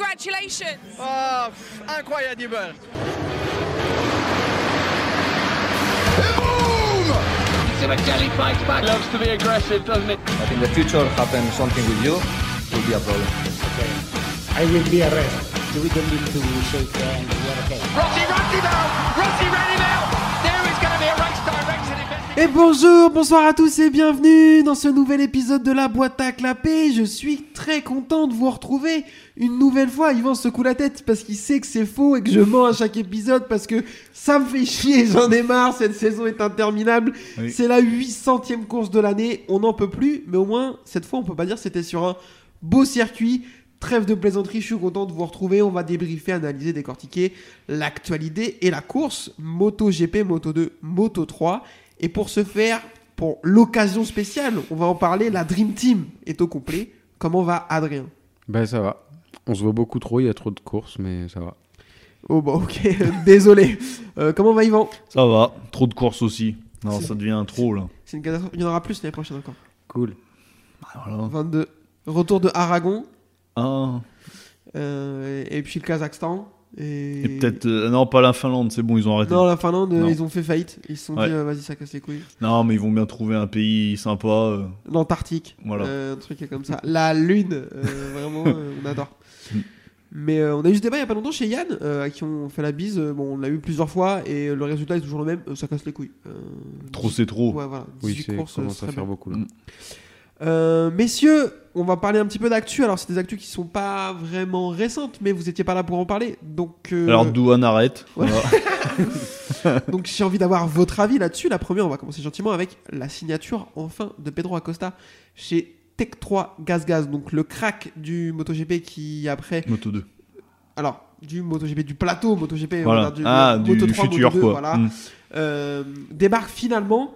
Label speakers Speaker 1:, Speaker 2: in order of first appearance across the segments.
Speaker 1: Congratulations!
Speaker 2: Ah, pff, incroyable.
Speaker 3: Sebastian fights back.
Speaker 2: Loves to be aggressive, doesn't it?
Speaker 4: But in the future, happen something with you, it will be a problem.
Speaker 5: I will be arrested. We don't need to shake hands. We are okay.
Speaker 3: Rossi runs him out. Rossi ran him out. There is going to be a race directed event.
Speaker 6: Et bonjour, bonsoir à tous et bienvenue dans ce nouvel épisode de la boîte à clapper. Je suis très content de vous retrouver une nouvelle fois. Yvan secoue la tête parce qu'il sait que c'est faux et que je mens à chaque épisode parce que ça me fait chier, j'en ai marre, cette saison est interminable. C'est la 800ème course de l'année, on n'en peut plus, mais au moins cette fois on peut pas dire que c'était sur un beau circuit. Trêve de plaisanterie, je suis content de vous retrouver. On va débriefer, analyser, décortiquer l'actualité et la course Moto GP, Moto 2, Moto 3. Et pour ce faire, pour l'occasion spéciale, on va en parler. La Dream Team est au complet. Comment va Adrien
Speaker 7: Ben ça va. On se voit beaucoup trop, il y a trop de courses, mais ça va.
Speaker 6: Oh bah ok, désolé. Euh, comment va Yvan
Speaker 8: Ça va, trop de courses aussi. Non, ça devient un trop là.
Speaker 6: C'est une catastrophe. Il y en aura plus l'année prochaine encore.
Speaker 7: Cool.
Speaker 8: Ah, Voilà.
Speaker 6: 22. Retour de Aragon.
Speaker 8: Ah,
Speaker 6: euh, et puis le Kazakhstan. Et,
Speaker 8: et peut-être. euh, non, pas la Finlande, c'est bon, ils ont arrêté.
Speaker 6: Non,
Speaker 8: Non,
Speaker 6: la Finlande,
Speaker 8: Non.
Speaker 6: ils ont fait faillite. Ils se sont
Speaker 8: Ouais.
Speaker 6: dit, euh, vas-y, ça casse les couilles.
Speaker 8: mais ils vont bien trouver un pays sympa. euh.
Speaker 6: L'Antarctique.
Speaker 8: Voilà.
Speaker 6: Euh, un truc comme ça. La Lune, euh, vraiment, euh, on adore. Mais euh, on a eu ce débat il n'y a pas longtemps chez Yann, euh, à qui on fait la bise. Euh, Bon, on l'a eu plusieurs fois et euh, le résultat est toujours le même. Euh, ça casse les couilles. Euh,
Speaker 8: Trop, c'est trop.
Speaker 6: Ouais, voilà. 18
Speaker 7: Oui, c'est
Speaker 6: courses, euh,
Speaker 7: commence
Speaker 6: c'est
Speaker 7: à
Speaker 6: très
Speaker 7: faire
Speaker 6: bien.
Speaker 7: beaucoup là.
Speaker 8: Mm.
Speaker 6: Euh, messieurs, on va parler un petit peu d'actu. Alors, c'est des actus qui sont pas vraiment récentes, mais vous étiez pas là pour en parler. Donc, euh,
Speaker 8: Alors, Douane arrête.
Speaker 6: Ouais.
Speaker 8: Voilà.
Speaker 6: donc j'ai envie d'avoir votre avis là-dessus. La première, on va commencer gentiment avec la signature enfin de Pedro Acosta chez Tech 3 Gas Gas, donc le crack du MotoGP qui après,
Speaker 8: Moto 2.
Speaker 6: alors du MotoGP du plateau MotoGP, on va
Speaker 8: Voilà.
Speaker 6: dire du,
Speaker 8: ah,
Speaker 6: de
Speaker 8: du
Speaker 6: Moto3,
Speaker 8: futur
Speaker 6: Moto2,
Speaker 8: quoi.
Speaker 6: voilà,
Speaker 8: Mm.
Speaker 6: euh, débarque finalement.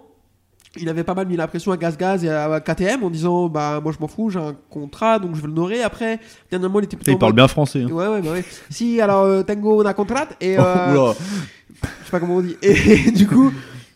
Speaker 6: Il avait pas mal mis la pression à Gas Gas et à KTM en disant bah moi je m'en fous, j'ai un contrat donc je vais l'honorer. Après dernièrement il était
Speaker 8: Putain,
Speaker 6: plutôt
Speaker 8: il
Speaker 6: en
Speaker 8: parle
Speaker 6: mode-
Speaker 8: bien français. hein.
Speaker 6: Ouais ouais bah ouais. si alors euh, Tango on a contrat et
Speaker 8: Oh,
Speaker 6: euh,
Speaker 8: oula.
Speaker 6: je sais pas comment on dit. Et du coup,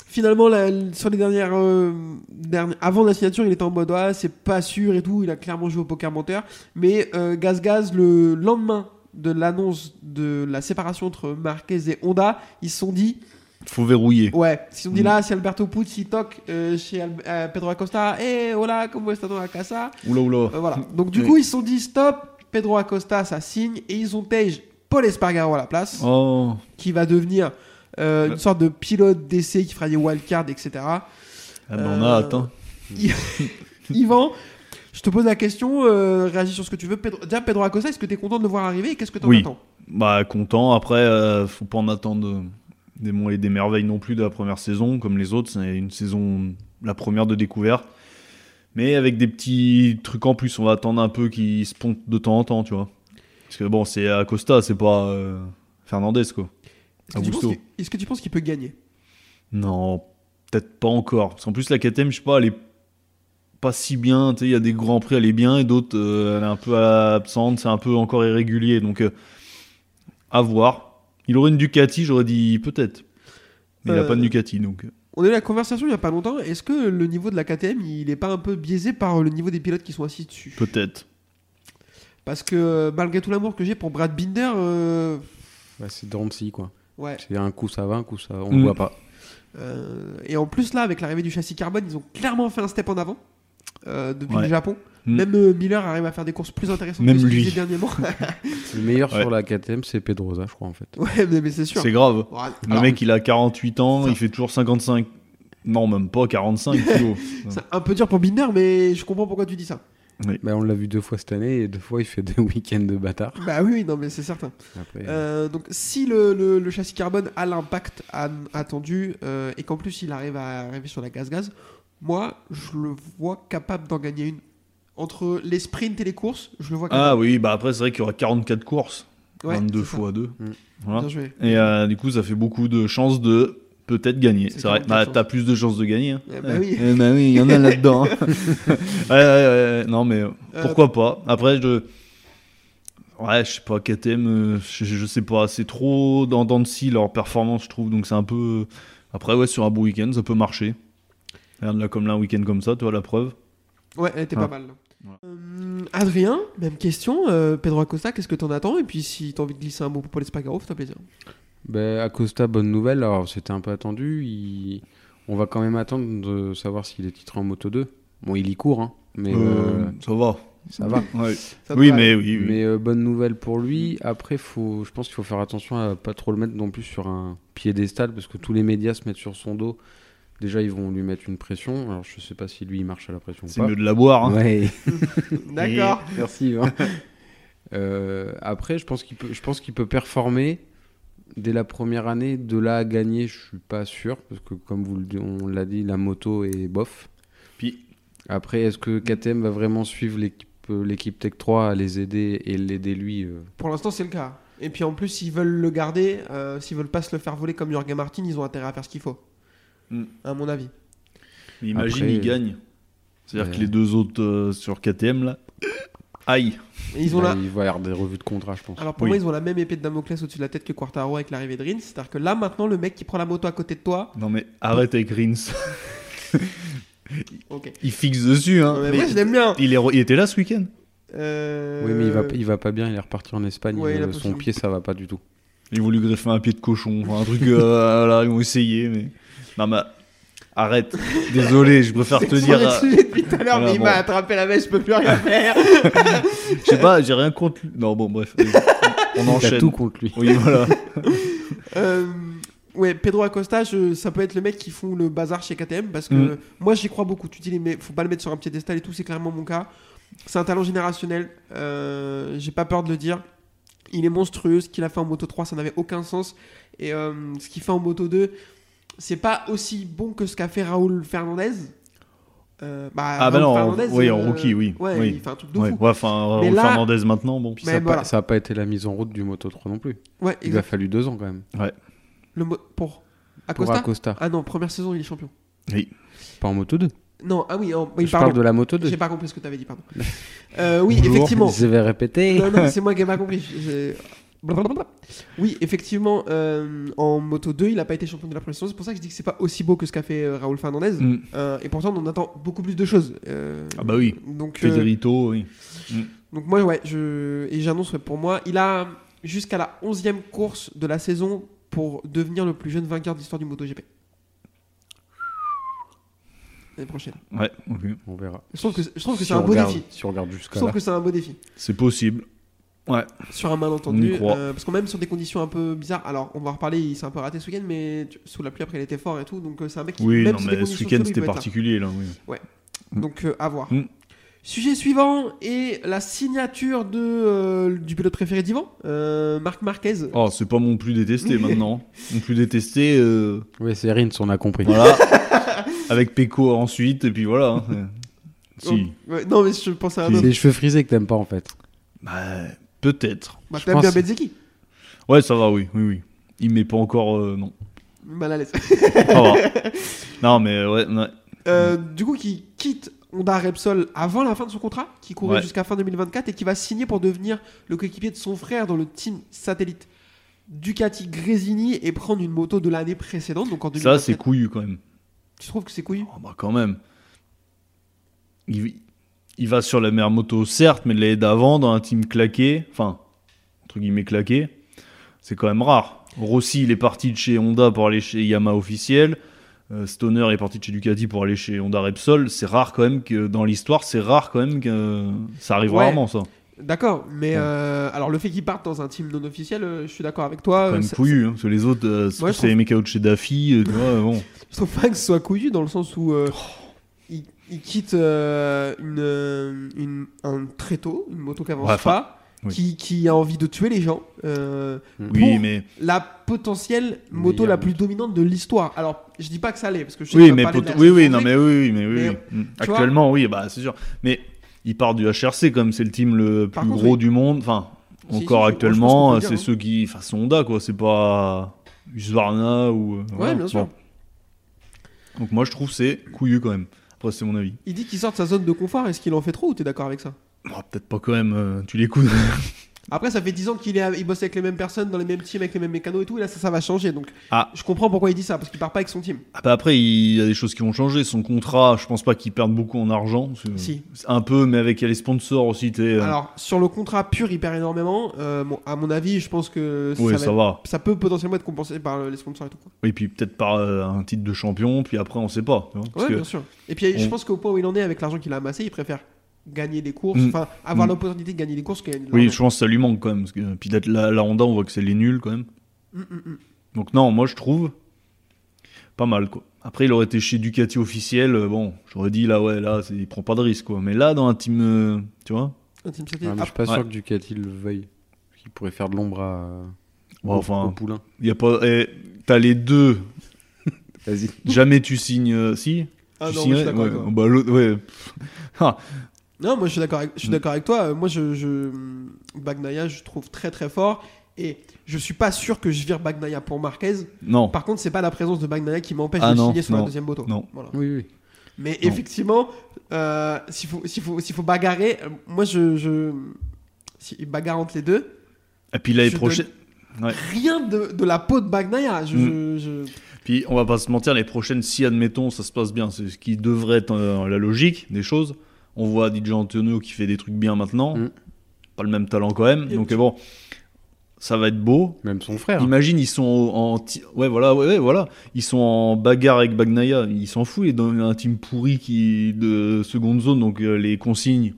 Speaker 6: finalement, la- sur les dernières, euh, derni- avant la signature, il était en mode ah, c'est pas sûr et tout. Il a clairement joué au poker menteur. Mais euh, Gaz Gaz, le lendemain de l'annonce de la séparation entre Marquez et Honda, ils se sont dit
Speaker 8: Faut verrouiller.
Speaker 6: ouais, ils se sont dit
Speaker 8: Mm.
Speaker 6: là, si Alberto Pucci toque euh, chez Al- euh, Pedro Acosta, eh hola, como estás a casa
Speaker 8: Oula, oula.
Speaker 6: euh, voilà. Donc du
Speaker 8: Oui.
Speaker 6: coup, ils se sont dit stop. Pedro Acosta, ça signe et ils ont Tage Paul Espargaro à la place
Speaker 8: Oh,
Speaker 6: qui va devenir euh, une sorte de pilote d'essai qui fera des wildcards, etc.
Speaker 8: ah, ben, on a
Speaker 6: Euh,
Speaker 8: hâte. hein.
Speaker 6: Yvan, je te pose la question, euh, réagis sur ce que tu veux. Pedro, déjà, Pedro Acosta, est-ce que tu es content de le voir arriver et qu'est-ce que tu en
Speaker 8: Oui.
Speaker 6: attends
Speaker 8: Bah, content. Après, euh, faut pas en attendre euh, des monts et des merveilles non plus de la première saison, comme les autres. C'est une saison, la première de découverte. Mais avec des petits trucs en plus, on va attendre un peu qu'ils se pontent de temps en temps, tu vois. Parce que bon, c'est Acosta, c'est pas euh, Fernandez, quoi.
Speaker 6: Est-ce que tu penses
Speaker 8: Augusto.
Speaker 6: qu'il- Est-ce que tu penses qu'il peut gagner
Speaker 8: Non, peut-être pas encore. Parce qu'en plus, la KTM, je sais pas, elle est pas si bien. Tu sais, il y a des grands prix, elle est bien, et d'autres, euh, elle est un peu absente, c'est un peu encore irrégulier. Donc, euh, à voir. Il aurait une Ducati, j'aurais dit peut-être. Mais il
Speaker 6: Euh,
Speaker 8: a pas de Ducati, donc.
Speaker 6: On a eu la conversation il n'y a pas longtemps. Est-ce que le niveau de la KTM, il n'est pas un peu biaisé par le niveau des pilotes qui sont assis dessus
Speaker 8: Peut-être.
Speaker 6: Parce que euh, malgré tout l'amour que j'ai pour Brad Binder, euh,
Speaker 7: Bah, c'est Drancy quoi.
Speaker 6: ouais.
Speaker 7: C'est un coup ça va, un coup ça, on
Speaker 8: Mm.
Speaker 7: le voit pas.
Speaker 6: Euh, et en plus, là, avec l'arrivée du châssis carbone, ils ont clairement fait un step en avant euh, depuis
Speaker 8: Ouais.
Speaker 6: le Japon.
Speaker 8: Mm.
Speaker 6: Même euh, Miller arrive à faire des courses plus intéressantes
Speaker 8: Même
Speaker 6: que ce qu'il
Speaker 8: lui.
Speaker 6: faisait dernièrement.
Speaker 7: Le meilleur
Speaker 8: Ouais.
Speaker 7: sur la KTM, c'est Pedrosa, je crois en fait.
Speaker 6: ouais, mais, mais c'est sûr.
Speaker 8: C'est grave.
Speaker 6: Bon, alors,
Speaker 8: Le mec, il a 48 ans,
Speaker 6: Ça-
Speaker 8: il fait toujours 55. Non, même pas 45 kilos.
Speaker 6: c'est un peu dur pour Binder, mais je comprends pourquoi tu dis ça.
Speaker 7: Bah, on l'a vu deux fois cette année et deux fois il fait des week-ends de bâtard.
Speaker 6: Bah oui, oui, non, mais c'est certain.
Speaker 7: Après,
Speaker 6: Euh, donc, si le, le- le châssis carbone a l'impact à- attendu euh, et qu'en plus il arrive à arriver sur la gaz-gaz, moi, je le vois capable d'en gagner une. Entre les sprints et les courses, je le vois
Speaker 8: Ah
Speaker 6: capable.
Speaker 8: oui, bah après, c'est vrai qu'il y aura 44 courses.
Speaker 6: Ouais,
Speaker 8: 22
Speaker 6: c'est ça.
Speaker 8: fois 2.
Speaker 7: Mm.
Speaker 8: Voilà.
Speaker 6: Bien joué.
Speaker 8: Et euh, du coup, ça fait beaucoup de chances de peut-être gagner.
Speaker 6: C'est
Speaker 8: C'est vrai,
Speaker 6: 44
Speaker 8: bah,
Speaker 6: chances.
Speaker 8: t'as plus de chances de gagner. hein.
Speaker 6: Eh bah oui.
Speaker 8: Eh bah oui, il y en a là-dedans. hein. Ouais, ouais, ouais, non, mais euh,
Speaker 6: Euh,
Speaker 8: pourquoi pas Après, je. Ouais, je sais pas, KTM, euh, je, je sais pas, c'est trop dans dans le scie leur performance, je trouve. Donc c'est un peu. Après, ouais, sur un beau week-end, ça peut marcher. Regarde là, comme là, un week-end comme ça, tu vois la preuve.
Speaker 6: Ouais, elle était
Speaker 8: Ah.
Speaker 6: pas mal. là.
Speaker 8: Ouais.
Speaker 6: Euh, Adrien, même question. euh, Pedro Acosta, qu'est-ce que t'en attends Et puis si t'as envie de glisser oh, un mot pour Paul Espargaro, fais-toi plaisir.
Speaker 7: Ben, Acosta, bonne nouvelle. Alors, c'était un peu attendu. Il- On va quand même attendre de savoir s'il est titré en Moto 2. Bon, il y court, hein, mais
Speaker 8: Euh,
Speaker 7: euh,
Speaker 8: ça va.
Speaker 7: ça va.
Speaker 8: Ouais.
Speaker 6: Ça te
Speaker 8: Oui,
Speaker 6: va
Speaker 8: mais oui, oui.
Speaker 7: Mais euh, bonne nouvelle pour lui. Après, faut, je pense qu'il faut faire attention à pas trop le mettre non plus sur un piédestal parce que tous les médias se mettent sur son dos. Déjà, ils vont lui mettre une pression. Alors, je sais pas si lui il marche à la pression ou
Speaker 8: c'est
Speaker 7: pas.
Speaker 8: mieux de la boire. hein.
Speaker 7: Ouais.
Speaker 6: D'accord.
Speaker 7: Merci. Yvan. Euh, après, je pense qu'il peut, je pense qu'il peut performer dès la première année. De là à gagner, je suis pas sûr parce que comme vous le dit- on l'a dit, la moto est bof.
Speaker 8: Puis-
Speaker 7: après, est-ce que KTM va vraiment suivre l'équipe euh, l'équipe Tech 3 à les aider et l'aider lui euh,
Speaker 6: Pour l'instant, c'est le cas. Et puis en plus, s'ils veulent le garder, euh, s'ils veulent pas se le faire voler comme Jorgen Martin, ils ont intérêt à faire ce qu'il faut.
Speaker 8: Mm.
Speaker 6: À mon avis.
Speaker 8: Mais imagine,
Speaker 7: Après- euh,
Speaker 8: il gagne. C'est-à-dire
Speaker 7: Ouais.
Speaker 8: que les deux autres euh, sur KTM, là. Aïe.
Speaker 6: Et ils ont la...
Speaker 7: bah, Il va y avoir des revues de contrat, je pense.
Speaker 6: Alors pour
Speaker 8: Oui.
Speaker 6: moi, ils ont la même épée de Damoclès au-dessus de la tête que Quartaro avec l'arrivée de Rins. C'est-à-dire que là, maintenant, le mec qui prend la moto à côté de toi.
Speaker 8: Non, mais arrête avec Rins.
Speaker 6: Ok.
Speaker 8: il fixe dessus, hein.
Speaker 6: Non, mais
Speaker 8: Mais
Speaker 6: moi, je l'aime bien.
Speaker 8: il, est re- il était là ce week-end.
Speaker 6: Euh,
Speaker 7: Oui, mais il va, il va pas bien. Il est reparti en Espagne.
Speaker 6: Ouais, il a
Speaker 7: euh,
Speaker 6: pas
Speaker 7: son
Speaker 6: fait-
Speaker 7: pied, ça va pas du tout.
Speaker 8: Ils vont lui greffer un pied de cochon. enfin, un truc, euh, là, ils vont essayer, mais. Non, mais. Arrête. Désolé, je préfère te
Speaker 6: C'est
Speaker 8: dire.
Speaker 6: sur le
Speaker 8: euh,
Speaker 6: sujet depuis tout à l'heure,
Speaker 8: voilà,
Speaker 6: mais il
Speaker 8: bon.
Speaker 6: m'a attrapé la mèche, je peux plus rien faire.
Speaker 8: Je sais pas, j'ai rien contre lui. Non, bon, bref. On
Speaker 7: T'as
Speaker 8: enchaîne.
Speaker 7: tout contre lui.
Speaker 8: Oui, voilà.
Speaker 6: Euh, ouais, Pedro Acosta, je- ça peut être le mec qui font le bazar chez KTM parce que
Speaker 8: Mm.
Speaker 6: moi j'y crois beaucoup. Tu dis, mais faut pas le mettre sur un piédestal et tout, c'est clairement mon cas. C'est un talent générationnel, euh, j'ai pas peur de le dire. Il est monstrueux, ce qu'il a fait en Moto 3, ça n'avait aucun sens. Et euh, ce qu'il fait en Moto 2, c'est pas aussi bon que ce qu'a fait Raoul Fernandez. Euh, bah,
Speaker 8: Ah, bah
Speaker 6: Raoul
Speaker 8: non, en-
Speaker 6: Fernandez,
Speaker 8: oui, en
Speaker 6: euh,
Speaker 8: rookie, oui,
Speaker 6: Ouais,
Speaker 8: oui.
Speaker 6: il fait un truc de
Speaker 8: Ouais,
Speaker 6: fou.
Speaker 8: ouais, enfin,
Speaker 6: Mais
Speaker 8: Raoul
Speaker 6: là-
Speaker 8: Fernandez maintenant, bon.
Speaker 7: Puis
Speaker 6: Mais
Speaker 7: ça, a
Speaker 6: voilà.
Speaker 7: pas, ça a pas été la mise en route du Moto 3 non plus.
Speaker 6: Ouais,
Speaker 7: Il a
Speaker 6: exact.
Speaker 7: fallu deux ans quand même.
Speaker 6: Le mo- pour
Speaker 7: Pour
Speaker 6: Acosta
Speaker 7: Acosta.
Speaker 6: Ah non, première saison, il est champion.
Speaker 7: Pas en moto 2.
Speaker 6: Non, ah oui, en- oui,
Speaker 7: je
Speaker 6: pardon.
Speaker 7: parle de la moto 2.
Speaker 6: J'ai pas compris ce que t'avais dit, pardon. Euh, oui, effectivement.
Speaker 7: Je vais répéter.
Speaker 6: Non, non, c'est moi qui ai pas compris. Je- Blablabla. Oui, effectivement, euh, en Moto 2, il a pas été champion de la première saison. C'est pour ça que je dis que c'est pas aussi beau que ce qu'a fait euh, Raoul Fernandez.
Speaker 8: Mm.
Speaker 6: Euh, et pourtant, on en attend beaucoup plus de choses. Euh,
Speaker 8: Ah, bah oui.
Speaker 6: donc, euh,
Speaker 8: Federito, oui.
Speaker 6: donc moi, ouais, je, et j'annonce ouais, pour moi, il a jusqu'à la 11e course de la saison pour devenir le plus jeune vainqueur de l'histoire du MotoGP. L'année prochaine.
Speaker 8: Ouais, ok.
Speaker 7: On verra.
Speaker 6: Je trouve que, je trouve que
Speaker 7: Si
Speaker 6: c'est un
Speaker 7: on
Speaker 6: beau
Speaker 7: regarde-
Speaker 6: défi.
Speaker 7: Si on regarde
Speaker 6: Je
Speaker 7: jusqu'à
Speaker 6: trouve
Speaker 7: là.
Speaker 6: que c'est un beau défi.
Speaker 8: C'est possible. Ouais.
Speaker 6: sur un
Speaker 8: On
Speaker 6: malentendu.
Speaker 8: y croit.
Speaker 6: euh, parce qu'on même sur des conditions un peu bizarres. Alors, on va en reparler, il s'est un peu raté ce week-end, mais tu- sous la pluie après, il était fort et tout. Donc, euh, c'est un mec qui.
Speaker 8: Oui,
Speaker 6: même
Speaker 8: non,
Speaker 6: sous des
Speaker 8: mais ce
Speaker 6: conditions
Speaker 8: week-end
Speaker 6: sauvages, il
Speaker 8: c'était
Speaker 6: peut être
Speaker 8: particulier là. Oui.
Speaker 6: là. Donc, euh, à voir.
Speaker 8: Mm.
Speaker 6: Sujet suivant est la signature de, euh, du pilote préféré d'Ivan, euh, Marc Marquez.
Speaker 8: Oh, c'est pas mon plus détesté maintenant. Mon plus détesté, euh,
Speaker 7: Oui, c'est Rins, on a compris.
Speaker 8: voilà. Avec Peko ensuite, et puis voilà. hein. si.
Speaker 6: Oh, ouais, non, mais je pensais à un
Speaker 7: C'est
Speaker 6: autre.
Speaker 7: les cheveux frisés que t'aimes pas en fait.
Speaker 8: Bah, peut-être.
Speaker 6: Bah,
Speaker 7: je
Speaker 6: t'aimes bien
Speaker 7: pense-
Speaker 6: Bezzeki
Speaker 8: Ouais, ça va, oui, oui, oui. Il met pas encore. euh, non.
Speaker 6: Mal à l'aise.
Speaker 8: Ça va. non, mais ouais. ouais.
Speaker 6: Euh,
Speaker 8: Mm.
Speaker 6: du coup, qui quitte Honda Repsol avant la fin de son contrat, qui courait
Speaker 8: Ouais.
Speaker 6: jusqu'à fin 2024 et qui va signer pour devenir le coéquipier de son frère dans le team satellite Ducati Grésini et prendre une moto de l'année précédente, donc en 2024.
Speaker 8: Ça, c'est couillu quand même.
Speaker 6: Tu trouves que c'est couillu
Speaker 8: Oh, bah, quand même. Il, il va sur la mer moto, certes, mais l'année d'avant, dans un team claqué, enfin, entre guillemets claqué, c'est quand même rare. Rossi, il est parti de chez Honda pour aller chez Yamaha officiel. Euh, Stoner est parti de chez Ducati pour aller chez Honda Repsol. C'est rare quand même que, dans l'histoire, c'est rare quand même que euh, ça arrive
Speaker 6: Ouais.
Speaker 8: rarement, ça.
Speaker 6: D'accord, mais euh, alors le fait qu'il parte dans un team non officiel, euh, je suis d'accord avec toi.
Speaker 8: Quand
Speaker 6: euh,
Speaker 8: même
Speaker 6: ça-
Speaker 8: couillu, hein, parce que les autres, euh, c'est
Speaker 6: Moi, je trouve-
Speaker 8: les mecs out chez Daffy, euh, tu vois, euh, bon.
Speaker 6: Je trouve pas que ce soit couillu dans le sens où euh,
Speaker 8: Oh.
Speaker 6: il, il quitte euh, une, euh, une- un très tôt, une moto qui avance
Speaker 8: Ouais, enfin,
Speaker 6: pas,
Speaker 8: oui.
Speaker 6: qui, qui a envie de tuer les gens. euh,
Speaker 8: Oui,
Speaker 6: Pour-
Speaker 8: mais,
Speaker 6: la potentielle moto
Speaker 7: Meilleure
Speaker 6: la
Speaker 7: moto.
Speaker 6: plus dominante de l'histoire. Alors, je dis pas que ça l'est, parce que je sais
Speaker 8: oui,
Speaker 6: qu'on va
Speaker 8: mais,
Speaker 6: parler de
Speaker 8: pot-
Speaker 6: la
Speaker 8: oui, oui,
Speaker 6: saison
Speaker 8: non, mais oui, oui, mais oui,
Speaker 6: Mais,
Speaker 8: oui. Mm.
Speaker 6: tu vois-
Speaker 8: Actuellement, oui, bah, c'est sûr. Mais il part du HRC, comme c'est le team le
Speaker 6: Par
Speaker 8: plus
Speaker 6: contre,
Speaker 8: gros
Speaker 6: oui.
Speaker 8: du monde. Enfin,
Speaker 6: Si, si,
Speaker 8: encore
Speaker 6: si,
Speaker 8: actuellement,
Speaker 6: moi, je pense qu'on peut le
Speaker 8: c'est
Speaker 6: dire, hein.
Speaker 8: ceux qui. Enfin, c'est Honda, quoi. C'est pas. Husqvarna ou. euh, voilà.
Speaker 6: bien sûr.
Speaker 8: Donc, moi, je trouve c'est couillu quand même. Après, c'est mon avis.
Speaker 6: Il dit qu'il sort de sa zone de confort, est-ce qu'il en fait trop ou t'es d'accord avec ça
Speaker 8: Oh, Peut-être pas quand même, euh, tu l'écoutes.
Speaker 6: Après, ça fait 10 ans qu'il est, à- il bosse avec les mêmes personnes, dans les mêmes teams, avec les mêmes mécanos et tout. Et là, ça, ça va changer. Donc,
Speaker 8: Ah.
Speaker 6: je comprends pourquoi il dit ça, parce qu'il part pas avec son team.
Speaker 8: Ah bah après, il y a des choses qui vont changer. Son contrat, je pense pas qu'il perde beaucoup en argent. parce que-
Speaker 6: Si.
Speaker 8: Un peu, mais avec les sponsors aussi, t'es. euh,
Speaker 6: Alors, sur le contrat pur, il perd énormément. Euh, bon, à mon avis, je pense que
Speaker 8: ouais,
Speaker 6: va
Speaker 8: ça va.
Speaker 6: ça peut potentiellement être compensé par euh, les sponsors et tout. quoi.
Speaker 8: Et puis peut-être par euh, un titre de champion, puis après, on sait pas. tu vois, parce
Speaker 6: Ouais,
Speaker 8: que-
Speaker 6: bien sûr. Et puis, je
Speaker 8: on-
Speaker 6: pense qu'au point où il en est, avec l'argent qu'il a amassé, il préfère gagner des courses,
Speaker 8: Mm.
Speaker 6: enfin, avoir
Speaker 8: Mm.
Speaker 6: l'opportunité de gagner des courses que gagner de
Speaker 8: Oui,
Speaker 6: l'argent.
Speaker 8: je pense que ça lui manque quand même. Parce que... euh, Puis d'être la, la Honda, on voit que c'est les nuls quand même.
Speaker 6: Mm, mm, mm.
Speaker 8: Donc non, moi je trouve pas mal quoi. Après, il aurait été chez Ducati officiel. euh, bon, j'aurais dit là, ouais, là, c'est- il prend pas de risque quoi. Mais là, dans un team, euh, tu vois,
Speaker 6: Un team
Speaker 7: Ouais,
Speaker 6: satellite.
Speaker 7: mais
Speaker 6: Ah,
Speaker 7: je suis pas
Speaker 8: ouais.
Speaker 7: sûr que Ducati le veuille. Il pourrait faire de l'ombre à.
Speaker 8: Ouais,
Speaker 7: au-
Speaker 8: enfin.
Speaker 7: au poulain.
Speaker 8: il y a pas. eh, T'as les deux.
Speaker 7: Vas-y.
Speaker 8: Jamais tu signes. euh, Si
Speaker 6: ah
Speaker 8: tu
Speaker 6: non, moi, je
Speaker 8: signerais
Speaker 6: suis d'accord
Speaker 8: Ouais,
Speaker 6: avec toi.
Speaker 8: bah, l'autre, ouais.
Speaker 6: Non, moi je suis d'accord avec, je suis
Speaker 8: Mm.
Speaker 6: d'accord avec toi. Euh, Moi, je, je, Bagnaia, je trouve très très fort. Et je suis pas sûr que je vire Bagnaia pour Marquez.
Speaker 8: Non.
Speaker 6: Par contre, c'est pas la présence de Bagnaia qui m'empêche
Speaker 8: Ah
Speaker 6: de
Speaker 8: non,
Speaker 6: signer sur la
Speaker 8: non,
Speaker 6: deuxième moto.
Speaker 8: non. Mm.
Speaker 6: Voilà.
Speaker 7: Oui, oui.
Speaker 6: Mais
Speaker 8: Non.
Speaker 6: effectivement, euh, s'il faut, s'il faut, s'il faut bagarrer, euh, moi je. je si, bagarre entre les deux,
Speaker 8: Et puis l'année
Speaker 6: Je
Speaker 8: prochaine.
Speaker 6: rien de, de la peau de Bagnaia. Je,
Speaker 8: Mm.
Speaker 6: je- je-
Speaker 8: Puis on va pas se mentir, les prochaines, si admettons ça se passe bien, c'est ce qui devrait être euh, la logique des choses. On voit DJ Antonio qui fait des trucs bien maintenant,
Speaker 7: Mm.
Speaker 8: pas le même talent quand même.
Speaker 6: Et
Speaker 8: Donc
Speaker 6: oui.
Speaker 8: bon, ça va être beau.
Speaker 7: Même son frère.
Speaker 8: Imagine, ils sont en ti- ouais voilà ouais, ouais, voilà, ils sont en bagarre avec Bagnaia, ils s'en foutent. Et dans un team pourri qui de seconde zone, donc euh, les consignes,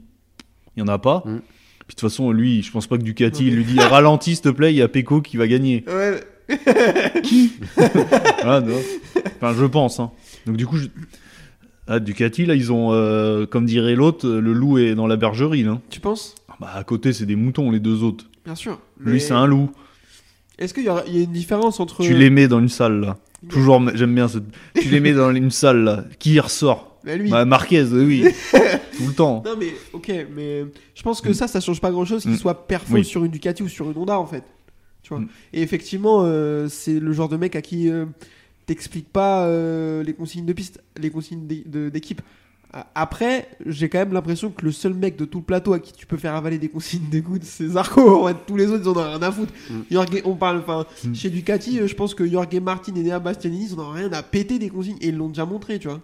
Speaker 8: il y en a pas.
Speaker 7: Mm.
Speaker 8: Puis de toute façon, lui, je pense pas que Ducati
Speaker 6: Non,
Speaker 8: il lui dit ralentis s'il te plaît, il y a Pecco qui va gagner.
Speaker 6: Ouais,
Speaker 8: Ah, non. Enfin, je pense. hein. Donc, du coup, je... ah, Ducati, là, ils ont, euh, comme dirait l'autre, euh, le loup est dans la bergerie. Là.
Speaker 6: tu penses
Speaker 8: Ah, Bah, à côté, c'est des moutons, les deux autres.
Speaker 6: Bien sûr. Mais
Speaker 8: Lui, c'est un loup.
Speaker 6: Est-ce qu'il y, aura- il y a une différence entre.
Speaker 8: Tu les mets dans une salle, là. Toujours, m- j'aime bien ce. Tu les mets dans une salle, là. Qui y ressort
Speaker 6: Mais lui,
Speaker 8: Bah, Marquez, oui. Tout le temps.
Speaker 6: Non mais ok, mais je pense que ça, ça change pas grand chose qu'il
Speaker 8: Mm.
Speaker 6: soit perfo
Speaker 8: Oui.
Speaker 6: sur une Ducati ou sur une Honda en fait. Tu vois.
Speaker 8: Mm.
Speaker 6: Et effectivement, euh, c'est le genre de mec à qui euh, t'expliques pas euh, les consignes de piste, les consignes d'é- de- d'équipe. A- Après, j'ai quand même l'impression que le seul mec de tout le plateau à qui tu peux faire avaler des consignes d'écoute, c'est Zarco. En fait, tous les autres, ils en ont rien à foutre.
Speaker 7: Mm.
Speaker 6: Jorge- on parle, enfin,
Speaker 8: Mm.
Speaker 6: chez Ducati, euh, je pense que Jorge Martin et Nea Bastianini, ils en ont rien à péter des consignes et ils l'ont déjà montré, tu vois.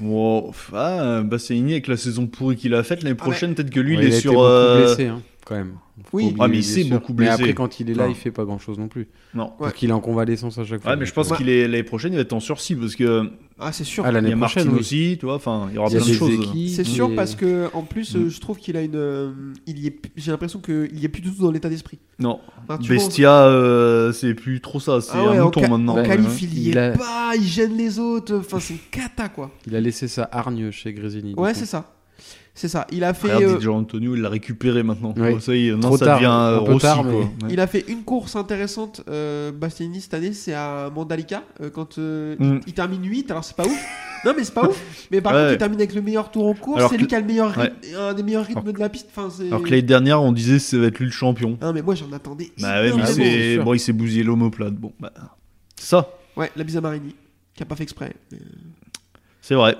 Speaker 8: Wow. Ah, Bastianini, avec la saison pourrie qu'il a faite, l'année
Speaker 6: Ah,
Speaker 8: prochaine, peut-être que lui,
Speaker 7: Ouais,
Speaker 8: il
Speaker 7: a
Speaker 8: est
Speaker 7: été
Speaker 8: sur.
Speaker 7: beaucoup
Speaker 8: euh,
Speaker 7: blessé, hein, quand même. Faut
Speaker 6: Oui.
Speaker 7: oublier
Speaker 8: Ah, mais
Speaker 7: les
Speaker 8: il s'est
Speaker 7: blessures.
Speaker 8: beaucoup
Speaker 7: Mais
Speaker 8: blessé.
Speaker 7: après, quand il est là,
Speaker 8: Enfin.
Speaker 7: il fait pas grand chose non plus.
Speaker 8: Non.
Speaker 7: Parce qu'il est en convalescence à chaque fois.
Speaker 8: Ouais, mais je pense
Speaker 7: Donc,
Speaker 8: qu'il est l'année prochaine, il va être en sursis parce que
Speaker 6: Ah, c'est sûr.
Speaker 7: Ah,
Speaker 8: il y
Speaker 7: l'année
Speaker 8: a Martin
Speaker 7: prochaine, oui.
Speaker 8: aussi, tu vois. Enfin, il y aura
Speaker 7: Il y a
Speaker 8: plein de
Speaker 7: des
Speaker 8: choses.
Speaker 7: équipes,
Speaker 6: C'est sûr
Speaker 7: mais-
Speaker 6: parce que en plus
Speaker 8: Mm.
Speaker 6: euh, je trouve qu'il a une euh, il y est p- j'ai l'impression que il y est plus du tout dans l'état d'esprit.
Speaker 8: Non,
Speaker 6: Enfin, Ah, tu vois,
Speaker 8: Bestia, euh, c'est plus trop ça, c'est
Speaker 6: Ah ouais,
Speaker 8: un
Speaker 6: en
Speaker 8: mouton
Speaker 6: ca-
Speaker 8: maintenant. hein.
Speaker 6: on-
Speaker 7: Ouais,
Speaker 6: en qualif
Speaker 7: ouais.
Speaker 6: il y
Speaker 7: Il
Speaker 6: est
Speaker 7: a-
Speaker 6: pas, il gêne les autres, enfin c'est une cata quoi.
Speaker 7: Il a laissé sa hargne chez Grésini.
Speaker 6: Ouais, c'est ça. C'est ça. Il a fait
Speaker 8: Regarde,
Speaker 6: euh,
Speaker 8: DJ Antonio, il l'a récupéré maintenant.
Speaker 7: Ouais.
Speaker 8: Oh, ça y est, non,
Speaker 7: Trop
Speaker 8: ça
Speaker 7: tard,
Speaker 8: devient
Speaker 7: un
Speaker 8: euh,
Speaker 7: peu
Speaker 8: Rossi,
Speaker 7: tard,
Speaker 8: quoi.
Speaker 7: mais-
Speaker 8: Ouais.
Speaker 6: il a fait une course intéressante euh, Bastianini cette année, c'est à Mandalika euh, quand euh,
Speaker 8: Mm.
Speaker 6: il, il termine 8, alors c'est pas ouf. Non mais c'est pas ouf. Mais par
Speaker 8: Ouais.
Speaker 6: contre, il termine avec le meilleur tour en course,
Speaker 8: Alors
Speaker 6: c'est
Speaker 8: que-
Speaker 6: lui qui a le meilleur rythme- un des meilleurs rythmes
Speaker 8: Alors-
Speaker 6: de la piste, enfin c'est
Speaker 8: Alors que l'année dernière, on disait ça va être lui le champion.
Speaker 6: Non mais moi j'en attendais.
Speaker 8: Bah ouais, mais
Speaker 6: énormément.
Speaker 7: c'est
Speaker 8: c'est-
Speaker 7: sûr.
Speaker 8: bon, il s'est bousillé l'omoplate. Bon, bah, c'est ça,
Speaker 6: Ouais, la bise à Marini, qui a pas fait exprès. Euh, mais-
Speaker 8: c'est vrai.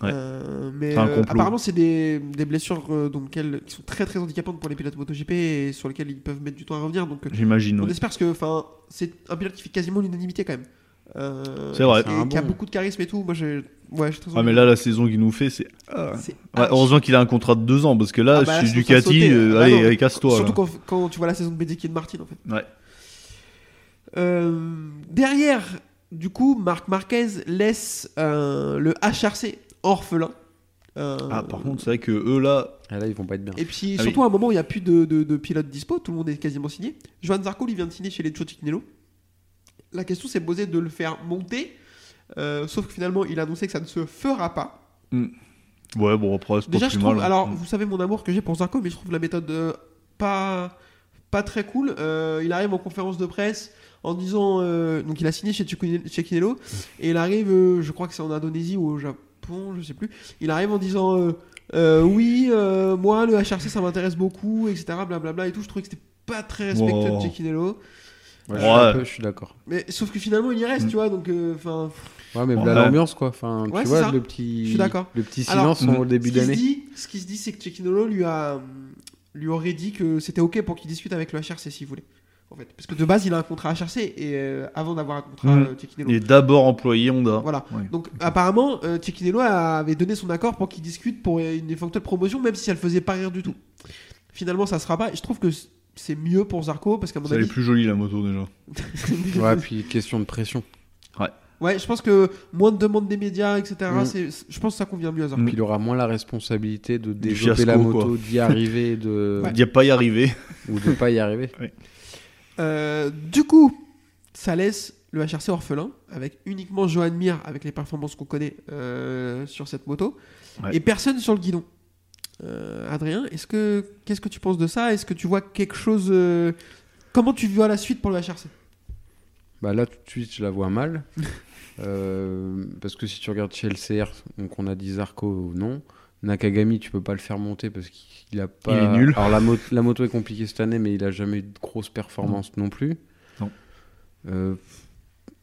Speaker 8: Ouais.
Speaker 6: Euh, mais
Speaker 8: C'est un
Speaker 6: euh,
Speaker 8: complot.
Speaker 6: apparemment, c'est des, des blessures euh, donc, elles- qui sont très très handicapantes pour les pilotes MotoGP et sur lesquelles ils peuvent mettre du temps à revenir. Donc, euh,
Speaker 8: J'imagine.
Speaker 6: on
Speaker 8: ouais.
Speaker 6: espère parce que enfin, c'est un pilote qui fait quasiment l'unanimité quand même. Euh,
Speaker 8: C'est vrai.
Speaker 6: Et
Speaker 7: C'est un
Speaker 6: qui a
Speaker 7: bon.
Speaker 6: beaucoup de charisme et tout. Moi, j'ai ouais, j'ai très
Speaker 8: Ah, mais là, la saison qu'il nous fait, c'est. Ah.
Speaker 6: euh, C'est
Speaker 8: Ouais,
Speaker 6: archi-
Speaker 8: heureusement qu'il a un contrat de deux ans parce que là,
Speaker 6: Ah bah là,
Speaker 8: chez
Speaker 6: ça me fait
Speaker 8: Ducati,
Speaker 6: sauter.
Speaker 8: euh,
Speaker 6: Ah bah
Speaker 8: allez,
Speaker 6: non.
Speaker 8: euh, casse-toi.
Speaker 6: Surtout
Speaker 8: là.
Speaker 6: quand, quand tu vois la saison de Bedecky et de Martin en fait.
Speaker 8: Ouais.
Speaker 6: Euh, derrière, du coup, Marc Marquez laisse euh, le HRC orphelin. Euh,
Speaker 8: Ah, par contre, c'est vrai que eux là.
Speaker 7: Ah, là, ils vont pas être bien.
Speaker 6: Et puis
Speaker 8: Ah
Speaker 6: surtout à un moment où il n'y a plus de, de, de pilotes dispo, tout le monde est quasiment signé. Johan Zarco, il vient de signer chez les Choticinello. La question s'est posée de le faire monter, euh, sauf que finalement il a annoncé que ça ne se fera pas.
Speaker 8: Ouais, bon, après, c'est pas
Speaker 6: Déjà,
Speaker 8: plus Mm.
Speaker 6: je trouve,
Speaker 8: mal. hein.
Speaker 6: alors vous savez mon amour que j'ai pour Zarco, mais je trouve la méthode euh, pas, pas très cool. Euh, il arrive en conférence de presse en disant. euh, donc il a signé chez Chukwine- chez Kinello, et il arrive, euh, je crois que c'est en Indonésie ou au Japon, je sais plus. Il arrive en disant euh, euh, Oui, euh, moi le HRC ça m'intéresse beaucoup, etc. Blablabla et tout. Je trouvais que c'était pas très respectueux
Speaker 8: Wow.
Speaker 6: de chez Kinello.
Speaker 7: Ouais, je suis un
Speaker 8: Ouais.
Speaker 7: peu- Je suis d'accord.
Speaker 6: Mais sauf que finalement il y reste,
Speaker 8: Mm.
Speaker 6: tu vois. Donc, euh, enfin,
Speaker 7: Ouais, mais
Speaker 8: Ouais.
Speaker 7: là, l'ambiance, quoi. Enfin,
Speaker 6: Ouais,
Speaker 7: tu
Speaker 6: c'est
Speaker 7: vois,
Speaker 6: ça.
Speaker 7: le petit.
Speaker 6: Je suis d'accord.
Speaker 7: Le petit
Speaker 6: Alors,
Speaker 8: Mm.
Speaker 7: silence au
Speaker 6: ce
Speaker 7: début
Speaker 6: qui se
Speaker 7: d'année.
Speaker 6: dit, ce qui se dit, c'est que Chekinolo lui a, lui aurait dit que c'était ok pour qu'il discute avec le HRC s'il voulait. En fait. Parce que de base, il a un contrat HRC et euh, avant d'avoir un contrat
Speaker 8: Mm.
Speaker 6: euh, Cecchinello.
Speaker 8: Il est d'abord employé Honda.
Speaker 6: Voilà.
Speaker 8: Ouais.
Speaker 6: Donc apparemment, euh, Cecchinello avait donné son accord pour qu'ils discutent pour une éventuelle promotion, même si elle faisait pas rire du tout. Finalement, ça sera pas. Et Je trouve que c- c'est mieux pour Zarco parce qu'à mon
Speaker 8: Ça, Elle est
Speaker 6: avis.
Speaker 8: plus jolie la moto déjà.
Speaker 7: Ouais, puis question de pression.
Speaker 6: ouais, je pense que moins de demandes des médias, etc.
Speaker 7: Mm.
Speaker 6: c'est- c'est- je pense que ça convient mieux à Zarco.
Speaker 8: Mm.
Speaker 7: Puis il aura moins la responsabilité de
Speaker 8: Du
Speaker 7: développer la
Speaker 8: fiasco,
Speaker 7: moto, d'y arriver de...
Speaker 8: Il n'y a pas y arriver.
Speaker 7: ou de pas y arriver.
Speaker 6: Euh, du coup, ça laisse le HRC orphelin avec uniquement Johan Mir avec les performances qu'on connaît euh, sur cette moto
Speaker 8: Ouais.
Speaker 6: et personne sur le guidon. Euh, Adrien, est-ce que qu'est-ce que tu penses de ça Est-ce que tu vois quelque chose euh, Comment tu vois la suite pour le HRC
Speaker 7: Bah là, tout de suite, je la vois mal. Euh, parce que si tu regardes chez LCR, donc on a dit Zarco, non. Nakagami, tu peux pas le faire monter parce qu'il a pas.
Speaker 8: Il est nul.
Speaker 7: Alors la, mo- la moto est compliquée cette année, mais il a jamais eu de grosse performance non, plus.
Speaker 8: Non.
Speaker 7: Euh,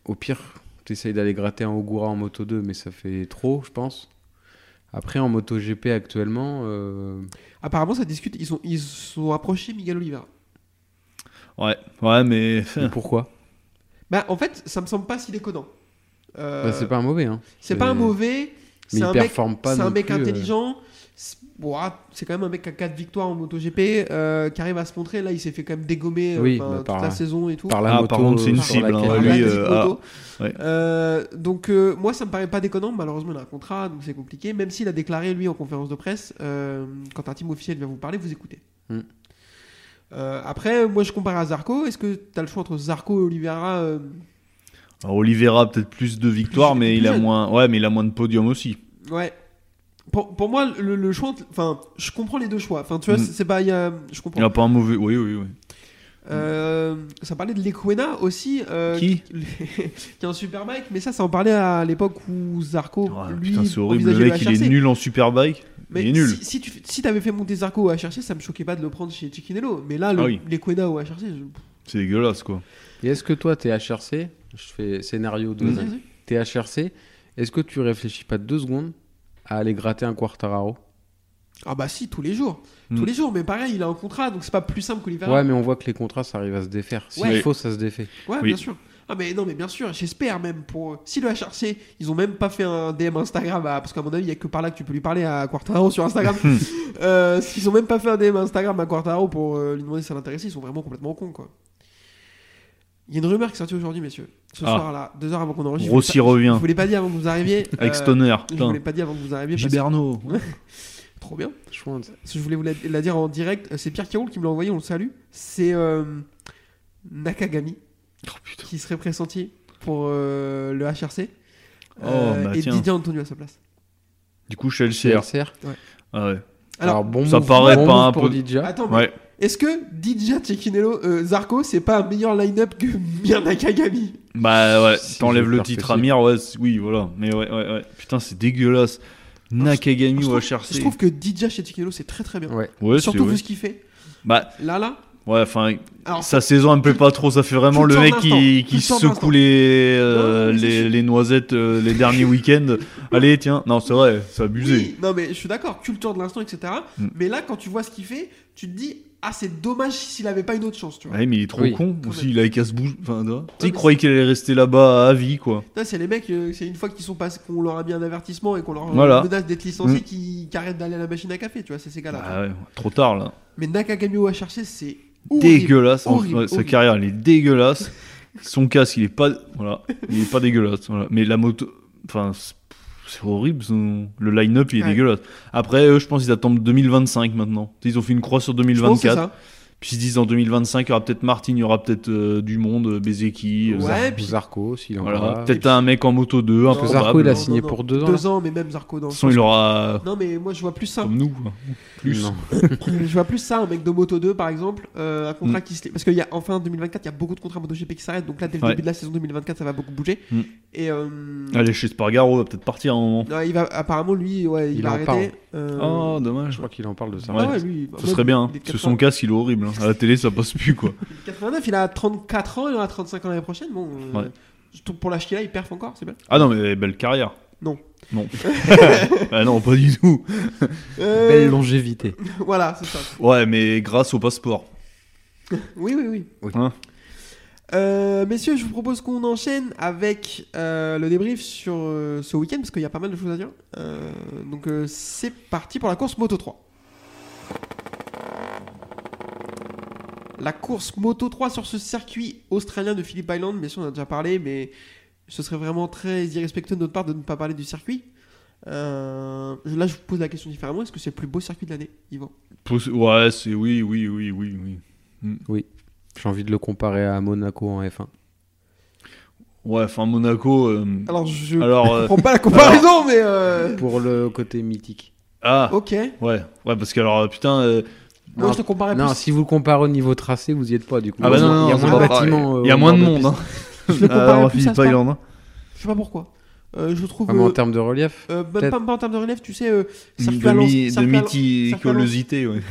Speaker 7: au pire, tu essayes d'aller gratter un Ogura en moto 2, mais ça fait trop, je pense. Après, en moto GP actuellement, euh,
Speaker 6: Apparemment, ça discute. Ils ont ils sont approchés Miguel Oliveira.
Speaker 8: Ouais, ouais, mais.
Speaker 7: mais pourquoi
Speaker 6: Bah en fait, ça me semble pas si déconnant. Euh,
Speaker 7: Bah, C'est pas un mauvais. Hein.
Speaker 6: c'est pas un mauvais.
Speaker 7: Mais
Speaker 6: C'est
Speaker 7: il
Speaker 6: un mec
Speaker 7: performe pas
Speaker 6: C'est un
Speaker 7: non
Speaker 6: mec
Speaker 7: plus, euh.
Speaker 6: intelligent. C'est ouah, c'est quand même un mec qui a 4 victoires en MotoGP, euh, qui arrive à se montrer. Là, il s'est fait quand même dégommer euh,
Speaker 7: Oui,
Speaker 6: ben,
Speaker 7: bah,
Speaker 6: toute
Speaker 7: par-
Speaker 6: la saison et tout.
Speaker 7: Par la
Speaker 8: Ah,
Speaker 7: moto,
Speaker 8: par contre, c'est une
Speaker 7: sur
Speaker 8: cible, hein,
Speaker 7: laquelle-
Speaker 6: Par
Speaker 8: lui,
Speaker 6: la
Speaker 8: euh,
Speaker 6: petite
Speaker 8: ah,
Speaker 6: moto.
Speaker 8: ouais.
Speaker 6: Euh, donc euh, moi ça me paraît pas déconnant, malheureusement il a un contrat donc c'est compliqué, même s'il a déclaré lui en conférence de presse, euh, quand un team officiel vient vous parler, vous écoutez.
Speaker 7: Mm.
Speaker 6: Euh, après moi je compare à Zarco, est-ce que t'as le choix entre Zarco et Oliveira euh,
Speaker 8: Alors, Oliveira a peut-être plus de victoires,
Speaker 6: Plus-
Speaker 8: mais
Speaker 6: plus
Speaker 8: il a
Speaker 6: jeune.
Speaker 8: moins. Ouais, mais il a moins de podium aussi.
Speaker 6: Ouais. Pour, pour moi le, le choix, entre- enfin je comprends les deux choix, enfin tu vois
Speaker 7: Hmm.
Speaker 8: Mm.
Speaker 6: c'est c'est pas, il y a- je comprends.
Speaker 8: Il a pas un mauvais. Oui, oui, oui.
Speaker 6: Euh, ça parlait de l'Equena aussi. euh,
Speaker 8: Qui
Speaker 6: Qui est un super bike, mais ça, ça en parlait à l'époque où Zarco,
Speaker 8: Ah,
Speaker 6: lui,
Speaker 8: putain, c'est horrible. Le
Speaker 6: envisageait
Speaker 8: mec, il est
Speaker 6: HRC.
Speaker 8: nul en superbike.
Speaker 6: Mais
Speaker 8: il est nul.
Speaker 6: Si, si tu si t'avais fait monter Zarco à HRC, ça me choquait pas de le prendre chez Chiquinello. Mais là, le-
Speaker 8: Ah oui.
Speaker 6: l'Equena au HRC, je-
Speaker 8: C'est dégueulasse, quoi.
Speaker 7: Et est-ce que toi, t'es HRC Je fais scénario de
Speaker 8: Mhm.
Speaker 7: hasard. T'es HRC. Est-ce que tu réfléchis pas deux secondes à aller gratter un Quartararo
Speaker 6: Ah bah si, tous les jours.
Speaker 8: Mm.
Speaker 6: Tous les jours, mais pareil, il a un contrat, donc c'est pas plus simple qu'Olivera.
Speaker 7: Ouais, mais on voit que les contrats, ça arrive à se défaire. S'il
Speaker 8: Ouais.
Speaker 7: faut, ça se défait.
Speaker 6: Ouais,
Speaker 8: Oui.
Speaker 6: bien sûr. Ah mais non, mais bien sûr, j'espère même pour... euh, Si le HRC, ils ont même pas fait un DM Instagram, à- parce qu'à mon avis, il y a que par là que tu peux lui parler à Quartaro sur Instagram.
Speaker 8: Hmm.
Speaker 6: euh, S'ils ont même pas fait un DM Instagram à Quartaro pour euh, lui demander si ça l'intéressait, ils sont vraiment complètement cons, quoi. Il y a une rumeur qui est sortie aujourd'hui, messieurs. Ce
Speaker 8: Ah.
Speaker 6: soir-là, deux heures avant qu'on enregistre.
Speaker 8: Rossi
Speaker 6: je vous l'ai pas-
Speaker 8: revient.
Speaker 6: Je vous l'ai pas dit avant que vous arriviez.
Speaker 8: Avec
Speaker 6: euh,
Speaker 8: Stoner.
Speaker 6: Je vous
Speaker 8: Putain.
Speaker 6: l'ai pas dit avant que vous arriviez. parce-
Speaker 8: Giberno.
Speaker 6: Trop bien.
Speaker 7: Schwantz.
Speaker 6: Si je voulais vous la, la dire en direct, euh, c'est Pierre Kiroul qui me l'a envoyé, on le salue. C'est euh, Nakagami qui serait pressenti pour euh, le HRC.
Speaker 8: Oh,
Speaker 6: Euh,
Speaker 8: bah
Speaker 6: et
Speaker 8: tiens.
Speaker 6: Didier Antonio à sa place.
Speaker 8: Du coup, chez
Speaker 7: Chez
Speaker 8: LCR.
Speaker 7: LCR.
Speaker 8: Ah ouais.
Speaker 6: Alors,
Speaker 7: bon
Speaker 8: ça
Speaker 7: move-
Speaker 8: paraît
Speaker 7: bon
Speaker 8: pas
Speaker 7: move
Speaker 8: un
Speaker 7: pour
Speaker 8: peu-
Speaker 7: Didja.
Speaker 6: Attends, mais
Speaker 8: Ouais.
Speaker 6: est-ce que Didier Cecchinello euh, Zarco, c'est pas un meilleur line-up que Mir Nakagami
Speaker 8: Bah ouais,
Speaker 7: Si
Speaker 8: t'enlèves
Speaker 7: je
Speaker 8: le
Speaker 7: perds
Speaker 8: titre
Speaker 7: que
Speaker 8: à
Speaker 7: si.
Speaker 8: Mir, ouais, c'est- oui, voilà. Mais ouais, ouais, ouais. Putain, c'est dégueulasse. Nakagami
Speaker 6: je
Speaker 8: ou
Speaker 6: trouve-
Speaker 8: HRC.
Speaker 6: Je trouve que Didier Cecchinello, c'est très très bien.
Speaker 7: Ouais.
Speaker 8: Ouais, c'est
Speaker 6: Surtout
Speaker 8: ouais.
Speaker 6: vu ce qu'il fait.
Speaker 8: Bah,
Speaker 6: Là, là.
Speaker 8: ouais, enfin,
Speaker 6: Alors,
Speaker 8: sa saison, elle me plaît pas trop. Ça fait vraiment
Speaker 6: Tu le
Speaker 8: le
Speaker 6: sors
Speaker 8: mec
Speaker 6: d'un
Speaker 8: qui,
Speaker 6: instant. Tu
Speaker 8: qui
Speaker 6: le sors d'un instant.
Speaker 8: secoue les, euh,
Speaker 6: Non, mais c'est
Speaker 8: les,
Speaker 6: sûr.
Speaker 8: les noisettes euh, les derniers week-ends. Allez, tiens. Non, c'est vrai, c'est abusé.
Speaker 6: Oui, non mais je suis d'accord, culture de l'instant, etc.
Speaker 8: Mm.
Speaker 6: Mais là, quand tu vois ce qu'il fait, tu te dis, ah c'est dommage s'il avait pas une autre chance, tu vois.
Speaker 8: Ouais, Ah, mais il est trop
Speaker 7: Oui.
Speaker 8: con.
Speaker 6: Quand
Speaker 8: Aussi,
Speaker 6: même.
Speaker 8: il a les casse bouge Enfin, tu vois. Tu sais,
Speaker 6: mais
Speaker 8: il croyait qu'il allait rester là-bas à vie, quoi.
Speaker 6: Putain, C'est les mecs, euh, c'est une fois qu'ils sont passés, qu'on leur a mis un avertissement et qu'on leur euh,
Speaker 8: Voilà.
Speaker 6: menace d'être licenciés,
Speaker 8: Mm.
Speaker 6: qui, qui arrêtent d'aller à la machine à café, tu vois, c'est ces gars-là.
Speaker 8: Ah ouais, trop tard, là.
Speaker 6: Mais Nakagami au HRC, c'est horrible.
Speaker 8: dégueulasse. En-
Speaker 6: horrible,
Speaker 8: ouais, sa
Speaker 6: horrible.
Speaker 8: carrière, elle est dégueulasse. Son casque, il est pas, voilà, il est pas dégueulasse. voilà. Mais la moto, enfin, c'est- c'est horrible. son- Le line-up, il est
Speaker 6: Ouais.
Speaker 8: dégueulasse. Après, eux, je pense qu'ils attendent 2025 maintenant. Ils ont fait une croix sur
Speaker 6: Je pense que c'est
Speaker 8: 2024.
Speaker 6: ça.
Speaker 8: Puis ils se disent en 2025, il y aura peut-être Martin, il y aura peut-être euh, du monde, euh, Bezeki. euh,
Speaker 6: Ouais,
Speaker 7: Zar-
Speaker 6: puis-
Speaker 7: Zarco, s'il en
Speaker 8: Voilà,
Speaker 7: a.
Speaker 8: peut-être un mec en moto 2,
Speaker 6: Non,
Speaker 8: un
Speaker 7: Parce
Speaker 8: peu
Speaker 7: que Zarco, il a
Speaker 6: Non,
Speaker 7: signé
Speaker 6: non,
Speaker 7: pour
Speaker 6: non.
Speaker 7: deux ans. là.
Speaker 6: Deux ans, mais même Zarco dans
Speaker 8: De toute
Speaker 6: le
Speaker 8: façon, il
Speaker 6: sens-
Speaker 8: aura euh,
Speaker 6: Non, mais moi je vois plus ça.
Speaker 8: comme nous, quoi. plus.
Speaker 7: Non.
Speaker 6: je vois plus ça, un mec de Moto 2 par exemple, euh, un
Speaker 8: Mm.
Speaker 6: contrat qui se. Parce qu'il y a enfin 2024, il y a beaucoup de contrats MotoGP qui s'arrêtent, donc là dès le
Speaker 8: Ouais.
Speaker 6: début de la saison 2024, ça va beaucoup bouger.
Speaker 8: Mm. Ah,
Speaker 6: Et. euh,
Speaker 8: Allez, chez Spargaro, on va peut-être partir à un moment.
Speaker 6: Non, il va apparemment lui, ouais, il,
Speaker 7: Il
Speaker 6: va
Speaker 7: en
Speaker 6: arrêter. Euh,
Speaker 8: Oh,
Speaker 7: Je
Speaker 8: dommage.
Speaker 7: crois qu'il en parle de ça.
Speaker 6: ah
Speaker 8: ouais.
Speaker 6: ouais, lui, bah,
Speaker 8: Ce
Speaker 6: ouais,
Speaker 8: serait bien. hein.
Speaker 6: il est de
Speaker 8: Parce que son
Speaker 6: 80.
Speaker 8: casque, il est horrible. hein. À la télé, ça passe plus, quoi.
Speaker 6: 89, il a 34 ans, il aura 35 ans l'année prochaine. Bon, euh,
Speaker 8: Ouais.
Speaker 6: je trouve pour l'âge qu'il a, il perf encore, c'est bien.
Speaker 8: Ah non, mais belle carrière. Non. ah non, pas du tout.
Speaker 6: Euh,
Speaker 7: Belle longévité.
Speaker 6: Voilà, c'est ça.
Speaker 8: Ouais, mais grâce au passeport.
Speaker 6: Oui, oui, oui.
Speaker 8: Hein
Speaker 6: Euh, messieurs, je vous propose qu'on enchaîne avec euh, le débrief sur euh, ce week-end parce qu'il y a pas mal de choses à dire. Euh, donc euh, c'est parti pour la course Moto 3. La course Moto 3 sur ce circuit australien de Phillip Island, bien sûr on en a déjà parlé, mais ce serait vraiment très irrespectueux de notre part de ne pas parler du circuit. Euh, là je vous pose la question différemment, est-ce que c'est le plus beau circuit de l'année, Yvan
Speaker 8: Poss- Ouais, c'est oui, oui, oui, oui, oui.
Speaker 7: J'ai envie de le comparer à Monaco en F1.
Speaker 8: Ouais, enfin Monaco. euh,
Speaker 6: Alors je ne
Speaker 8: Alors, euh,
Speaker 6: comprends pas la comparaison, mais... euh,
Speaker 7: Pour le côté mythique.
Speaker 8: ah,
Speaker 6: Ok.
Speaker 8: ouais, ouais, parce que alors putain, euh,
Speaker 6: Non,
Speaker 7: Non,
Speaker 6: je te comparais
Speaker 7: Non,
Speaker 6: Ah, plus.
Speaker 7: si vous le comparez au niveau tracé, vous y êtes pas du coup.
Speaker 8: Ah bah
Speaker 7: Il y a
Speaker 8: non, non,
Speaker 7: moins- il y a
Speaker 8: non,
Speaker 7: moins
Speaker 8: c'est
Speaker 7: de
Speaker 8: pas-
Speaker 7: bâtiments. euh,
Speaker 8: il y a
Speaker 7: au
Speaker 8: moins de
Speaker 7: nord
Speaker 8: monde.
Speaker 7: piste.
Speaker 8: Hein.
Speaker 6: Je le comparais
Speaker 8: Alors,
Speaker 6: plus à
Speaker 8: Philippe
Speaker 6: Spa.
Speaker 8: Island. hein.
Speaker 6: Je sais pas pourquoi. Euh, je le trouve.
Speaker 7: Ah, mais
Speaker 6: euh,
Speaker 7: en termes de relief,
Speaker 6: euh, même
Speaker 7: peut-être.
Speaker 6: pas, pas en termes de relief, tu sais, euh, circuit à l'an-
Speaker 8: De,
Speaker 6: circuit à l'an-
Speaker 8: mythicologie, ouais.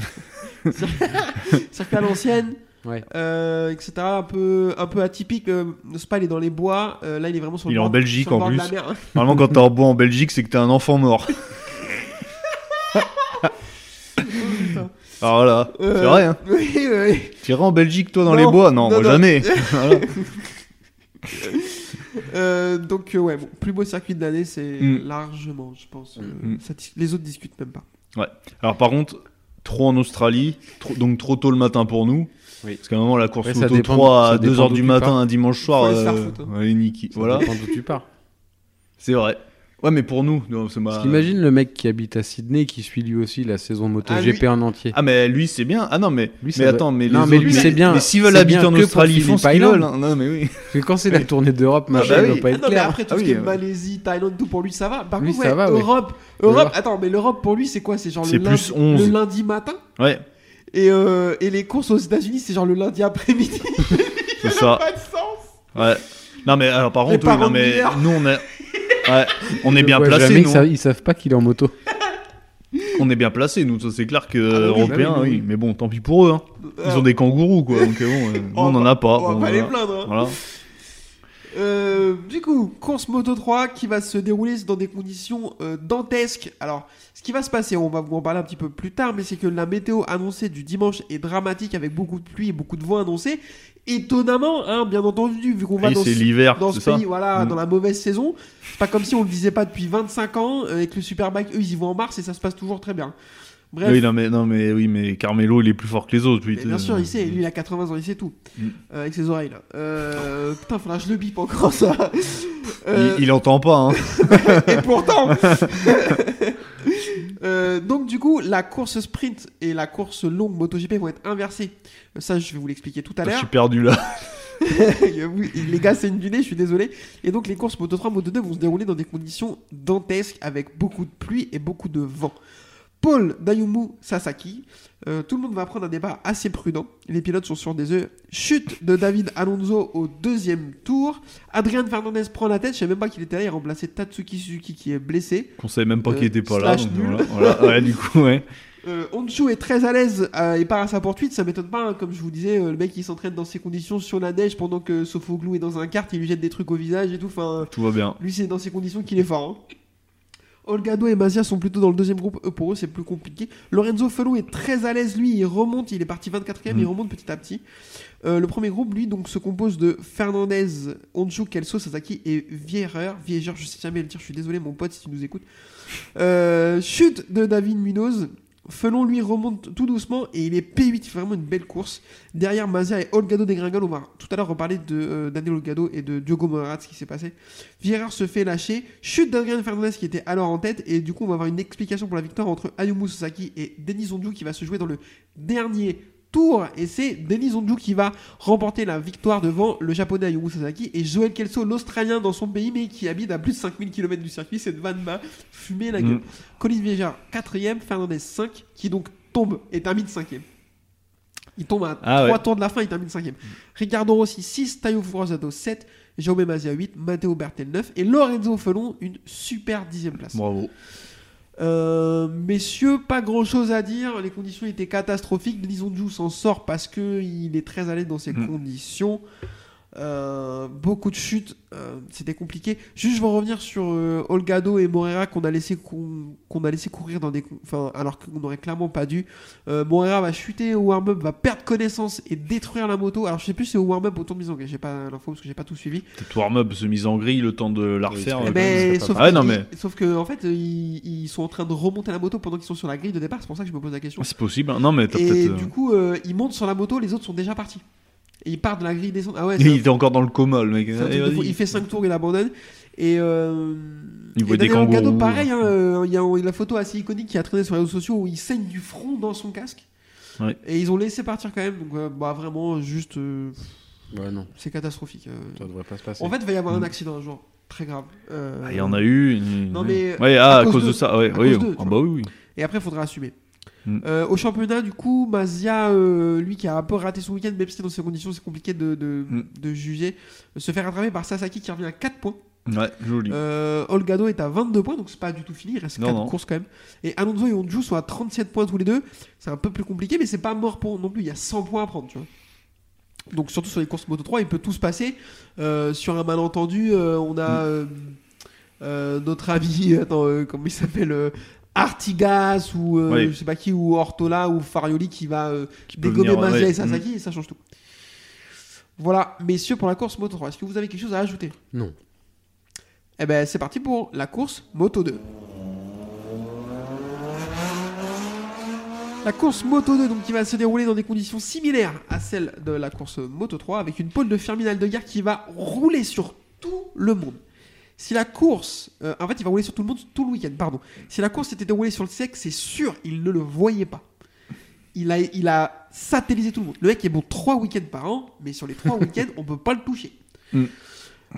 Speaker 6: circuit à l'ancienne,
Speaker 7: Ouais.
Speaker 6: euh, etc. Un peu, un peu atypique. euh, Le spa, il est dans les bois. euh, là, il est vraiment sur le
Speaker 8: Il est en
Speaker 6: bord-
Speaker 8: Belgique,
Speaker 6: sur le
Speaker 8: en
Speaker 6: bord de
Speaker 8: plus.
Speaker 6: la mer.
Speaker 8: Normalement, quand t'es en bois en Belgique, c'est que t'es un enfant mort. Alors là, c'est
Speaker 6: Euh,
Speaker 8: vrai, hein.
Speaker 6: Oui, oui.
Speaker 8: T'irais en Belgique, toi, dans
Speaker 6: Non,
Speaker 8: les bois Non,
Speaker 6: non,
Speaker 8: moi,
Speaker 6: non.
Speaker 8: jamais. Voilà.
Speaker 6: Euh, donc, euh, ouais, bon, plus beau circuit de l'année, c'est
Speaker 8: Mm.
Speaker 6: largement, je pense. euh,
Speaker 8: Mm.
Speaker 6: ça dis- les autres discutent même pas.
Speaker 8: Alors, par contre, trop en Australie, trop- donc trop tôt le matin pour nous.
Speaker 7: Oui.
Speaker 8: Parce qu'à un moment, la course
Speaker 7: Ouais, ça
Speaker 8: moto
Speaker 7: dépend-
Speaker 8: 3 à
Speaker 7: ça dépend
Speaker 8: 2h
Speaker 7: d'où
Speaker 8: du
Speaker 7: tu
Speaker 8: matin
Speaker 7: pars.
Speaker 8: un dimanche soir,
Speaker 6: aller se faire
Speaker 8: euh,
Speaker 6: foutre, hein.
Speaker 8: ouais, niki.
Speaker 7: ça
Speaker 8: Voilà,
Speaker 7: dépend d'où tu pars.
Speaker 8: c'est vrai. Ouais, mais pour nous, non, c'est ma-
Speaker 7: Parce qu'imagine le mec qui habite à Sydney qui suit lui aussi la saison MotoGP en entier.
Speaker 8: Ah, mais lui, c'est bien. Ah non, mais,
Speaker 7: Lui,
Speaker 8: mais
Speaker 7: ça doit-
Speaker 8: attends, mais
Speaker 7: Non,
Speaker 8: les
Speaker 7: mais
Speaker 8: autres-
Speaker 7: lui, c'est bien.
Speaker 8: Mais s'ils veulent
Speaker 7: C'est bien
Speaker 8: habiter en
Speaker 7: que pour
Speaker 8: Australie, ils font
Speaker 7: Philippe
Speaker 8: ce qu'ils veulent.
Speaker 7: Island.
Speaker 8: hein. Non, mais oui.
Speaker 7: Parce que quand c'est la tournée d'Europe, machin,
Speaker 8: bah
Speaker 7: il
Speaker 8: oui.
Speaker 7: doit pas
Speaker 6: Ah
Speaker 7: être
Speaker 6: non, mais
Speaker 7: clair.
Speaker 6: après, tout
Speaker 8: Ah
Speaker 6: ce
Speaker 8: oui,
Speaker 6: qui est
Speaker 8: euh.
Speaker 6: Malaisie, Thaïlande, tout pour lui, ça va. Par
Speaker 7: Lui,
Speaker 6: contre,
Speaker 7: ça
Speaker 6: ouais,
Speaker 7: va, oui.
Speaker 6: Europe,
Speaker 7: L'Europe.
Speaker 6: Europe, attends, mais l'Europe pour lui, c'est quoi C'est genre le
Speaker 8: C'est plus
Speaker 6: lundi-
Speaker 8: 11.
Speaker 6: le lundi matin
Speaker 8: Ouais,
Speaker 6: Et, euh, et les courses aux États-Unis, c'est genre le lundi après-midi.
Speaker 8: c'est ça.
Speaker 6: pas de sens.
Speaker 8: Ouais. Non mais alors par
Speaker 6: Les
Speaker 8: contre, oui, non,
Speaker 6: parents
Speaker 8: mais
Speaker 6: d'hier.
Speaker 8: nous on est, ouais, on est
Speaker 7: Je
Speaker 8: bien
Speaker 7: vois
Speaker 8: placé,
Speaker 7: jamais que
Speaker 8: nous.
Speaker 7: ça- Ils savent pas qu'il est en moto.
Speaker 8: On est bien placé, nous. ça, C'est clair que
Speaker 6: Ah oui, Ah.
Speaker 8: européens,
Speaker 7: bah oui,
Speaker 8: oui,
Speaker 7: oui.
Speaker 8: Mais bon, tant pis pour eux. Hein. Ils ont des kangourous quoi. Donc bon, euh, nous, on en a pas.
Speaker 6: Oh, bah, On va
Speaker 8: bon,
Speaker 6: pas les
Speaker 8: voilà.
Speaker 6: plaindre. hein.
Speaker 8: Voilà.
Speaker 6: Euh, du coup, course Moto 3 qui va se dérouler dans des conditions euh, dantesques. Alors, ce qui va se passer, on va vous en parler un petit peu plus tard, mais c'est que la météo annoncée du dimanche est dramatique avec beaucoup de pluie et beaucoup de vent annoncés. Étonnamment, hein, bien entendu, vu qu'on va
Speaker 8: Et
Speaker 6: dans
Speaker 8: c'est
Speaker 6: ce-
Speaker 8: l'hiver,
Speaker 6: dans
Speaker 8: c'est
Speaker 6: ce
Speaker 8: ça.
Speaker 6: pays, voilà,
Speaker 8: Mm.
Speaker 6: dans la mauvaise saison. C'est pas comme si on le disait pas depuis 25 ans euh, et que le Superbike, eux, ils y vont en mars et ça se passe toujours très bien. Bref,
Speaker 8: Oui, non mais non mais oui, mais Carmelo, il est plus fort que les autres. Lui,
Speaker 6: Mais bien
Speaker 8: euh,
Speaker 6: sûr, il sait, lui il a 80 ans, il sait tout.
Speaker 8: Mm.
Speaker 6: Euh, avec ses oreilles là. Euh, putain, faudra que je le bip encore ça. Euh,
Speaker 8: Il, il entend pas. Hein.
Speaker 6: Et pourtant Euh, Donc, du coup, la course sprint et la course longue MotoGP vont être inversées. Euh, Ça, je vais vous l'expliquer tout à
Speaker 8: Bah, Je suis
Speaker 6: l'heure.
Speaker 8: perdu là.
Speaker 6: euh, Oui, les gars, c'est une du nez, je suis désolé. Et donc, les courses Moto 3, Moto 2 vont se dérouler dans des conditions dantesques avec beaucoup de pluie et beaucoup de vent. Paul Dayumu Sasaki. Euh, tout le monde va prendre un débat assez prudent. Les pilotes sont sur des œufs. Chute de David Alonso au deuxième tour. Adrien Fernandez prend la tête. Je sais même pas qu'il était là. Il remplaçait Tatsuki Suzuki qui est blessé.
Speaker 8: On savait même pas qu'il
Speaker 6: Euh,
Speaker 8: était pas là.
Speaker 6: slash
Speaker 8: donc
Speaker 6: nul.
Speaker 8: voilà, voilà. Ouais, du coup, ouais.
Speaker 6: Euh, Honshu est très à l'aise euh, et part à sa poursuite. Ça m'étonne pas. hein. Comme je vous disais, euh, le mec il s'entraîne dans ces conditions sur la neige pendant que Sofoglou est dans un kart. Il lui jette des trucs au visage et tout. Enfin,
Speaker 8: Tout va bien.
Speaker 6: Lui, c'est dans ces conditions qu'il est fort. hein. Olgado et Mazia sont plutôt dans le deuxième groupe. Eux, pour eux, c'est plus compliqué. Lorenzo Fellow est très à l'aise. Lui, il remonte. Il est parti 24ème.
Speaker 8: Mm.
Speaker 6: Il remonte petit à petit. Euh, le premier groupe, lui, donc, se compose de Fernandez, Honshu, Kelso, Sasaki et Vierer. Vierer, je sais jamais le dire. Je suis désolé, mon pote, si tu nous écoutes. Euh, chute de David Munoz. Felon, lui, remonte tout doucement et il est P8. Il fait vraiment une belle course. Derrière Mazia et Olgado dégringole. On va tout à l'heure reparler de euh, Daniel Olgado et de Diogo Morat, ce qui s'est passé. Vierer se fait lâcher, chute d'Adrien Fernandez qui était alors en tête, et du coup on va avoir une explication pour la victoire entre Ayumu Sasaki et Denis Onju qui va se jouer dans le dernier tour, et c'est Denis Onju qui va remporter la victoire devant le japonais Ayumu Sasaki et Joel Kelso, l'australien dans son pays mais qui habite à plus de 5000 km du circuit, cette vanne m'a fumé la gueule.
Speaker 8: Mm.
Speaker 6: Colin Vieger 4ème, Fernandez 5 qui donc tombe et termine 5ème. Il tombe à
Speaker 8: Ah
Speaker 6: 3
Speaker 8: ouais. Mm.
Speaker 6: tours de la fin, il termine 5ème. Ricardo Rossi 6, Tayo Furazado 7, Jaume Mazia 8, Matteo Bertel 9 et Lorenzo Felon une super dixième place.
Speaker 8: Bravo.
Speaker 6: Euh, messieurs, pas grand chose à dire, les conditions étaient catastrophiques. Denis Onjou s'en sort parce que il est très à l'aise dans ces
Speaker 8: Mm.
Speaker 6: conditions. Euh, beaucoup de chutes, euh, c'était compliqué. Juste, je vais revenir sur euh, Olgado et Morera qu'on a laissé cou- qu'on a laissé courir dans des, cou- enfin, alors qu'on n'aurait clairement pas dû. Euh, Morera va chuter au warm-up, va perdre connaissance et détruire la moto. Alors, je sais plus si c'est au warm-up ou au tour de mise en grille. J'ai pas l'info parce que j'ai pas tout suivi.
Speaker 8: Peut-être warm-up se mise en grille, le temps de la
Speaker 7: Oui,
Speaker 8: refaire.
Speaker 7: très
Speaker 8: euh,
Speaker 7: bien.
Speaker 6: mais
Speaker 7: ça serait pas
Speaker 6: Eh
Speaker 8: mal.
Speaker 6: ben, sauf, que-
Speaker 8: Ah ouais, non,
Speaker 6: ils- sauf que en fait, ils, ils sont en train de remonter la moto pendant qu'ils sont sur la grille de départ. C'est pour ça que je me pose la question.
Speaker 8: ah, c'est possible. hein. Non, mais t'as
Speaker 6: Et
Speaker 8: peut-être.
Speaker 6: du
Speaker 8: euh,
Speaker 6: coup, euh, ils montent sur la moto, les autres sont déjà partis. Et ils partent de la grille descendent. Ah ouais, c'est un-
Speaker 8: Il était encore dans le coma, le mec.
Speaker 6: c'est un
Speaker 8: Eh,
Speaker 6: truc de fou.
Speaker 8: vas-y.
Speaker 6: il fait 5 tours, il abandonne. Et euh,
Speaker 8: Il
Speaker 6: et
Speaker 8: voit des
Speaker 6: Daniel Olgado,
Speaker 8: kangourous.
Speaker 6: pareil, hein, euh, il y a la photo assez iconique qui a traîné sur les réseaux sociaux où il saigne du front dans son casque.
Speaker 8: Ouais.
Speaker 6: Et ils ont laissé partir quand même. Donc, euh, bah, vraiment, juste, euh,
Speaker 7: Ouais, non,
Speaker 6: c'est catastrophique. euh.
Speaker 7: ça devrait pas se passer.
Speaker 6: En fait, il va y avoir un accident un jour. Très grave. Euh,
Speaker 8: Ah, Il y en a eu.
Speaker 6: Non,
Speaker 8: ouais.
Speaker 6: mais
Speaker 8: Ouais, ah,
Speaker 6: à
Speaker 8: à
Speaker 6: cause
Speaker 8: cause
Speaker 6: d'eux.
Speaker 8: de ça. Ouais,
Speaker 6: À
Speaker 8: oui.
Speaker 6: cause d'eux, tu
Speaker 8: Ah, bah
Speaker 6: vois.
Speaker 8: oui, oui.
Speaker 6: Et après, il faudra assumer.
Speaker 8: Mm.
Speaker 6: Euh, au championnat, du coup, Mazia, euh, lui qui a un peu raté son week-end, même si dans ces conditions c'est compliqué de, de,
Speaker 8: Mm.
Speaker 6: de juger, euh, se fait rattraper par Sasaki qui revient à 4 points.
Speaker 8: Ouais, joli.
Speaker 6: Euh, Olgado est à 22 points, donc c'est pas du tout fini, il reste
Speaker 8: Non,
Speaker 6: 4
Speaker 8: non.
Speaker 6: courses quand même. Et Alonso et Onju sont à 37 points tous les deux. C'est un peu plus compliqué, mais c'est pas mort pour non plus, il y a 100 points à prendre, tu vois. Donc surtout sur les courses Moto 3, il peut tout se passer. Euh, sur un malentendu, euh, on
Speaker 8: Mm.
Speaker 6: a euh, euh, notre ami, attends, euh, comment il s'appelle euh, Artigas ou euh,
Speaker 8: Oui.
Speaker 6: je sais pas qui, ou Ortola ou Farioli qui va euh,
Speaker 8: Qui peut
Speaker 6: dégommer
Speaker 8: venir,
Speaker 6: Mazda
Speaker 8: ouais. Mm.
Speaker 6: et Sasaki et ça change tout. Voilà, messieurs, pour la course Moto 3, est-ce que vous avez quelque chose à ajouter
Speaker 7: Non.
Speaker 6: Eh ben c'est parti pour la course Moto 2. La course Moto 2 donc, qui va se dérouler dans des conditions similaires à celles de la course Moto 3 avec une pole de Ferminal de Gare qui va rouler sur tout le monde. Si la course, euh, en fait, il va rouler sur tout le monde tout le week-end, pardon. Si la course était déroulée sur le sec, c'est sûr, il ne le voyait pas. Il a, il a satellisé tout le monde. Le mec est bon trois week-ends par an, mais sur les trois week-ends, on peut pas le toucher.
Speaker 8: Mm.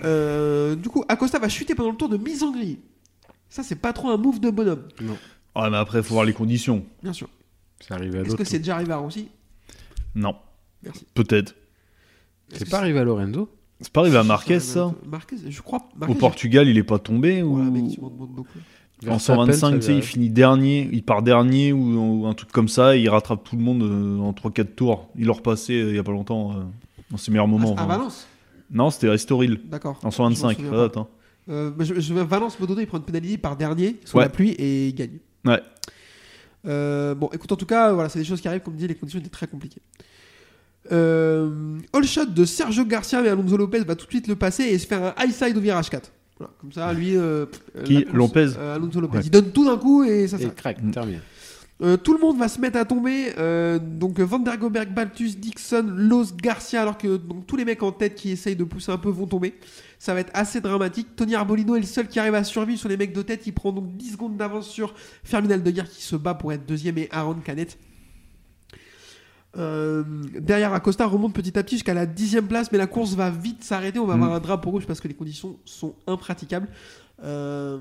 Speaker 6: Euh, du coup, Acosta va chuter pendant le tour de mise en grille. Ça, c'est pas trop un move de bonhomme,
Speaker 8: Ouais, Ah, mais après, faut voir les conditions.
Speaker 6: bien sûr.
Speaker 7: C'est arrivé à
Speaker 6: Est-ce
Speaker 7: d'autres.
Speaker 6: que c'est déjà arrivé à Rossi
Speaker 8: Non.
Speaker 6: Merci.
Speaker 8: Peut-être.
Speaker 6: Est-ce
Speaker 7: C'est
Speaker 6: que
Speaker 7: pas arrivé à Lorenzo
Speaker 8: C'est pas arrivé à
Speaker 6: c'est-
Speaker 8: Marquez,
Speaker 6: c'est
Speaker 8: ça
Speaker 6: arrivé à- Marquez, je crois.
Speaker 8: Au
Speaker 6: Marquez,
Speaker 8: Portugal, il est pas tombé
Speaker 6: j'ai-
Speaker 8: ou...
Speaker 6: Voilà, mec, tu m'en demandes beaucoup.
Speaker 8: En
Speaker 7: Verstappen,
Speaker 8: 125,
Speaker 7: ça
Speaker 8: tu sais, il
Speaker 7: lui
Speaker 8: finit dernier, il part dernier ou, ou un truc comme ça, et il rattrape tout le monde euh, en 3-4 tours. Il leur passé euh, il y a pas longtemps, euh, dans ses meilleurs moments.
Speaker 6: Ah, à, à
Speaker 8: enfin.
Speaker 6: Valence,
Speaker 8: non, c'était à Estoril,
Speaker 6: d'accord.
Speaker 8: en 125,
Speaker 6: Je
Speaker 8: ça
Speaker 6: m'en souviens
Speaker 8: date. hein.
Speaker 6: Euh, mais je, je vais à Valence Moto 2, il prend une pénalité par dernier sous
Speaker 8: Ouais.
Speaker 6: la pluie et il gagne.
Speaker 8: Ouais.
Speaker 6: Euh, bon, écoute, en tout cas, voilà, c'est des choses qui arrivent. Comme dit, les conditions étaient très compliquées. Euh, all shot de Sergio Garcia et Alonso Lopez va tout de suite le passer et se faire un high side au virage 4. Voilà, comme ça, lui. euh, pff, euh,
Speaker 8: Qui
Speaker 6: la course,
Speaker 8: Lopez
Speaker 6: euh, Alonso Lopez.
Speaker 8: Ouais.
Speaker 6: Il donne tout d'un coup et ça
Speaker 7: Et
Speaker 6: s'arrête.
Speaker 7: crac,
Speaker 8: Mm.
Speaker 7: terminé.
Speaker 6: Euh, tout le monde va se mettre à tomber. euh, donc Van der Goberg, Baltus, Dixon, Los, Garcia, alors que donc, tous les mecs en tête qui essayent de pousser un peu vont tomber. Ça va être assez dramatique. Tony Arbolino est le seul qui arrive à survivre sur les mecs de tête. Il prend donc 10 secondes d'avance sur Ferminal de Guerre qui se bat pour être deuxième et Aaron Canet. Euh, derrière Acosta remonte petit à petit jusqu'à la dixième place, mais la course va vite s'arrêter. On va avoir un drapeau rouge parce que les conditions sont impraticables. Euh,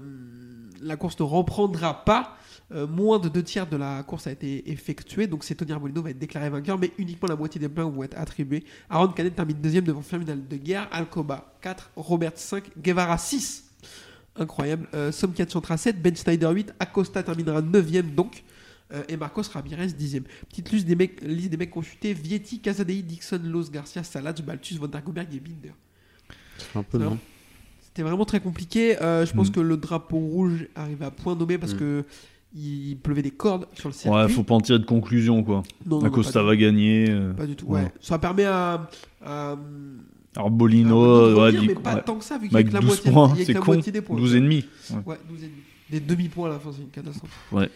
Speaker 6: la course ne reprendra pas. Euh, moins de deux tiers de la course a été effectuée, donc c'est Tony Arbolino va être déclaré vainqueur, mais uniquement la moitié des points vont être attribués. Aaron Canet termine deuxième devant Ferminal de Guerre, Alcoba 4, Robert 5, Guevara 6. Incroyable. Euh, Somkiat chantera 7, Ben Snyder 8, Acosta terminera 9ème donc, euh, et Marcos Ramirez 10ème. Petite liste des mecs, liste des mecs qui ont chuté Vietti, Casadei, Dixon, Los, Garcia, Salad, Baltus, Van der Goberg et Binder.
Speaker 7: C'est un peu
Speaker 6: Alors,
Speaker 7: long.
Speaker 6: C'était vraiment très compliqué. Euh, je pense
Speaker 8: Mm.
Speaker 6: que le drapeau rouge arrive à point nommé parce que il pleuvait des cordes sur le circuit.
Speaker 8: Ouais, faut pas en tirer de conclusion, quoi.
Speaker 6: Non, non, non,
Speaker 8: Acosta
Speaker 6: pas,
Speaker 8: va gagner, euh,
Speaker 6: du- pas du tout.
Speaker 8: Ouais.
Speaker 6: Ouais. Ça permet à. à- à-
Speaker 8: Arbolino,
Speaker 6: à-
Speaker 8: ouais,
Speaker 6: dire,
Speaker 8: dit-
Speaker 6: Ah, mais pas
Speaker 8: ouais.
Speaker 6: tant que ça, vu qu'il y a
Speaker 8: Mec,
Speaker 6: que la
Speaker 8: 12
Speaker 6: moitié,
Speaker 8: points,
Speaker 6: il y a que
Speaker 8: c'est
Speaker 6: la
Speaker 8: con.
Speaker 6: moitié des points.
Speaker 8: 12 et demi.
Speaker 6: Ouais, 12 et demi. Des demi-points à la fin, c'est une catastrophe.
Speaker 8: Ouais.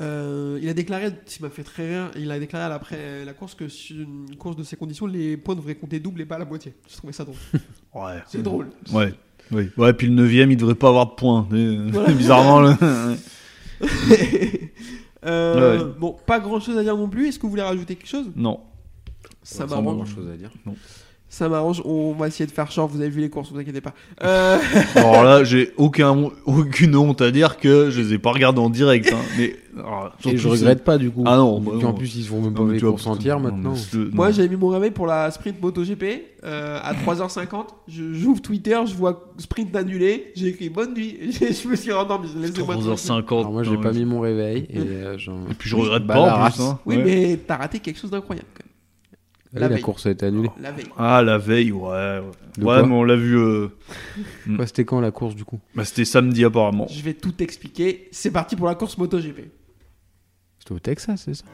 Speaker 6: Euh, il a déclaré, ce qui m'a fait très rire, il a déclaré à l'après euh, la course que sur une course de ces conditions, les points devraient compter double et pas la moitié. Je trouvais ça drôle.
Speaker 8: Ouais.
Speaker 6: C'est drôle.
Speaker 8: Ouais. Oui. Ouais, puis le 9ème, il devrait pas avoir de points. Euh, Bizarrement, le...
Speaker 6: Euh,
Speaker 8: Ouais.
Speaker 6: Bon, pas grand chose à dire non plus. Est-ce que vous voulez rajouter quelque chose
Speaker 8: non.
Speaker 6: Ça
Speaker 7: Sans avoir
Speaker 6: m'arrange.
Speaker 7: grand-chose à dire.
Speaker 6: Ça m'arrange. On va essayer de faire short. Vous avez vu les courses, vous inquiétez pas. Euh,
Speaker 8: Alors là, j'ai aucun, aucune honte à dire que je les ai pas regardés en direct. hein, Mais, alors,
Speaker 7: Et
Speaker 8: surtout
Speaker 7: je
Speaker 8: ceux-
Speaker 7: regrette pas du coup.
Speaker 8: Ah non,
Speaker 7: Vu
Speaker 8: bah
Speaker 7: qu'en
Speaker 8: non.
Speaker 7: plus ils font même
Speaker 8: Non,
Speaker 7: pas
Speaker 8: mais
Speaker 7: les
Speaker 8: tu vois,
Speaker 7: courses
Speaker 8: putain,
Speaker 7: entières
Speaker 8: non,
Speaker 7: maintenant.
Speaker 8: mais c'est- non.
Speaker 6: Moi, j'avais mis mon réveil pour la sprint MotoGP euh, à 3h50. Je- J'ouvre Twitter, je vois sprint annulé. J'ai écrit bonne nuit. Je, je me suis rendormi. Laissez-moi tranquille.
Speaker 8: 3h50.
Speaker 7: Alors moi j'ai
Speaker 8: non,
Speaker 7: pas
Speaker 8: mais-
Speaker 7: mis mon réveil et euh, j'en-
Speaker 8: Et puis je regrette
Speaker 7: Bah,
Speaker 8: pas
Speaker 7: la
Speaker 8: en plus.
Speaker 7: race.
Speaker 8: hein.
Speaker 6: Oui,
Speaker 8: Ouais.
Speaker 6: mais t'as raté quelque chose d'incroyable. quand même.
Speaker 7: Ah oui,
Speaker 6: La
Speaker 7: la
Speaker 6: veille.
Speaker 7: course a été annulée.
Speaker 6: La veille.
Speaker 8: Ah, la veille, ouais. Ouais, Ouais,
Speaker 7: De quoi
Speaker 8: mais on l'a vu. euh, Mm.
Speaker 7: Ouais, C'était quand la course du coup
Speaker 8: bah, C'était samedi, apparemment.
Speaker 6: Je vais tout t'expliquer. C'est parti pour la course MotoGP.
Speaker 7: C'était au Texas, c'est ça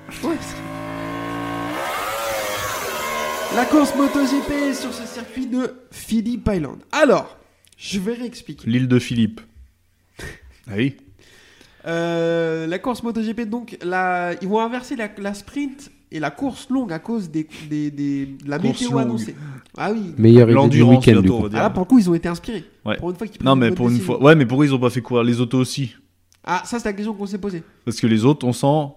Speaker 6: La course MotoGP sur ce circuit de Phillip Island. Alors, je vais réexpliquer.
Speaker 8: L'île de Philippe. Ah oui
Speaker 6: Euh, la course MotoGP, donc, la... ils vont inverser la, la sprint et la course longue à cause des, des- des- de la
Speaker 8: Course
Speaker 6: météo
Speaker 8: longue.
Speaker 6: annoncée. Ah oui.
Speaker 7: Meilleur idée du
Speaker 8: L'endurance,
Speaker 7: week-end du
Speaker 8: bientôt, on
Speaker 7: coup.
Speaker 8: va dire.
Speaker 6: Ah, là, pour le coup, ils ont été inspirés.
Speaker 8: Ouais.
Speaker 6: Pour une fois qu'ils prennent
Speaker 8: Non, mais
Speaker 6: bonne
Speaker 8: pour une
Speaker 6: décision.
Speaker 8: fois. Ouais, mais pourquoi ils ont pas fait courir les autos aussi
Speaker 6: Ah, ça, c'est la question qu'on s'est posée.
Speaker 8: Parce que les autres, on sent.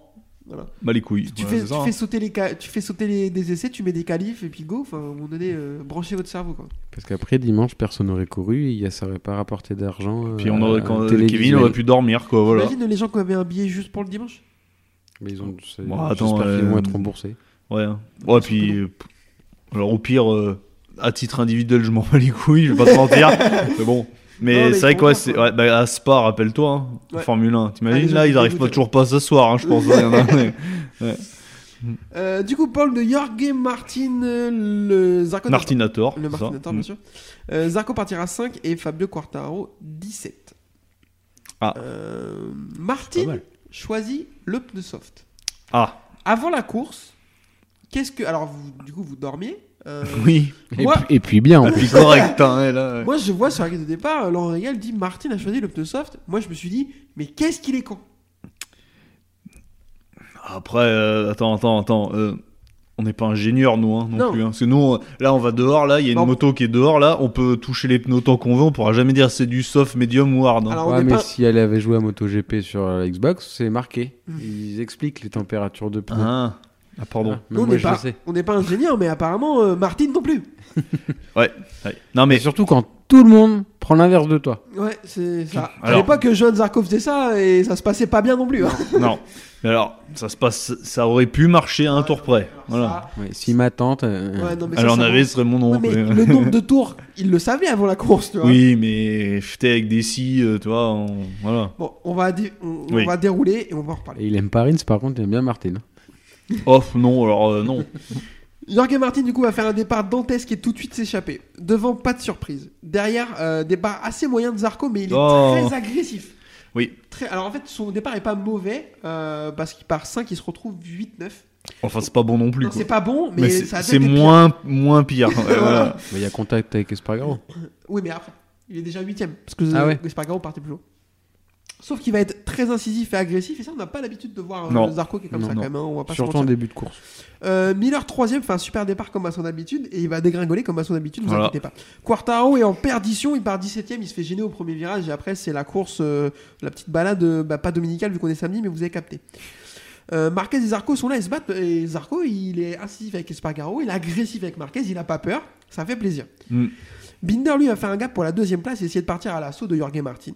Speaker 6: Voilà.
Speaker 8: Bah, les couilles.
Speaker 6: Tu,
Speaker 8: Ouais,
Speaker 6: fais,
Speaker 8: c'est
Speaker 6: tu
Speaker 8: ça, hein.
Speaker 6: fais sauter, les, ca- tu fais sauter les, des essais, tu mets des qualifs et puis go. Enfin, à un moment donné, euh, branchez votre cerveau. Quoi.
Speaker 7: Parce qu'après dimanche, personne n'aurait couru, il y a- ça n'aurait pas rapporté d'argent. euh,
Speaker 8: Puis on aurait,
Speaker 7: à
Speaker 8: quand,
Speaker 7: la
Speaker 8: Kevin
Speaker 7: télévision.
Speaker 8: aurait pu dormir, quoi, voilà.
Speaker 6: Imagine les gens qui avaient un billet juste pour le dimanche.
Speaker 7: Mais ils ont. c'est-
Speaker 8: Bon, attends,
Speaker 7: J'espère qu'ils
Speaker 8: euh,
Speaker 7: vont être remboursés.
Speaker 8: Ouais. hein. Ouais, puis. euh, pff, Alors, au pire, euh, à titre individuel, je m'en bats les couilles, je vais pas te mentir. mais bon.
Speaker 6: Non,
Speaker 8: Mais
Speaker 6: mais
Speaker 8: c'est vrai
Speaker 6: ils
Speaker 8: que
Speaker 6: font
Speaker 8: ouais,
Speaker 6: ça,
Speaker 8: c'est-
Speaker 6: quoi.
Speaker 8: ouais, bah, à Spa, rappelle-toi, hein, en
Speaker 6: Ouais.
Speaker 8: Formule 1.
Speaker 6: Ah, les
Speaker 8: T'imagines,
Speaker 6: gens
Speaker 8: là,
Speaker 6: étaient
Speaker 8: ils arrivent
Speaker 6: dégoûtés.
Speaker 8: pas toujours pas à s'asseoir, hein, je pense. ouais, y en a, mais-
Speaker 6: Euh, du coup, Paul de Jorge Martin, euh, le Zarco.
Speaker 8: Martinator.
Speaker 6: Le
Speaker 8: c'est ça.
Speaker 6: Martinator,
Speaker 8: Mm.
Speaker 6: bien sûr. Euh, Zarco partira 5 et Fabio Quartaro 17.
Speaker 8: Ah.
Speaker 6: Euh, Martin choisit le pneu soft.
Speaker 8: Ah,
Speaker 6: Avant la course, qu'est-ce que. Alors, vous- du coup, vous dormiez. euh,
Speaker 8: oui.
Speaker 7: Et,
Speaker 6: Moi-
Speaker 7: puis, et puis bien en plus.
Speaker 8: Puis correct, hein, ouais, là. ouais.
Speaker 6: Moi, je vois sur la grille de départ, euh, Laurent Régal dit Martin a choisi le pneu soft. Moi, je me suis dit, mais qu'est-ce qu'il est con
Speaker 8: Après, euh, attends, attends, attends. euh, on n'est pas ingénieurs, nous, hein, non,
Speaker 6: Non.
Speaker 8: plus. hein. Parce que nous, on- là, on va dehors, là, il y a une
Speaker 6: Bon.
Speaker 8: moto qui est dehors, là, on peut toucher les pneus autant qu'on veut, on pourra jamais dire c'est du soft, medium ou hard. hein.
Speaker 6: Alors, on
Speaker 7: Ouais,
Speaker 6: n'est
Speaker 7: mais
Speaker 6: pas.
Speaker 7: si elle avait joué à MotoGP sur la Xbox, c'est marqué. Ils expliquent les températures de pneus.
Speaker 8: Ah, ah, pardon.
Speaker 7: Mais
Speaker 6: Nous, on
Speaker 7: moi,
Speaker 6: n'est
Speaker 7: je le
Speaker 6: pas,
Speaker 7: sais.
Speaker 6: on n'est pas ingénieur, mais apparemment, euh, Martin non plus.
Speaker 8: Ouais. Ah, Non, mais
Speaker 7: Mais surtout quand tout le monde prend l'inverse de toi.
Speaker 6: Ouais, c'est ça. À
Speaker 8: Alors-
Speaker 6: l'époque, Johan Zarco faisait ça et ça se passait pas bien non plus. hein.
Speaker 8: non. Mais Alors, ça se passe, ça aurait pu marcher à un tour près. Voilà.
Speaker 6: Ça-
Speaker 7: Ouais, si ma tante. euh,
Speaker 6: ouais, non, mais ça,
Speaker 8: Alors, on
Speaker 6: ça-
Speaker 8: avait, ce serait mon nom.
Speaker 6: Ouais, mais
Speaker 8: mais-
Speaker 6: le nombre de tours, il le savait avant la course, tu vois.
Speaker 8: Oui, mais j'étais avec des scies, euh, tu vois, on- voilà.
Speaker 6: Bon, on va, dé- on, on
Speaker 8: Oui.
Speaker 6: va dérouler et on va en reparler.
Speaker 7: Et il aime pas Rins, par contre, il aime bien Martin.
Speaker 8: Off, non, alors euh, non.
Speaker 6: Jorge Martin, du coup, va faire un départ dantesque et tout de suite s'échapper. Devant, pas de surprise. Derrière, euh, départ assez moyen de Zarco, mais il est
Speaker 8: Oh.
Speaker 6: très agressif.
Speaker 8: Oui.
Speaker 6: Très... Alors, en fait, son départ est pas mauvais euh, parce qu'il part 5, il se retrouve 8-9.
Speaker 8: Enfin, c'est pas bon non plus.
Speaker 6: Non,
Speaker 8: quoi.
Speaker 6: c'est pas bon, mais,
Speaker 8: Mais
Speaker 6: ça a
Speaker 8: c'est
Speaker 6: peut-être
Speaker 8: c'est
Speaker 6: été pire.
Speaker 8: moins, moins pire. Ouais, voilà.
Speaker 7: Il y a contact avec Espargaro.
Speaker 6: Oui, mais après, il est déjà huitième. Parce que
Speaker 7: Ah
Speaker 6: euh,
Speaker 7: ouais.
Speaker 6: Espargaro partait plus haut. Sauf qu'il va être très incisif et agressif, et ça, on n'a pas l'habitude de voir euh,
Speaker 8: Non.
Speaker 6: Zarco qui est comme
Speaker 7: Non,
Speaker 6: ça
Speaker 7: non.
Speaker 6: quand même. hein, on va pas se
Speaker 7: Surtout en
Speaker 6: mentir.
Speaker 7: début de course.
Speaker 6: Euh, Miller troisième fait un super départ comme à son habitude, et il va dégringoler comme à son habitude, ne vous
Speaker 8: Voilà.
Speaker 6: inquiétez pas. Quartaro est en perdition, il part 17 e il se fait gêner au premier virage, et après, c'est la course, euh, la petite balade, euh, bah, pas dominicale vu qu'on est samedi, mais vous avez capté. Euh, Marquez et Zarco sont là, ils se battent, et Zarco, il est incisif avec Espargaro, il est agressif avec Marquez, il n'a pas peur, ça fait plaisir.
Speaker 8: Mm.
Speaker 6: Binder, lui, va faire un gap pour la deuxième place et essayer de partir à l'assaut de Jorge Martin.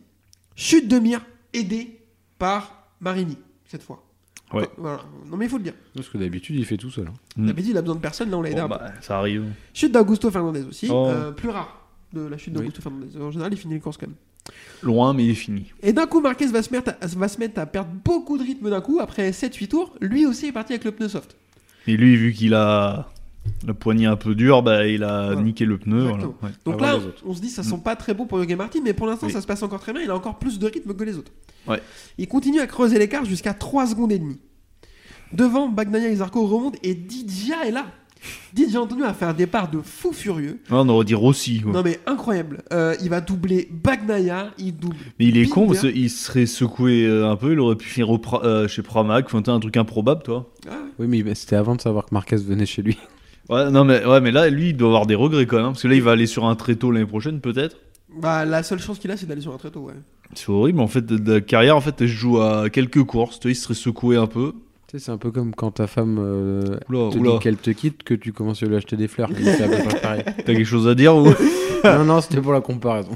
Speaker 6: Chute de mire, aidé par Marini, cette fois.
Speaker 8: Ouais.
Speaker 6: Voilà. Non, mais il faut le dire.
Speaker 7: Parce que d'habitude, il fait tout seul. hein.
Speaker 8: Mm.
Speaker 6: On avait dit, il a besoin de personne, là, on l'a aidé
Speaker 8: Bon,
Speaker 6: un peu.
Speaker 8: bah, ça arrive.
Speaker 6: Chute d'Augusto Fernandez aussi,
Speaker 8: Oh.
Speaker 6: euh, plus rare de la chute d'Augusto Fernandez. En général, il finit les courses quand même.
Speaker 8: Loin, mais il est fini.
Speaker 6: Et d'un coup, Marquez va se, mettre à, va se mettre à perdre beaucoup de rythme d'un coup. Après 7-8 tours, lui aussi est parti avec le pneu soft.
Speaker 8: Et lui, vu qu'il a la poignée un peu dure, bah, il a
Speaker 6: Voilà.
Speaker 8: niqué le pneu. voilà.
Speaker 6: Exactement.
Speaker 8: Ouais.
Speaker 6: Donc
Speaker 7: Avant
Speaker 6: là,
Speaker 7: les autres.
Speaker 6: on se dit ça sent pas très bon pour Jorge Martin, mais pour l'instant,
Speaker 8: Mm. Oui.
Speaker 6: ça se passe encore très bien. Il a encore plus de rythme que les autres.
Speaker 8: Ouais.
Speaker 6: Il continue à creuser l'écart jusqu'à 3 secondes et demie. Devant, Bagnaia et Zarco remontent et Didia est là. Didia Antonio a fait un départ de fou furieux.
Speaker 8: Ouais, on aurait dit Rossi. quoi.
Speaker 6: Non mais incroyable. Euh, il va doubler Bagnaia, il double
Speaker 8: mais il est con,
Speaker 6: Binder.
Speaker 8: parce qu'il serait secoué euh, un peu, il aurait pu finir au Pra- euh, chez Pramac, enfin, t'as un truc improbable, toi.
Speaker 7: Oui, mais c'était avant de savoir que Marquez venait chez lui.
Speaker 8: Ouais, non, mais, ouais, mais là, lui, il doit avoir des regrets quand même, hein, parce que là, il va aller sur un très tôt l'année prochaine, peut-être.
Speaker 6: Bah, la seule chance qu'il a, c'est d'aller sur un tréteau, ouais.
Speaker 8: C'est horrible, en fait, de- de la carrière, en fait, elle se joue à quelques courses, tu vois, il serait secoué un peu.
Speaker 7: Tu sais, c'est un peu comme quand ta femme euh,
Speaker 8: Oula,
Speaker 7: te
Speaker 8: oula.
Speaker 7: dit qu'elle te quitte, que tu commences à lui acheter des fleurs. C'est à peu près pareil.
Speaker 8: T'as quelque chose à dire ou...
Speaker 7: non, non, c'était pour la comparaison.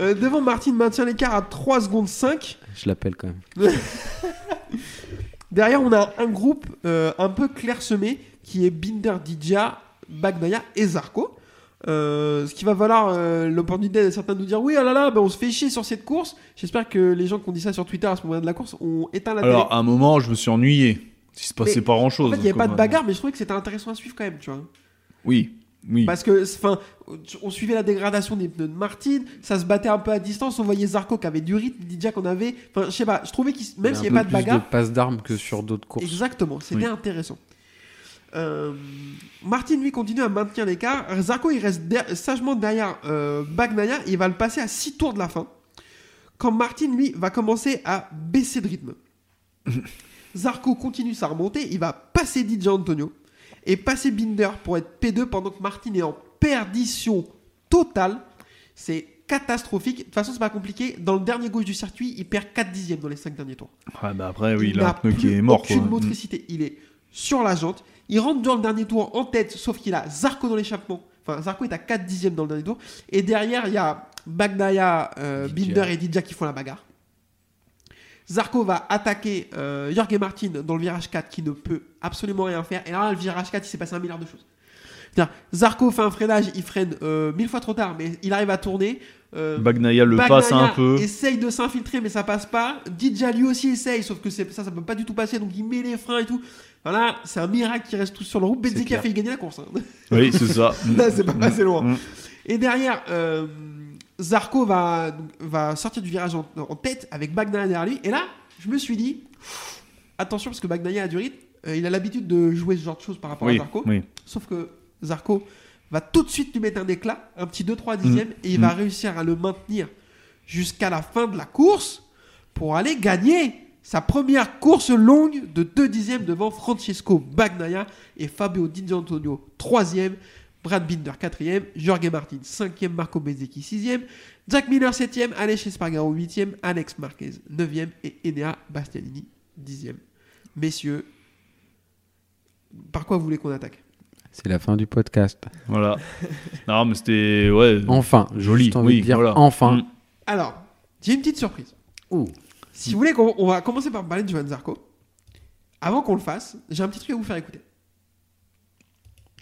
Speaker 6: Euh, devant, Martin maintient l'écart à 3 secondes 5.
Speaker 7: Je l'appelle quand même.
Speaker 6: Derrière, on a un groupe euh, un peu clairsemé qui est Binder, Didia, Bagnaia et Zarco. Euh, ce qui va valoir euh, l'opportunité de certains de nous dire oui, ah là là, ben, on se fait chier sur cette course. J'espère que les gens qui ont dit ça sur Twitter à ce moment de la course ont éteint la télé.
Speaker 8: Alors, à un moment, je me suis ennuyé. Il se passait
Speaker 6: Mais,
Speaker 8: pas grand
Speaker 6: En
Speaker 8: chose.
Speaker 6: fait, il n'y avait pas de
Speaker 8: comme-
Speaker 6: bagarre, mais je trouvais que c'était intéressant à suivre quand même, tu vois.
Speaker 8: Oui, oui.
Speaker 6: Parce que, enfin, on suivait la dégradation des pneus de Martin, ça se battait un peu à distance, on voyait Zarco qui avait du rythme, Didier qu'on avait. Enfin, je sais pas, je trouvais qu'il,
Speaker 7: Il
Speaker 6: même
Speaker 7: y a
Speaker 6: s'il n'y
Speaker 7: un
Speaker 6: avait
Speaker 7: peu
Speaker 6: pas de
Speaker 7: plus
Speaker 6: bagarre.
Speaker 7: de passes d'armes que sur d'autres courses.
Speaker 6: Exactement,
Speaker 8: Oui.
Speaker 6: c'était intéressant. Euh, Martin lui continue à maintenir l'écart. Zarco il reste der- sagement derrière euh, Bagnaia et il va le passer à 6 tours de la fin. Quand Martin lui va commencer à baisser de rythme. Zarco continue sa remontée, il va passer DJ Antonio et passer Binder pour être P2 pendant que Martin est en perdition totale. C'est catastrophique. De toute façon, c'est pas compliqué. Dans le dernier gauche du circuit, il perd 4 dixièmes dans les 5 derniers tours
Speaker 8: Ah, bah après, oui, il
Speaker 6: n'a
Speaker 8: a un pneu qui
Speaker 6: plus
Speaker 8: est mort. Quoi. Mm.
Speaker 6: Aucune motricité. Il est sur la jante. Il rentre dans le dernier tour en tête, sauf qu'il a Zarco dans l'échappement. Enfin, Zarco est à 4 dixièmes dans le dernier tour. Et derrière, il y a Bagnaia, euh,
Speaker 7: Didia.
Speaker 6: Binder et Didia qui font la bagarre. Zarco va attaquer euh, Jorge Martin dans le virage 4 qui ne peut absolument rien faire. Et là, le virage 4, il s'est passé un milliard de choses. C'est-à-dire, Zarco fait un freinage, il freine euh, mille fois trop tard, mais il arrive à tourner. Euh,
Speaker 8: Bagnaia le
Speaker 6: Bagnaia
Speaker 8: passe un peu.
Speaker 6: Essaye de s'infiltrer, mais ça passe pas. Didja lui aussi essaye, sauf que c'est- ça, ça peut pas du tout passer, donc il met les freins et tout. Voilà, c'est un miracle qui reste tous sur le route. Benzeki a
Speaker 7: clair.
Speaker 6: failli gagner la course. hein.
Speaker 8: Oui, c'est ça.
Speaker 6: Là, c'est pas passé loin.
Speaker 8: Mm.
Speaker 6: Et derrière, euh, Zarco va, va sortir du virage en, en tête avec Bagnaia derrière lui. Et là, je me suis dit, attention, parce que Bagnaia a du rythme. euh, il a l'habitude de jouer ce genre de choses par rapport à
Speaker 8: oui,
Speaker 6: Zarco.
Speaker 8: oui.
Speaker 6: Sauf que Zarco va tout de suite lui mettre un éclat, un petit 2-3 dixième, et il
Speaker 8: Mmh.
Speaker 6: va réussir à le maintenir jusqu'à la fin de la course pour aller gagner sa première course longue de 2 dixièmes devant Francesco Bagnaia et Fabio Di Gianantonio, troisième, Brad Binder quatrième, Jorge Martin cinquième, Marco Bezzecchi sixième, Jack Miller septième, Alex Espargaro huitième, Alex Marquez neuvième et Enea Bastianini dixième. Messieurs, par quoi vous voulez qu'on attaque
Speaker 7: C'est la fin du podcast.
Speaker 8: Voilà. Non, mais c'était. Ouais.
Speaker 7: Enfin,
Speaker 8: Euh, Joli,
Speaker 7: juste envie
Speaker 8: oui,
Speaker 7: de dire
Speaker 8: voilà.
Speaker 7: enfin.
Speaker 8: Mm.
Speaker 6: Alors, j'ai une petite surprise.
Speaker 7: Ouh.
Speaker 6: Si vous voulez, qu'on- on va commencer par parler de Johan Zarco. Avant qu'on le fasse, j'ai un petit truc à vous faire écouter.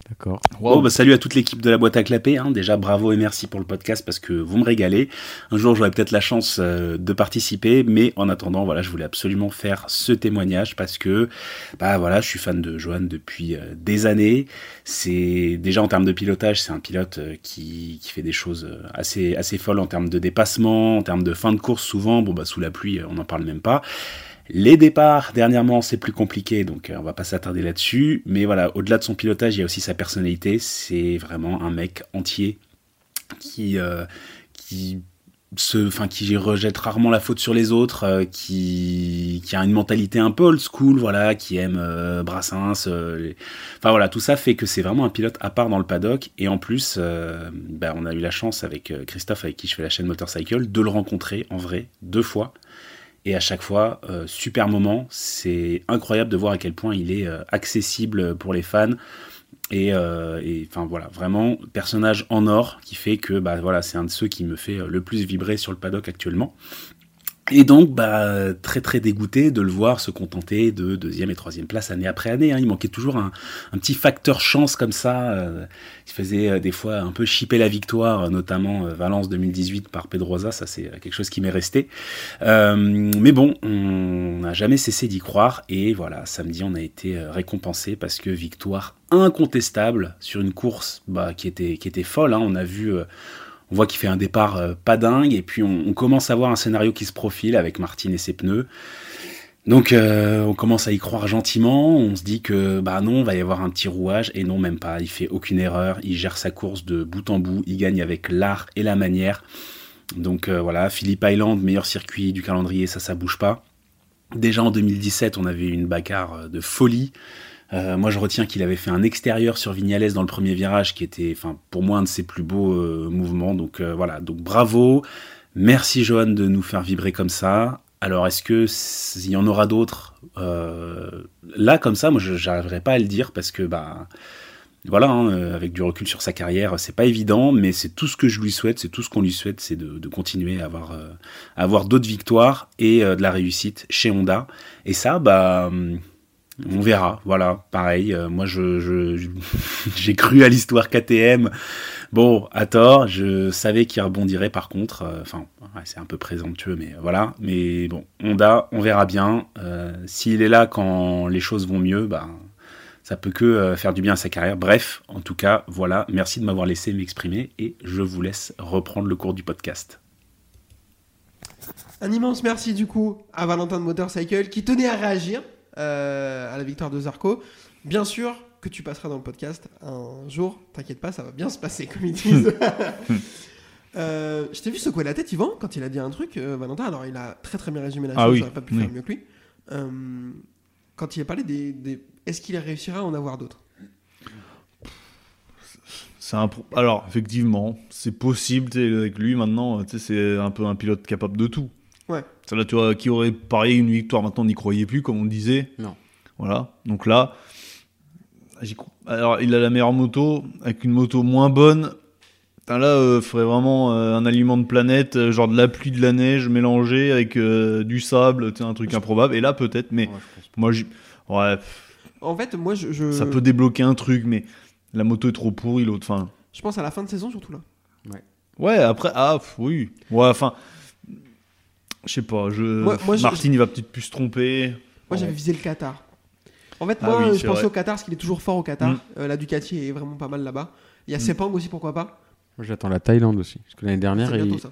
Speaker 7: D'accord.
Speaker 1: Bon, bah, salut à toute l'équipe de la boîte à clapper. hein. Déjà, bravo et merci pour le podcast parce que vous me régalez. Un jour, j'aurai peut-être la chance euh, de participer, mais en attendant, voilà, je voulais absolument faire ce témoignage parce que, bah voilà, je suis fan de Johan depuis euh, des années. C'est déjà en termes de pilotage, c'est un pilote euh, qui, qui fait des choses euh, assez assez folles en termes de dépassement, en termes de fin de course souvent. Bon, bah sous la pluie, euh, on n'en parle même pas. Les départs, dernièrement, c'est plus compliqué, donc euh, on va pas s'attarder là-dessus. Mais voilà, au-delà de son pilotage, il y a aussi sa personnalité. C'est vraiment un mec entier qui, euh, qui, se, enfin, qui rejette rarement la faute sur les autres, euh, qui, qui a une mentalité un peu old school, voilà, qui aime euh, Brassens. euh, les- Enfin voilà, tout ça fait que c'est vraiment un pilote à part dans le paddock. Et en plus, euh, bah, on a eu la chance avec euh, Christophe, avec qui je fais la chaîne Motorcycle, de le rencontrer en vrai deux fois. Et à chaque fois, euh, super moment. C'est incroyable de voir à quel point il est euh, accessible pour les fans. Et, euh, et, enfin voilà, vraiment personnage en or qui fait que bah voilà, c'est un de ceux qui me fait euh, le plus vibrer sur le paddock actuellement. Et donc bah très très dégoûté de le voir se contenter de deuxième et troisième place année après année. hein. Il manquait toujours un, un petit facteur chance comme ça. euh, il faisait euh, des fois un peu chipper la victoire, euh, notamment euh, Valence 2018 par Pedrosa. Ça c'est euh, quelque chose qui m'est resté. Euh, mais bon, on n'a jamais cessé d'y croire et voilà, samedi on a été euh, récompensé parce que victoire incontestable sur une course bah, qui était qui était folle. hein. On a vu, euh, on voit qu'il fait un départ euh, pas dingue et puis on, on commence à voir un scénario qui se profile avec Martin et ses pneus. Donc euh, on commence à y croire gentiment, on se dit que bah non, va y avoir un petit rouage et non même pas, il fait aucune erreur, il gère sa course de bout en bout, il gagne avec l'art et la manière. Donc euh, voilà, Philippe Island, meilleur circuit du calendrier, ça, ça bouge pas. Déjà en 2017, on avait une bagarre euh, de folie. Euh, moi, je retiens qu'il avait fait un extérieur sur Vignales dans le premier virage, qui était, enfin, pour moi, un de ses plus beaux euh, mouvements. Donc euh, voilà, donc bravo. Merci Johan de nous faire vibrer comme ça. Alors, est-ce que s'il y en aura d'autres euh, là comme ça Moi, je n'arriverai pas à le dire parce que bah voilà, hein, euh, avec du recul sur sa carrière, c'est pas évident, mais c'est tout ce que je lui souhaite, c'est tout ce qu'on lui souhaite, c'est de, de continuer à avoir, euh, à avoir d'autres victoires et euh, de la réussite chez Honda. Et ça, bah, hum, on verra. Voilà, pareil. euh, moi, je, je- je- j'ai cru à l'histoire KTM. Bon, à tort, je savais qu'il rebondirait par contre. euh, Enfin, ouais, c'est un peu présomptueux, mais voilà. Mais bon, Honda, on verra bien. Euh, S'il est là quand les choses vont mieux, bah, ça peut que euh, faire du bien à sa carrière. Bref, en tout cas, voilà. Merci de m'avoir laissé m'exprimer et je vous laisse reprendre le cours du podcast.
Speaker 6: Un immense merci du coup à Valentin de Motorcycle qui tenait à réagir euh, à la victoire de Zarco. Bien sûr que tu passeras dans le podcast un jour, t'inquiète pas, ça va bien se passer comme ils disent. Euh, je t'ai vu secouer la tête, Yvan, quand il a dit un truc, euh, Valentin. Alors, il a très très bien résumé la chose,
Speaker 8: Ah oui,
Speaker 6: j'aurais pas pu
Speaker 8: oui.
Speaker 6: faire mieux que lui. Euh, quand il a parlé des. des- Est-ce qu'il réussira à en avoir d'autres
Speaker 8: C'est un pro- Alors, effectivement, c'est possible, tu sais, avec lui maintenant, tu sais, c'est un peu un pilote capable de tout.
Speaker 6: Ouais.
Speaker 8: Ça, là, tu vois, qui aurait parié une victoire maintenant n'y croyait plus, comme on disait.
Speaker 7: Non.
Speaker 8: Voilà. Donc là, j'y crois. Alors, il a la meilleure moto, avec une moto moins bonne. Putain, là, il faudrait vraiment euh, un aliment de planète, euh, genre de la pluie, de la neige mélangée avec euh, du sable, tu sais, un truc improbable. Et là, peut-être, mais moi, j'y- ouais,
Speaker 6: En fait, moi, je, je,
Speaker 8: ça peut débloquer un truc, mais la moto est trop pourrie, l'autre. Enfin,
Speaker 6: je pense à la fin de saison surtout là.
Speaker 8: Ouais, après, ah, pff, oui. Ouais, enfin, je sais pas, je...
Speaker 6: Moi- moi, je-
Speaker 8: Martin, il va peut-être plus se tromper.
Speaker 6: Moi,
Speaker 8: Bon.
Speaker 6: j'avais visé le Qatar. En fait,
Speaker 8: Ah
Speaker 6: moi,
Speaker 8: oui,
Speaker 6: euh, je
Speaker 8: c'est
Speaker 6: pensais
Speaker 8: vrai.
Speaker 6: au Qatar parce qu'il est toujours fort au Qatar.
Speaker 8: Mm.
Speaker 6: Euh, la Ducati est vraiment pas mal là-bas. Il y a
Speaker 8: Mm.
Speaker 6: Sepang aussi, pourquoi pas
Speaker 7: Moi, j'attends la Thaïlande aussi. Parce que l'année
Speaker 6: C'est
Speaker 7: dernière, il...
Speaker 6: bientôt ça.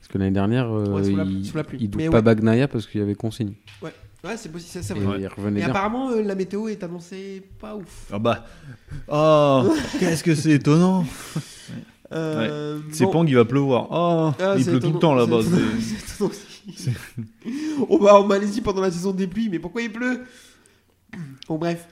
Speaker 7: parce que l'année dernière, euh,
Speaker 6: Ouais, sous la-
Speaker 7: il,
Speaker 6: sous la pluie.
Speaker 7: il double
Speaker 6: Mais
Speaker 7: pas
Speaker 6: ouais. Ah,
Speaker 7: Bagnaia parce qu'il y avait consigne.
Speaker 6: Ouais, c'est possible, c'est- c'est
Speaker 7: Et
Speaker 6: vrai.
Speaker 7: il
Speaker 6: Et
Speaker 7: revenait bien.
Speaker 6: apparemment, euh, la météo est annoncée pas ouf.
Speaker 8: Ah bah... Ah, qu'est-ce que c'est étonnant
Speaker 6: Euh, bon.
Speaker 8: C'est Pang, il va pleuvoir. Ah,
Speaker 6: Ah,
Speaker 8: il
Speaker 6: c'est
Speaker 8: pleut tout
Speaker 6: étonnant.
Speaker 8: le temps là-bas.
Speaker 6: C'est étonnant-
Speaker 8: c'est-
Speaker 6: c'est étonnant aussi. On va en Malaisie pendant la saison des pluies, mais pourquoi il pleut Bon, bref.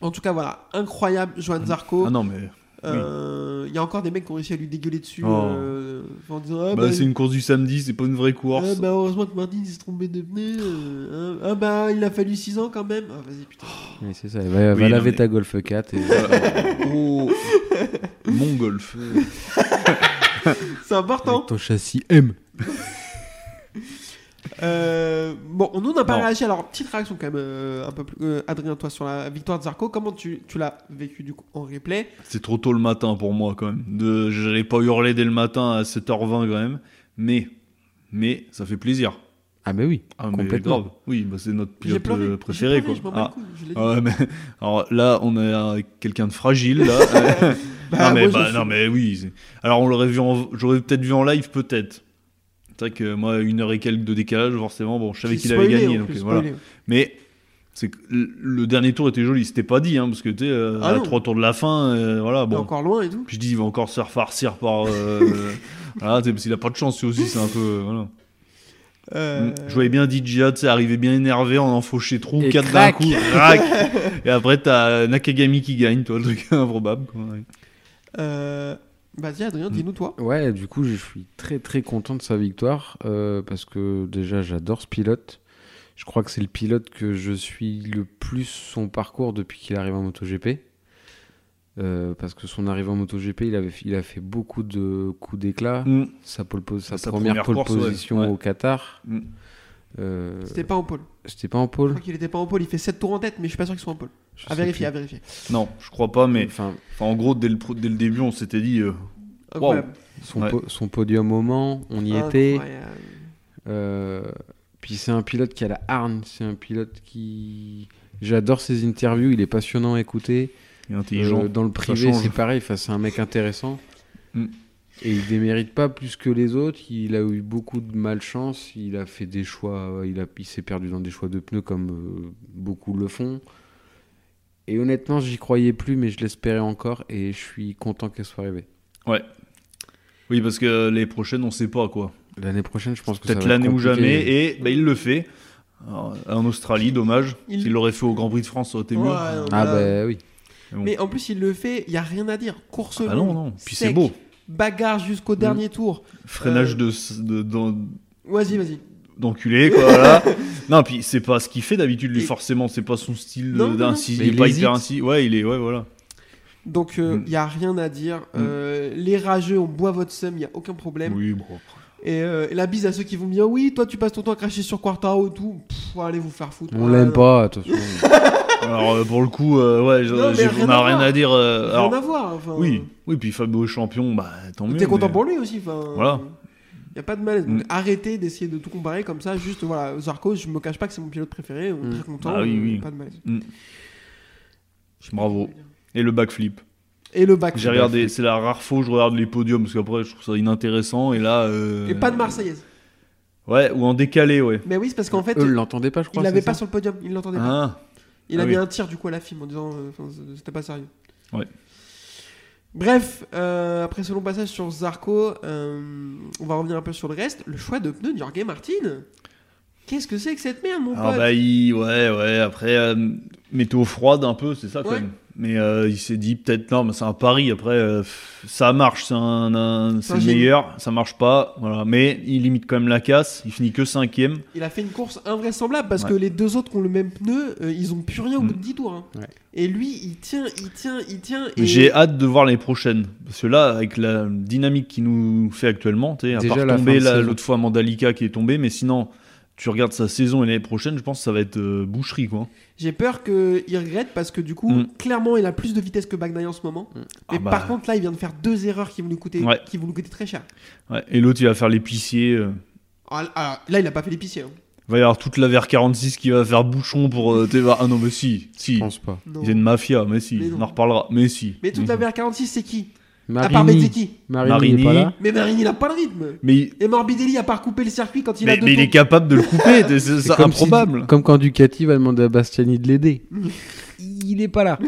Speaker 6: En tout cas, voilà. Incroyable, Joan Zarco.
Speaker 8: Ah non, mais...
Speaker 6: Euh, Il y a encore des mecs qui ont réussi à lui dégueuler dessus
Speaker 8: Oh.
Speaker 6: euh, en disant ah,
Speaker 8: Bah,
Speaker 6: bah,
Speaker 8: c'est une course du samedi, c'est pas une vraie
Speaker 6: Ah
Speaker 8: course.
Speaker 6: bah heureusement que Martin s'est trompé de pneu. euh, ah ah bah il a fallu 6 ans quand même. Ah vas-y putain.
Speaker 8: Oh.
Speaker 7: Oui, c'est ça. Va, va
Speaker 8: Oui, non,
Speaker 7: laver
Speaker 8: mais-
Speaker 7: ta Golf 4 et
Speaker 8: Oh, mon golf.
Speaker 6: C'est important.
Speaker 7: avec ton châssis M.
Speaker 6: Euh, bon, on n'en a pas
Speaker 8: Non.
Speaker 6: réagi. Alors petite réaction quand même euh, un peu plus. euh, Adrien, toi sur la victoire de Zarco, comment tu, tu l'as vécu du coup en replay
Speaker 8: C'est trop tôt le matin pour moi quand même. De... J'allais pas hurler dès le matin à 7h20 quand même. Mais... Mais ça fait plaisir.
Speaker 7: Ah mais oui,
Speaker 8: Ah, mais
Speaker 7: complètement.
Speaker 8: grave. Oui, bah, c'est notre
Speaker 6: J'ai
Speaker 8: pilote
Speaker 6: pleuré.
Speaker 8: euh,
Speaker 6: j'ai
Speaker 8: préféré
Speaker 6: pleuré,
Speaker 8: quoi.
Speaker 6: je m'en
Speaker 8: Ah.
Speaker 6: bats le couille, je l'ai dit.
Speaker 8: Ah ouais, mais- alors là, on est avec quelqu'un de fragile. Là.
Speaker 6: Bah,
Speaker 8: non, mais,
Speaker 6: moi, je
Speaker 8: bah,
Speaker 6: suis-
Speaker 8: non, mais oui. c'est- Alors, on l'aurait vu, en... j'aurais peut-être vu en live, peut-être. C'est vrai que moi, une heure et quelques de décalage, forcément, bon, je savais
Speaker 6: J'ai
Speaker 8: qu'il avait
Speaker 6: spoilé,
Speaker 8: gagné.
Speaker 6: en
Speaker 8: donc,
Speaker 6: plus,
Speaker 8: voilà.
Speaker 6: spoilé.
Speaker 8: Mais c'est que le- le dernier tour était joli, c'était pas dit, hein, parce que tu sais, euh,
Speaker 6: Ah
Speaker 8: à
Speaker 6: non.
Speaker 8: trois tours de la fin, euh, voilà,
Speaker 6: T'es
Speaker 8: bon.
Speaker 6: Encore loin et tout.
Speaker 8: Puis je dis, il va encore se refarcir par. Euh... voilà, tu sais, parce qu'il a pas de chance, lui aussi, c'est un peu. euh, voilà.
Speaker 6: Euh,
Speaker 8: Mm. Je voyais bien DJ c'est arrivé bien énervé en enfochait trop
Speaker 7: Et
Speaker 8: 4 d'un
Speaker 7: crac.
Speaker 8: coup. crac. et après, t'as Nakagami qui gagne, toi, le truc improbable. quoi, ouais.
Speaker 6: euh, Vas-y
Speaker 8: Mm.
Speaker 6: Adrien, dis-nous toi.
Speaker 7: Ouais, du coup, je suis très très content de sa victoire euh, parce que déjà, j'adore ce pilote. Je crois que c'est le pilote que je suis le plus son parcours depuis qu'il arrive en MotoGP. Euh, parce que son arrivée en MotoGP, il, avait, il a fait beaucoup de coups d'éclat.
Speaker 8: Mm.
Speaker 7: Sa, pole pos- sa
Speaker 8: Sa
Speaker 7: première,
Speaker 8: première
Speaker 7: pole
Speaker 8: course, ouais.
Speaker 7: position
Speaker 8: Ouais.
Speaker 7: au Qatar.
Speaker 8: Mm.
Speaker 7: Euh,
Speaker 6: C'était pas en pôle.
Speaker 7: C'était pas en
Speaker 6: Je
Speaker 7: pôle
Speaker 6: crois qu'il était pas en pôle. Il fait 7 tours en tête, mais je suis pas sûr qu'il soit en pôle.
Speaker 7: Je
Speaker 6: À
Speaker 7: sais
Speaker 6: vérifier, à
Speaker 7: plus.
Speaker 6: vérifier.
Speaker 8: Non, je crois pas, mais
Speaker 7: Enfin,
Speaker 8: enfin, en gros, dès le, pro- dès le début, on s'était dit. euh, Wow.
Speaker 6: Incroyable.
Speaker 7: son,
Speaker 8: Ouais.
Speaker 7: po- son podium au Mans, on
Speaker 6: Ah,
Speaker 7: y était.
Speaker 6: Incroyable.
Speaker 7: Euh, puis c'est un pilote qui a la hargne, c'est un pilote qui... J'adore ses interviews, il est passionnant à écouter.
Speaker 8: il est intelligent.
Speaker 7: Euh, dans le privé,
Speaker 8: change.
Speaker 7: c'est pareil, enfin, c'est un mec intéressant.
Speaker 8: Mm.
Speaker 7: Et il démérite pas plus que les autres, il a eu beaucoup de malchance, il a fait des choix, il, a- il s'est perdu dans des choix de pneus comme euh, beaucoup le font. Et honnêtement, j'y croyais plus, mais je l'espérais encore et je suis content qu'elle soit arrivée.
Speaker 8: Oui, parce que les prochaines, on sait pas quoi.
Speaker 7: L'année prochaine, je pense que ça va
Speaker 8: Peut-être
Speaker 7: être
Speaker 8: l'année ou jamais,
Speaker 7: compliqué.
Speaker 8: et bah, il le fait. Alors, en Australie, dommage.
Speaker 6: Il-
Speaker 8: S'il l'aurait fait au Grand Prix de France, ça aurait été
Speaker 6: Ouais,
Speaker 8: mieux.
Speaker 6: non,
Speaker 7: Ah
Speaker 6: voilà.
Speaker 7: bah oui.
Speaker 8: Bon.
Speaker 6: Mais en plus, il le fait, il y a rien à dire. Course
Speaker 8: Ah
Speaker 6: longue,
Speaker 8: non, non. Puis
Speaker 6: sec,
Speaker 8: c'est beau. Mm.
Speaker 6: Bagarre jusqu'au dernier tour.
Speaker 8: Freinage
Speaker 6: Euh,
Speaker 8: de, de, dans-
Speaker 6: Vas-y, vas-y.
Speaker 8: d'enculé quoi voilà. non puis c'est pas ce qu'il fait d'habitude lui
Speaker 6: Et-
Speaker 8: forcément c'est pas son style
Speaker 6: Non, non, non.
Speaker 8: d'incis
Speaker 7: Mais
Speaker 8: il est
Speaker 7: il
Speaker 8: pas
Speaker 7: hésite.
Speaker 8: hyper ainsi ouais il est ouais voilà
Speaker 6: Donc, euh, il
Speaker 8: Mm.
Speaker 6: y a rien à dire. Euh, les rageux, on boit votre seum, il y a aucun problème.
Speaker 8: oui bon
Speaker 6: Et, euh, et la bise à ceux qui vont me dire Oui, toi, tu passes ton temps à cracher sur Quartaro et tout. Pff, allez vous faire foutre.
Speaker 7: On
Speaker 6: Ah,
Speaker 7: l'aime
Speaker 6: non.
Speaker 7: pas, attention.
Speaker 8: Alors euh, pour le coup, euh, ouais, je-
Speaker 6: Non, mais
Speaker 8: j'ai-
Speaker 6: rien
Speaker 8: on
Speaker 6: à
Speaker 8: n'a rien
Speaker 6: voir.
Speaker 8: à dire. euh,
Speaker 6: Rien
Speaker 8: alors,
Speaker 6: à voir. Enfin,
Speaker 8: oui, oui, puis Fabio champion, bah tant mieux.
Speaker 6: T'es content
Speaker 8: mais-
Speaker 6: pour lui aussi. Enfin,
Speaker 8: Voilà.
Speaker 6: Il n'y a pas de malaise.
Speaker 8: Mm.
Speaker 6: Donc, Arrêtez d'essayer de tout comparer comme ça. Juste, voilà, Zarco, je me cache pas que c'est mon pilote préféré. On est
Speaker 7: Mm.
Speaker 6: très content.
Speaker 8: Ah oui,
Speaker 6: euh,
Speaker 8: oui.
Speaker 6: Pas de malaise.
Speaker 8: Mm.
Speaker 6: Je sais pas
Speaker 8: Bravo.
Speaker 6: quoi dire.
Speaker 8: Et le backflip.
Speaker 6: Et le back.
Speaker 8: J'ai regardé, c'est la rare fois où je regarde les podiums parce qu'après je trouve ça inintéressant et là. euh,
Speaker 6: Et pas de Marseillaise.
Speaker 8: Ouais, ou en décalé, ouais.
Speaker 6: Mais oui, c'est
Speaker 8: euh,
Speaker 6: parce qu'en fait,
Speaker 7: Eux l'entendaient pas, je crois.
Speaker 6: il l'avait
Speaker 7: c'est
Speaker 6: pas
Speaker 7: ça
Speaker 6: sur le podium. Il l'entendait pas.
Speaker 8: Ah,
Speaker 6: Il
Speaker 8: Ah
Speaker 6: a mis
Speaker 8: oui.
Speaker 6: un tir du coup à la film en disant euh, enfin, c- c'était pas sérieux.
Speaker 8: Ouais.
Speaker 6: Bref, euh, après ce long passage sur Zarco, euh, on va revenir un peu sur le reste. Le choix de pneus de Jorge Martin. Qu'est-ce que c'est que cette merde, mon
Speaker 8: alors
Speaker 6: pote
Speaker 8: bah il, ouais, ouais. Après euh, météo froide un peu, c'est ça quand
Speaker 6: Ouais.
Speaker 8: même. Mais euh, il s'est dit peut-être non, mais c'est un pari. Après euh, pff, ça marche, c'est un, un- c'est
Speaker 6: un
Speaker 8: le
Speaker 6: génie.
Speaker 8: meilleur, ça marche pas, voilà. Mais il limite quand même la casse. Il finit que cinquième.
Speaker 6: Il a fait une course invraisemblable parce
Speaker 8: Ouais.
Speaker 6: que les deux autres qui ont le même pneu, euh, ils ont plus rien au
Speaker 8: Mm.
Speaker 6: bout de 10 tours. hein.
Speaker 7: Ouais.
Speaker 6: Et lui, il tient, il tient, il tient.
Speaker 8: Mais
Speaker 6: Et...
Speaker 8: J'ai hâte de voir les prochaines. Parce que là, avec la dynamique qui nous fait actuellement, tu sais, à
Speaker 7: Déjà
Speaker 8: part
Speaker 7: la
Speaker 8: tomber
Speaker 7: fin de
Speaker 8: là,
Speaker 7: saison.
Speaker 8: l'autre fois Mandalika qui est tombé, mais sinon, tu regardes sa saison et l'année prochaine, je pense que ça va être euh, boucherie, quoi.
Speaker 6: J'ai peur qu'il regrette parce que du coup,
Speaker 8: Mm.
Speaker 6: clairement, il a plus de vitesse que Bagnaia en ce moment.
Speaker 7: Mm.
Speaker 8: Ah
Speaker 6: Mais
Speaker 8: bah.
Speaker 6: par contre, là, il vient de faire deux erreurs qui vont lui coûter,
Speaker 8: Ouais.
Speaker 6: qui vont lui coûter très cher.
Speaker 8: Ouais. Et l'autre, il va faire l'épicier. euh,
Speaker 6: Ah, ah, là, il a pas fait l'épicier. hein.
Speaker 8: Il va y avoir toute la VR46 qui va faire bouchon pour. euh, tu sais, va- ah non, mais si,
Speaker 7: Je
Speaker 8: si.
Speaker 7: pense pas.
Speaker 6: Non.
Speaker 8: Il y a une mafia, mais si,
Speaker 6: Mais non.
Speaker 8: on en reparlera. Mais si.
Speaker 6: Mais toute
Speaker 8: Mhm.
Speaker 6: la VR46, c'est qui À part
Speaker 7: Marini.
Speaker 6: Bezzeki.
Speaker 7: Marini, il
Speaker 8: Marini.
Speaker 7: est pas là.
Speaker 6: Mais Marini, il a pas le rythme.
Speaker 8: Mais, il-
Speaker 6: Et Morbidelli, à part couper le circuit quand il a
Speaker 8: mais,
Speaker 6: deux
Speaker 8: mais il
Speaker 6: tours.
Speaker 8: est capable de le couper, t'sais, c'est
Speaker 7: C'est
Speaker 8: c'est
Speaker 7: comme si-
Speaker 8: improbable.
Speaker 7: comme quand Ducati va demander à Bastiani de l'aider. il est pas là.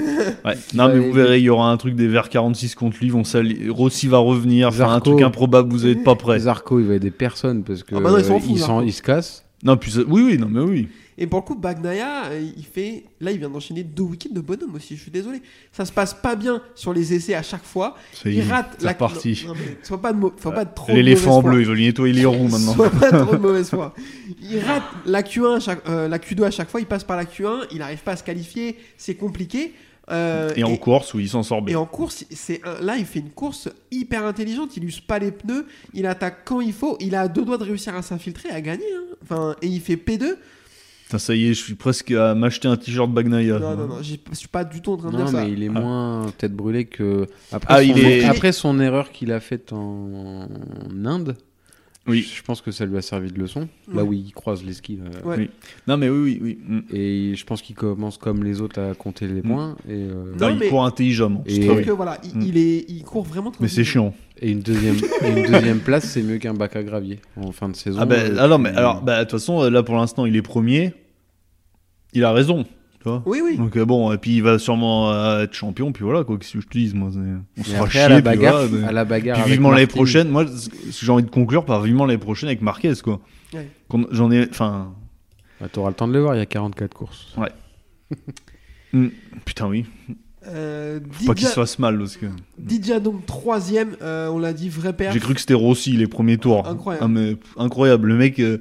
Speaker 8: Ouais. Non, mais
Speaker 7: va
Speaker 8: vous
Speaker 7: aider.
Speaker 8: verrez, il y aura un truc des VR46 contre lui. Vont s'allier- Rossi va revenir. Enfin, un
Speaker 7: Zarco.
Speaker 8: truc improbable, vous n'êtes pas prêts.
Speaker 7: Zarco, il va aider personne parce que
Speaker 6: Ah bah non, ils s'en
Speaker 7: euh,
Speaker 6: foutent, Zarco.
Speaker 7: il se casse.
Speaker 8: Non, puis ça- oui, oui, non, mais oui.
Speaker 6: Et pour le coup, Bagnaia, euh, il fait. Là, il vient d'enchaîner deux week-ends de bonhomme aussi. Je suis désolé. Ça se passe pas bien sur les essais à chaque fois.
Speaker 8: C'est
Speaker 6: Il rate
Speaker 8: c'est reparti.
Speaker 6: Non, non, mais sois pas de mau- sois pas de trop de
Speaker 8: L'éléphant
Speaker 6: mauvaise foi.
Speaker 8: bleu, il veut lui nettoyer les roues maintenant.
Speaker 6: Sois pas trop de mauvaise foi. Il rate la Q1 à chaque- euh, la Q2 à chaque fois. Il passe par la Q1. Il n'arrive pas à se qualifier. C'est compliqué. Euh,
Speaker 8: Et en course, oui, il s'en sort
Speaker 6: Et
Speaker 8: bien.
Speaker 6: en course, c'est un- là, il fait une course hyper intelligente. Il use pas les pneus. Il attaque quand il faut. Il a à deux doigts de réussir à s'infiltrer, à gagner. hein. Enfin, et il fait P2.
Speaker 8: Putain, ça y est, je suis presque à m'acheter un t-shirt Bagnaia.
Speaker 6: Non, non, non, j'ai- je suis pas du tout en train de
Speaker 7: Non,
Speaker 6: dire ça.
Speaker 7: mais il est moins peut-être brûlé que. Après,
Speaker 8: Ah, il
Speaker 7: son, er-
Speaker 8: est-
Speaker 7: après son erreur qu'il a faite en... en Inde,
Speaker 8: Oui.
Speaker 7: je je pense que ça lui a servi de leçon. Là
Speaker 6: Ouais.
Speaker 7: où il croise les skis. là.
Speaker 6: Ouais.
Speaker 8: Non, mais oui, oui, oui. Mm.
Speaker 7: Et je pense qu'il commence comme les autres à compter les points. Et, euh,
Speaker 6: Non,
Speaker 8: Non,
Speaker 6: mais-
Speaker 8: il court intelligemment.
Speaker 7: Et-
Speaker 6: Je
Speaker 8: c'est
Speaker 6: trouve
Speaker 8: très
Speaker 6: que
Speaker 8: bien.
Speaker 6: voilà, il,
Speaker 8: Mm.
Speaker 6: il est, il court vraiment.
Speaker 8: Mais c'est
Speaker 6: tranquillement.
Speaker 8: chiant.
Speaker 7: et une, deuxième... et une deuxième place, c'est mieux qu'un bac à gravier en fin de saison.
Speaker 8: Ah, ben,
Speaker 7: euh,
Speaker 8: ah non, mais
Speaker 7: tu-
Speaker 8: alors, bah, de toute façon, là pour l'instant, il est premier. Il a raison. Tu vois
Speaker 6: Oui, oui.
Speaker 8: Donc euh, bon, et puis il va sûrement euh, être champion, puis voilà, quoi, qu'est-ce que je te dise, moi, c'est- on se
Speaker 7: Mais
Speaker 8: fera
Speaker 7: après,
Speaker 8: chier,
Speaker 7: à la
Speaker 8: puis
Speaker 7: bagarre,
Speaker 8: voilà, mais-
Speaker 7: à la bagarre
Speaker 8: Puis
Speaker 7: avec
Speaker 8: vivement l'année
Speaker 7: Martin.
Speaker 8: prochaine, moi, ce que j'ai envie de conclure par vivement l'année prochaine avec Marquez, quoi.
Speaker 6: Ouais.
Speaker 8: Qu'on- J'en ai, enfin,
Speaker 7: Bah, T'auras le temps de le voir, il y a 44 courses.
Speaker 8: putain, oui.
Speaker 6: Euh,
Speaker 8: Faut pas qu'il se
Speaker 6: Didia-
Speaker 8: fasse mal, parce que
Speaker 6: Didia donc troisième, euh, on l'a dit vrai père.
Speaker 8: j'ai cru que c'était Rossi les premiers tours.
Speaker 6: Incroyable.
Speaker 8: Ah, mais, pff, incroyable. Le mec, euh,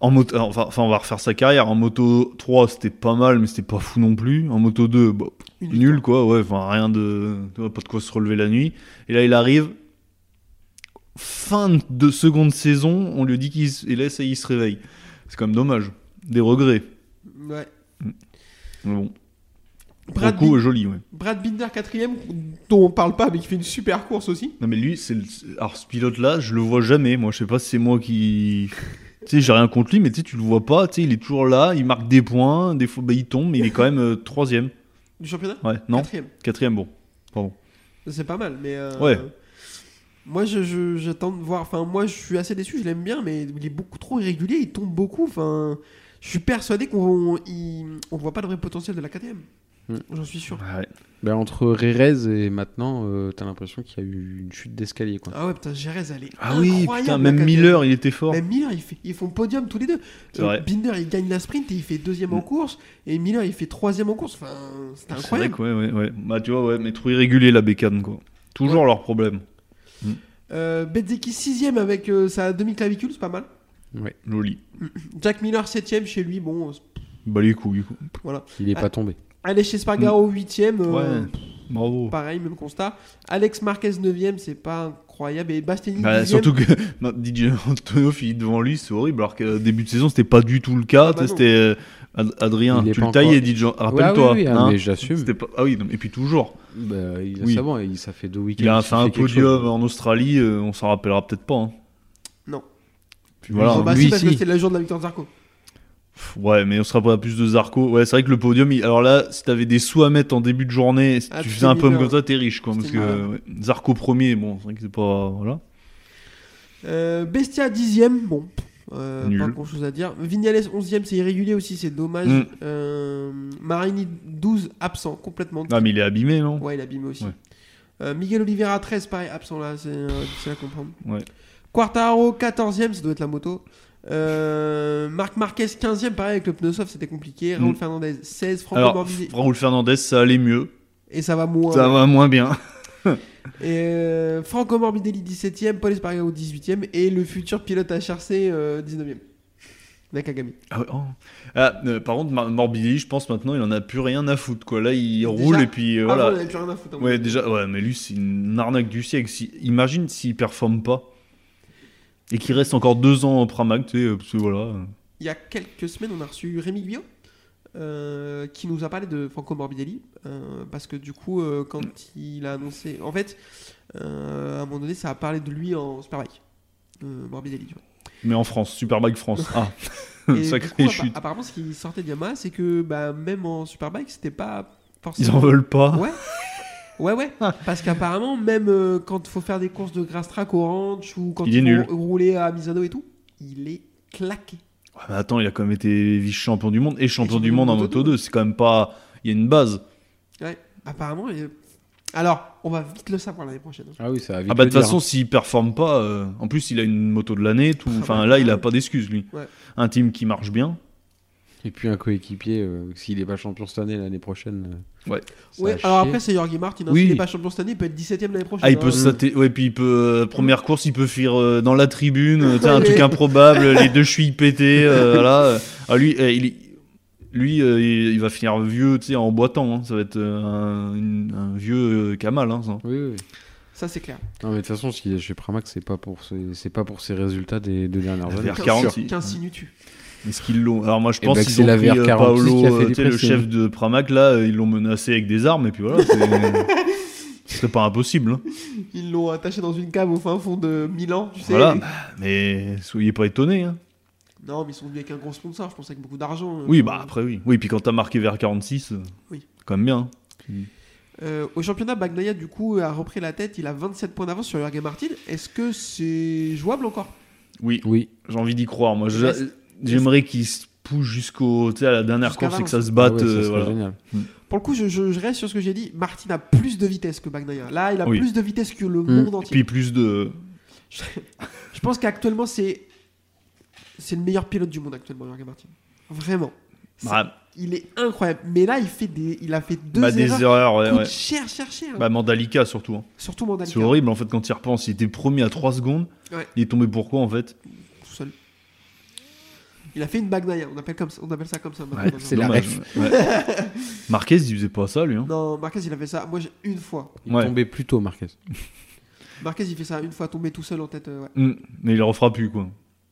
Speaker 8: en moto, ah, enfin, enfin, on va refaire sa carrière. En moto 3, c'était pas mal, mais c'était pas fou non plus. En moto 2, bah, nul, quoi, ouais, enfin, rien de. tu vois, Pas de quoi se relever la nuit. Et là, il arrive. Fin de seconde saison, on lui dit qu'il se... Et là, ça y est, il se réveille. C'est quand même dommage. Des regrets.
Speaker 6: Ouais.
Speaker 8: Mais bon. Pour le
Speaker 6: Brad,
Speaker 8: coup,
Speaker 6: Bin-
Speaker 8: joli, ouais.
Speaker 6: Brad Binder quatrième, dont on parle pas, mais qui fait une super course aussi.
Speaker 8: Non, mais lui, c'est le- alors ce pilote-là, je le vois jamais. Moi, je sais pas si c'est moi qui. tu sais, j'ai rien contre lui, mais tu sais, tu le vois pas. Tu sais, il est toujours là, il marque des points, des fois, bah, il tombe, mais il est quand même euh, troisième.
Speaker 6: Du championnat
Speaker 8: Ouais, non
Speaker 6: Quatrième.
Speaker 8: Quatrième, bon.
Speaker 6: C'est pas mal, mais. euh,
Speaker 8: Ouais.
Speaker 6: Moi, je- je- j'attends de voir. Enfin, moi, je suis assez déçu. Je l'aime bien, mais il est beaucoup trop irrégulier. Il tombe beaucoup. Enfin, je suis persuadé qu'on il- on voit pas le vrai potentiel de la KTM.
Speaker 7: Mm.
Speaker 6: J'en suis sûr.
Speaker 8: Ouais.
Speaker 7: Bah, entre Rérez et maintenant, euh, t'as l'impression qu'il y a eu une chute d'escalier. quoi.
Speaker 6: Ah ouais, putain, Jerez, elle est.
Speaker 8: Ah oui,
Speaker 6: incroyable,
Speaker 8: putain,
Speaker 6: la
Speaker 8: même
Speaker 6: KTM.
Speaker 8: Miller, il était fort.
Speaker 6: Même Miller, il fait- ils font podium tous les deux.
Speaker 8: C'est
Speaker 6: Euh,
Speaker 8: vrai. Mm.
Speaker 6: Binder, il gagne la sprint et il fait deuxième en course. Et Miller, il fait troisième en course. Enfin, c'était
Speaker 8: C'est vrai
Speaker 6: incroyable.
Speaker 8: que, ouais, ouais, ouais. Bah, tu vois, ouais, mais trop irrégulier la bécane, quoi. Toujours leur problème.
Speaker 6: Euh, Bezzeki sixième avec euh, sa demi-clavicule, c'est pas mal.
Speaker 8: Joli.
Speaker 6: Jack Miller septième chez lui, bon, euh,
Speaker 8: Bah, les couilles, quoi.
Speaker 7: Il est
Speaker 6: Ah.
Speaker 7: pas tombé.
Speaker 6: Allez chez Spargaro 8ème.
Speaker 8: Mm. Ouais. Bravo.
Speaker 6: euh, Pareil, même constat. Alex Marquez 9ème, c'est pas incroyable. Et Bastianini
Speaker 8: Bah,
Speaker 6: 10e.
Speaker 8: surtout que non, DJ Antonio finit devant lui, c'est horrible. Alors que euh, début de saison, c'était pas du tout le cas.
Speaker 6: Ah bah non.
Speaker 8: c'était euh, Ad- Adrien,
Speaker 7: Il est
Speaker 8: tu
Speaker 7: pas
Speaker 8: le taillais,
Speaker 7: encore-
Speaker 8: DJ.
Speaker 7: Ouais,
Speaker 8: Rappelle-toi.
Speaker 7: oui, oui, ah,
Speaker 8: hein.
Speaker 7: mais j'assume.
Speaker 8: C'était pas- Ah oui, non, et puis toujours.
Speaker 7: Bah, il a
Speaker 8: Oui.
Speaker 7: ça bon, il- ça fait deux week-ends.
Speaker 8: Il a
Speaker 7: qu'il
Speaker 8: fait un
Speaker 7: quelque
Speaker 8: podium
Speaker 7: chose.
Speaker 8: en Australie, euh, on s'en rappellera peut-être pas. hein.
Speaker 6: Non.
Speaker 8: Puis voilà.
Speaker 6: Bon,
Speaker 8: hein.
Speaker 6: bah,
Speaker 7: lui,
Speaker 6: si, parce que
Speaker 7: si.
Speaker 6: c'était le jour de la victoire de Zarco.
Speaker 8: Pff, Ouais, mais on se rappellera plus de Zarco. Ouais, c'est vrai que le podium. il- Alors là, si t'avais des sous à mettre en début de journée, si
Speaker 6: Ah,
Speaker 8: tu
Speaker 6: c'était
Speaker 8: faisais un podium
Speaker 6: malin.
Speaker 8: comme ça, t'es riche. Quoi, parce
Speaker 6: C'était
Speaker 8: que ouais, Zarco premier, bon, c'est vrai que c'est pas. Voilà.
Speaker 6: Euh, Bestia 10ème, bon. euh,
Speaker 8: Nul.
Speaker 6: pas grand chose à dire. Vignales 11ème, c'est irrégulier aussi, c'est dommage.
Speaker 8: Mm.
Speaker 6: Euh, Marini 12, absent complètement.
Speaker 8: Ah, mais il est abîmé, non
Speaker 6: Ouais, il abîme aussi.
Speaker 8: Ouais.
Speaker 6: Euh, Miguel Oliveira 13, pareil, absent là, c'est euh, difficile à comprendre.
Speaker 8: Ouais.
Speaker 6: Quartaro 14ème, ça doit être la moto. Euh, Marc Marquez 15ème, pareil avec le pneu soft, c'était compliqué. Raoul
Speaker 8: Mm.
Speaker 6: Fernandez 16, Franco
Speaker 8: Alors,
Speaker 6: Morbidelli-
Speaker 8: Raoul Fernandez, ça allait mieux.
Speaker 6: et ça va moins.
Speaker 8: Ça va moins bien.
Speaker 6: Et euh, Franco Morbidelli 17ème, Paul Espargaro 18ème et le futur pilote à charcer 19ème. Nakagami.
Speaker 8: Ah, ouais, oh. Ah, euh, par contre, Mar- Morbidelli, je pense maintenant, il en a plus rien à foutre. Quoi. Là, il roule et puis euh,
Speaker 6: Avant,
Speaker 8: voilà.
Speaker 6: il avait plus rien à foutre, hein.
Speaker 8: Ouais, déjà, ouais, mais lui, c'est une arnaque du siècle. Si- imagine s'il performe pas et qu'il reste encore deux ans au Pramac, tu sais, euh, parce que voilà.
Speaker 6: Il y a quelques semaines, on a reçu Rémi Guillaume euh, qui nous a parlé de Franco Morbidelli euh, parce que du coup, euh, quand il a annoncé. En fait, euh, à un moment donné, ça a parlé de lui en Superbike. Euh, Morbidelli, tu vois.
Speaker 8: Mais en France, Superbike France. Ah,
Speaker 6: Et du
Speaker 8: sacrée
Speaker 6: coup, appa-
Speaker 8: chute.
Speaker 6: Apparemment, ce qui sortait de Yamaha, c'est que bah, même en Superbike, c'était pas
Speaker 8: Ils
Speaker 6: forcément.
Speaker 8: en veulent pas.
Speaker 6: Ouais. Ouais, ouais. Parce qu'apparemment, même euh, quand il faut faire des courses de grass track au ranch ou quand
Speaker 8: Il
Speaker 6: il,
Speaker 8: est nul.
Speaker 6: faut rouler à Misano et tout, il est claqué.
Speaker 8: Ouais, Ah, mais attends, il a quand même été vice-champion du monde et champion
Speaker 6: champion
Speaker 8: du
Speaker 6: du
Speaker 8: monde en
Speaker 6: Moto
Speaker 8: Moto 2.
Speaker 6: deux.
Speaker 8: C'est quand même pas. Il y a une base.
Speaker 6: Ouais, apparemment. il est- Alors, on va vite le savoir l'année prochaine.
Speaker 7: Ah oui, ça va vite
Speaker 8: Ah bah
Speaker 7: le
Speaker 8: de toute
Speaker 7: dire.
Speaker 8: façon, s'il performe pas, euh, en plus il a une moto de l'année, tout.
Speaker 6: Ah
Speaker 8: Enfin
Speaker 6: bah,
Speaker 8: là, il a
Speaker 6: ouais.
Speaker 8: pas d'excuse lui.
Speaker 6: Ouais.
Speaker 8: Un team qui marche bien.
Speaker 7: Et puis un coéquipier, euh, s'il est pas champion cette année, l'année prochaine. euh,
Speaker 8: Ouais.
Speaker 7: ça
Speaker 6: Ouais,
Speaker 7: va
Speaker 6: alors
Speaker 7: chier.
Speaker 6: après, c'est Jorgi Martin. hein.
Speaker 8: Oui.
Speaker 6: S'il n'est pas champion cette année, il peut être 17 e l'année prochaine.
Speaker 8: Ah, il
Speaker 6: hein.
Speaker 8: peut sater. Ouais, puis il peut. euh, première course, il peut fuir euh, dans la tribune. euh, t'as un
Speaker 6: Ouais.
Speaker 8: truc improbable, les deux chevilles pétées. euh, voilà. euh. Ah, lui, euh, il. Lui, euh, il il va finir vieux, tu sais, en boitant. hein. Ça va être euh, un, une- un vieux euh, Kamal. Hein, ça.
Speaker 7: Oui, oui.
Speaker 6: Ça, c'est clair.
Speaker 7: Non, mais de toute façon, s'il est chez Pramac, c'est pas pour ses, c'est pas pour ses résultats des deux dernières années.
Speaker 8: VR 46.
Speaker 6: 15 signes tu.
Speaker 8: Est-ce qu'ils l'ont Alors moi, je
Speaker 7: Eh
Speaker 8: pense
Speaker 7: ben,
Speaker 8: qu'ils
Speaker 7: c'est
Speaker 8: ont
Speaker 7: la
Speaker 8: pris, euh,
Speaker 7: VR46
Speaker 8: Paolo,
Speaker 7: qui a fait
Speaker 8: euh, tu sais, le
Speaker 7: dépression.
Speaker 8: chef de Pramac. Là, euh, ils l'ont menacé avec des armes. Et puis voilà. c'est- Ce serait pas impossible. hein.
Speaker 6: Ils l'ont attaché dans une cave au fin fond de Milan, tu sais.
Speaker 8: Voilà. Mais soyez pas étonnés. hein.
Speaker 6: Non, mais ils sont venus avec un gros sponsor, je pense, avec beaucoup d'argent. euh.
Speaker 8: Oui, bah après, oui. Oui, puis quand t'as marqué vers 46, euh,
Speaker 6: Oui.
Speaker 8: quand même bien. hein.
Speaker 6: Euh, au championnat, Bagnaia, du coup, a repris la tête. Il a 27 points d'avance sur Jorge Martin. Est-ce que c'est jouable encore
Speaker 8: Oui,
Speaker 7: Oui,
Speaker 8: j'ai envie d'y croire. Moi, Je-
Speaker 6: Reste-
Speaker 8: j'aimerais qu'ils se poussent jusqu'au, tu sais, à la dernière
Speaker 6: Jusqu'à
Speaker 8: course et que
Speaker 6: Valence.
Speaker 8: ça se batte.
Speaker 7: Ah ouais, ça
Speaker 8: euh,
Speaker 7: serait
Speaker 8: voilà.
Speaker 7: génial.
Speaker 6: Pour le coup, je, je- je reste sur ce que j'ai dit. Martin a plus de vitesse que Bagnaia. Là, il a
Speaker 8: Oui. Mmh.
Speaker 6: plus de vitesse que le
Speaker 7: Mm.
Speaker 6: monde
Speaker 8: Et
Speaker 6: entier.
Speaker 8: Puis plus de.
Speaker 6: Je, je pense qu'actuellement, c'est c'est le meilleur pilote du monde actuellement, Jorge Martin. Vraiment. C'est-
Speaker 8: Bah,
Speaker 6: Il est incroyable. Mais là, il fait des, il a fait deux
Speaker 8: bah,
Speaker 6: erreurs.
Speaker 8: des erreurs, ouais,
Speaker 6: coûtent
Speaker 8: ouais.
Speaker 6: cher, cher, cher.
Speaker 8: Bah, Mandalika surtout. hein.
Speaker 6: hein. Surtout Mandalika.
Speaker 8: C'est horrible en fait quand il repense. Il était promis à 3 secondes.
Speaker 6: Ouais.
Speaker 8: Il est tombé pourquoi en fait
Speaker 6: Tout seul. Il a fait une Bagnaia. On appelle comme ça, on appelle ça comme ça. maintenant.
Speaker 8: Ouais,
Speaker 6: Non,
Speaker 7: c'est
Speaker 6: non.
Speaker 7: la
Speaker 8: dommage, ouais. Ouais. Marquez, il faisait pas ça lui. hein.
Speaker 6: Non, Marquez, il a fait ça. Moi, j'ai- une fois.
Speaker 7: Il
Speaker 8: Ouais.
Speaker 7: tombait plus tôt, Marquez.
Speaker 6: Marquez, il fait ça une fois, tombé tout seul en tête. euh, ouais.
Speaker 8: Mm, Mais il le refera plus quoi.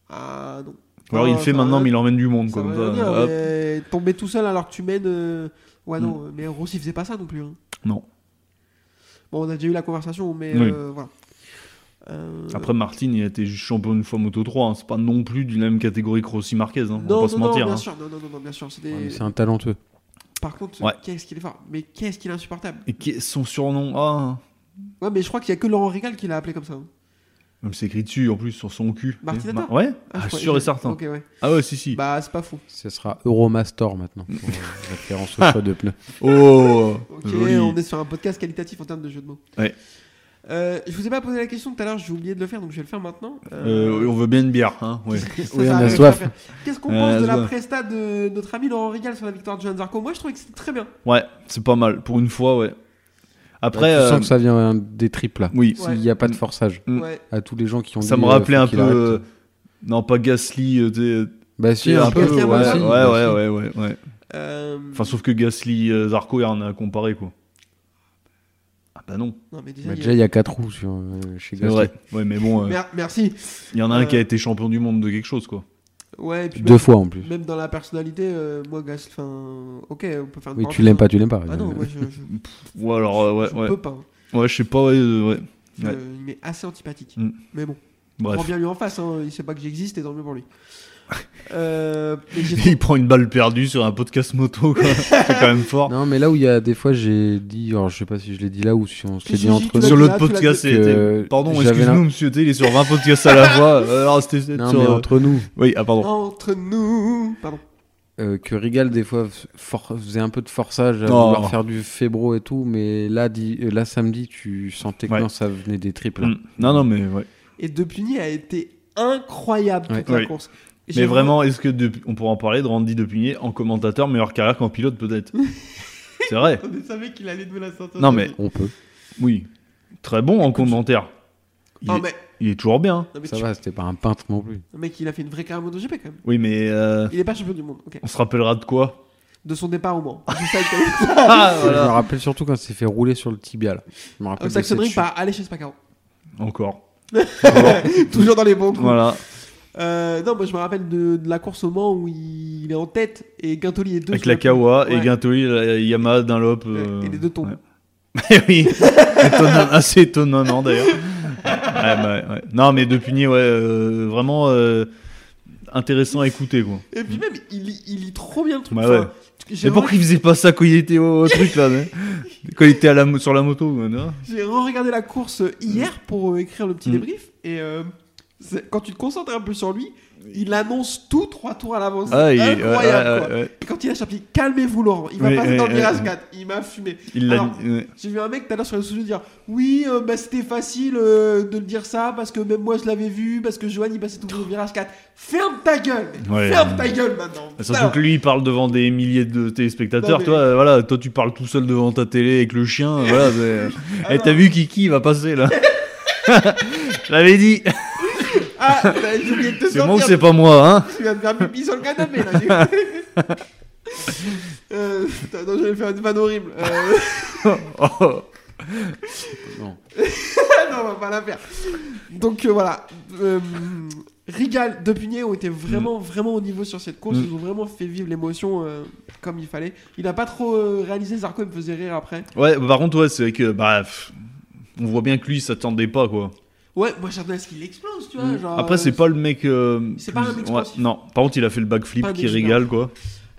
Speaker 6: Ah non.
Speaker 8: Ou alors il le
Speaker 6: Ah,
Speaker 8: fait
Speaker 6: ça
Speaker 8: maintenant,
Speaker 6: va-
Speaker 8: mais il emmène du monde
Speaker 6: ça
Speaker 8: quoi, comme
Speaker 6: va
Speaker 8: ça.
Speaker 6: venir,
Speaker 8: Hop.
Speaker 6: mais Tomber tout seul alors que tu mènes. euh, Ouais,
Speaker 8: Mm.
Speaker 6: non. Mais Rossi faisait pas ça non plus. hein.
Speaker 8: Non.
Speaker 6: Bon, on a déjà eu la conversation, mais
Speaker 8: Oui.
Speaker 6: euh, voilà. Euh,
Speaker 8: Après, Martin, il a été juste champion une fois Moto 3. hein. C'est pas non plus de la même catégorie que Rossi Marquez. hein. On
Speaker 6: non,
Speaker 8: va
Speaker 6: non,
Speaker 8: pas se
Speaker 6: non,
Speaker 8: mentir.
Speaker 6: bien
Speaker 8: hein.
Speaker 6: sûr, non, non, non, non, bien sûr. c'est des-
Speaker 7: Ouais, mais c'est un talentueux.
Speaker 6: Par contre,
Speaker 8: Ouais.
Speaker 6: qu'est-ce qu'il est fort, mais qu'est-ce qu'il est insupportable.
Speaker 8: Et qui est son surnom Ah
Speaker 6: Ouais, mais je crois qu'il y a que Laurent Régal qui l'a appelé comme ça. hein.
Speaker 8: Même c'est écrit dessus en plus sur son cul.
Speaker 6: Martin
Speaker 8: Eh, Mar-
Speaker 6: Hatta
Speaker 8: Ouais,
Speaker 6: je
Speaker 8: Ah,
Speaker 6: crois-
Speaker 8: sûr et
Speaker 6: je-
Speaker 8: certain.
Speaker 6: Ok, ouais.
Speaker 8: Ah ouais, si, si.
Speaker 6: Bah, c'est pas fou.
Speaker 7: Ce sera Euromaster maintenant, pour euh, référence au choix de pneus.
Speaker 8: Oh
Speaker 6: Ok,
Speaker 8: joli.
Speaker 6: on est sur un podcast qualitatif en termes de jeu de mots.
Speaker 8: Ouais.
Speaker 6: Euh, je vous ai pas posé la question tout à l'heure, j'ai oublié de le faire, donc je vais le faire maintenant.
Speaker 8: Euh, on veut bien une bière, hein, ouais.
Speaker 6: ça, ça
Speaker 7: Oui, on a
Speaker 6: arrive, je
Speaker 7: soif.
Speaker 6: préfère. Qu'est-ce qu'on
Speaker 8: Euh,
Speaker 6: pense de la
Speaker 8: soif.
Speaker 6: presta de notre ami Laurent Régal sur la victoire de Johan Zarco Moi, je trouvais que c'était très bien.
Speaker 8: Ouais, c'est pas mal. Pour une fois, ouais. Après,
Speaker 7: tu
Speaker 8: euh,
Speaker 7: sens que ça vient euh, des tripes là.
Speaker 8: oui,
Speaker 6: Ouais.
Speaker 7: Il n'y a pas de forçage.
Speaker 8: Mm.
Speaker 6: Ouais.
Speaker 7: À tous les gens qui ont
Speaker 8: ça
Speaker 7: dit,
Speaker 8: me
Speaker 7: euh,
Speaker 8: rappelait
Speaker 7: faut
Speaker 8: un
Speaker 7: qu'il
Speaker 8: peu. euh,
Speaker 7: arrête.
Speaker 8: Non, pas Gasly. euh, t'es-
Speaker 7: Bah si, Bah,
Speaker 8: t'es
Speaker 7: un
Speaker 8: un
Speaker 7: peu.
Speaker 6: Gasly,
Speaker 7: ouais,
Speaker 8: ouais,
Speaker 6: à
Speaker 8: ouais,
Speaker 6: Gasly.
Speaker 8: ouais, ouais, ouais, ouais.
Speaker 6: Euh,
Speaker 8: Enfin, sauf que Gasly, euh, Zarco, il y en a à comparer, quoi. bah non.
Speaker 6: Non, mais déjà,
Speaker 7: Bah,
Speaker 6: il y a-
Speaker 7: déjà, il y a 4 roues sur, euh, chez
Speaker 8: C'est
Speaker 7: Gasly.
Speaker 8: vrai. Ouais, mais bon, euh,
Speaker 6: Mer- merci.
Speaker 8: il y en a un qui a
Speaker 6: Euh,
Speaker 8: été champion du monde de quelque chose, quoi.
Speaker 6: Ouais, et puis
Speaker 7: Deux
Speaker 6: même,
Speaker 7: fois en plus.
Speaker 6: même dans la personnalité, euh, moi, Gasly, enfin, ok, on peut faire une
Speaker 7: Oui,
Speaker 6: parenthèse,
Speaker 7: tu l'aimes
Speaker 6: hein.
Speaker 7: pas, tu l'aimes pas. euh, Bah,
Speaker 6: Ah non, moi, je, je,
Speaker 8: Ou alors, euh,
Speaker 6: je
Speaker 8: ouais, ouais.
Speaker 6: peux pas. hein.
Speaker 8: Ouais, je sais pas, ouais, euh, ouais.
Speaker 6: Je- il m'est assez antipathique.
Speaker 8: Mm.
Speaker 6: Mais bon, prends
Speaker 8: Bref.
Speaker 6: bien lui en face, hein, il sait pas que j'existe et tant mieux pour lui. Euh, mais j'ai
Speaker 8: Il prend une balle perdue sur un podcast moto, quoi. C'est quand même fort.
Speaker 7: euh. Non, mais là où il y a des fois, j'ai dit, alors je sais pas si je l'ai dit là ou si on se
Speaker 6: Si,
Speaker 7: l'est
Speaker 6: si,
Speaker 7: dit
Speaker 6: si,
Speaker 7: entre
Speaker 6: tu l'as
Speaker 7: nous.
Speaker 8: Sur
Speaker 6: dit
Speaker 8: l'autre
Speaker 6: là, tu l'as
Speaker 8: podcast,
Speaker 7: dit.
Speaker 8: c'était.
Speaker 7: Que
Speaker 8: Pardon,
Speaker 7: j'avais
Speaker 8: excuse-nous,
Speaker 7: l'im-
Speaker 8: monsieur T, il est sur 20 podcasts à la fois. Alors, c'était c'était
Speaker 7: Non,
Speaker 8: sur,
Speaker 7: mais
Speaker 8: euh,
Speaker 7: entre nous,
Speaker 8: Oui, ah, pardon.
Speaker 6: Entre nous. Pardon.
Speaker 7: euh, que Rigal, des fois, f- for- faisait un peu de forçage à
Speaker 8: Non.
Speaker 7: vouloir faire du fébro et tout, mais là, di- euh, là samedi, tu sentais que
Speaker 8: Ouais.
Speaker 7: non, ça venait des triples.
Speaker 8: Mm. Non, non, mais ouais.
Speaker 6: Et Depugny a été incroyable toute
Speaker 7: Ouais.
Speaker 6: la
Speaker 8: Oui.
Speaker 6: course. J'ai
Speaker 8: Mais vraiment, est-ce que Dep- on pourra en parler de Randy Depugné en commentateur, meilleure carrière qu'en pilote, peut-être C'est vrai.
Speaker 6: On savait qu'il allait nous la sortir.
Speaker 8: Non, mais
Speaker 7: On peut.
Speaker 8: oui. Très bon en commentaire. Il,
Speaker 6: Oh,
Speaker 8: est,
Speaker 6: mais,
Speaker 8: il est toujours bien.
Speaker 6: non, mais
Speaker 7: Ça
Speaker 6: tu-
Speaker 7: va, c'était pas un peintre non plus.
Speaker 6: le mec, il a fait une vraie carrière MotoGP quand même.
Speaker 8: Oui, mais euh,
Speaker 6: Il est pas champion du monde, ok.
Speaker 8: on se rappellera de quoi
Speaker 6: De son départ au Mans. J'ai ça avec toi.
Speaker 8: Ah,
Speaker 7: Je me
Speaker 8: voilà. Ah,
Speaker 7: rappelle surtout quand il s'est fait rouler sur le tibia. Là. Je me rappelle
Speaker 6: Au
Speaker 7: de cette
Speaker 6: Saxon Ring
Speaker 7: chute.
Speaker 6: par aller chez Spacaro.
Speaker 8: Encore.
Speaker 6: Toujours dans les bons coups.
Speaker 8: Voilà.
Speaker 6: Euh, non, moi je me rappelle de, de la course au Mans où il, est en tête et Guintoli est deux.
Speaker 8: Avec
Speaker 6: sur
Speaker 8: la
Speaker 6: piste.
Speaker 8: Kawa et
Speaker 6: Ouais.
Speaker 8: Gintoli, la Yamaha, Dunlop. euh,
Speaker 6: Et les deux tombent.
Speaker 8: ouais. Eh oui, Étonnant- assez étonnant d'ailleurs. Ouais, bah, ouais. Non, mais Depugné, ouais, euh, vraiment euh, intéressant à écouter. Quoi.
Speaker 6: Et puis même, il, lit- il lit trop bien le truc.
Speaker 8: Bah
Speaker 6: Enfin,
Speaker 8: ouais.
Speaker 6: J'ai
Speaker 8: Mais pourquoi il faisait pas ça quand il était au, au truc là mais Quand il était à la, mo- sur la moto quoi, non
Speaker 6: J'ai re-regardé la course hier pour euh, écrire le petit
Speaker 8: Mm.
Speaker 6: débrief et euh, c'est- quand tu te concentres un peu sur lui, il annonce tout trois tours à l'avance.
Speaker 8: Ah, il,
Speaker 6: C'est
Speaker 8: ouais,
Speaker 6: incroyable.
Speaker 8: ouais,
Speaker 6: quoi.
Speaker 8: ouais, ouais.
Speaker 6: Et quand il lâche un pied, calmez-vous Laurent, il va
Speaker 8: Oui,
Speaker 6: passer
Speaker 8: oui,
Speaker 6: dans le
Speaker 8: oui,
Speaker 6: virage
Speaker 8: oui.
Speaker 6: 4, il m'a fumé.
Speaker 8: Il l'a-
Speaker 6: Alors,
Speaker 8: ouais.
Speaker 6: J'ai vu un mec tout à l'heure sur les sociaux dire oui, euh, bah, c'était facile euh, de le dire ça parce que même moi je l'avais vu, parce que Johan il passait tout le virage 4. Ferme ta gueule, mec.
Speaker 8: Ouais,
Speaker 6: ferme
Speaker 8: euh,
Speaker 6: ta gueule maintenant.
Speaker 8: Surtout que lui, il parle devant des milliers de téléspectateurs.
Speaker 6: Non, mais-
Speaker 8: Toi, euh, voilà, toi, tu parles tout seul devant ta télé avec le chien. euh, Voilà, c'est-
Speaker 6: Ah,
Speaker 8: Eh,
Speaker 6: non.
Speaker 8: t'as vu Kiki, il va passer là. Je l'avais dit.
Speaker 6: Ah, t'as- j'ai oublié de te
Speaker 8: C'est moi ou
Speaker 6: sortir.
Speaker 8: c'est pas moi, hein
Speaker 6: Tu vas me faire pipi sur le canapé là. j'ai- euh, putain, non, j'allais faire une vanne horrible. Euh,
Speaker 8: Oh.
Speaker 6: non, on va pas la faire. Donc euh, voilà. Euh, Rigal, Depugné ont été vraiment, vraiment au niveau sur cette course.
Speaker 8: Mm.
Speaker 6: Ils ont vraiment fait vivre l'émotion euh, comme il fallait. Il a pas trop euh, réalisé. Zarco il me faisait rire après.
Speaker 8: Ouais, par contre, ouais, c'est vrai que, bah, pff, on voit bien que lui, il s'attendait pas, quoi.
Speaker 6: Ouais, moi j'attendais à ce qu'il explose, tu vois. genre,
Speaker 8: Mm. Après, c'est
Speaker 6: euh,
Speaker 8: pas le mec. euh,
Speaker 6: c'est pas un mec explosif.
Speaker 8: non, par contre, il a fait le backflip
Speaker 6: Pas un
Speaker 8: qui
Speaker 6: mec
Speaker 8: régale, quoi.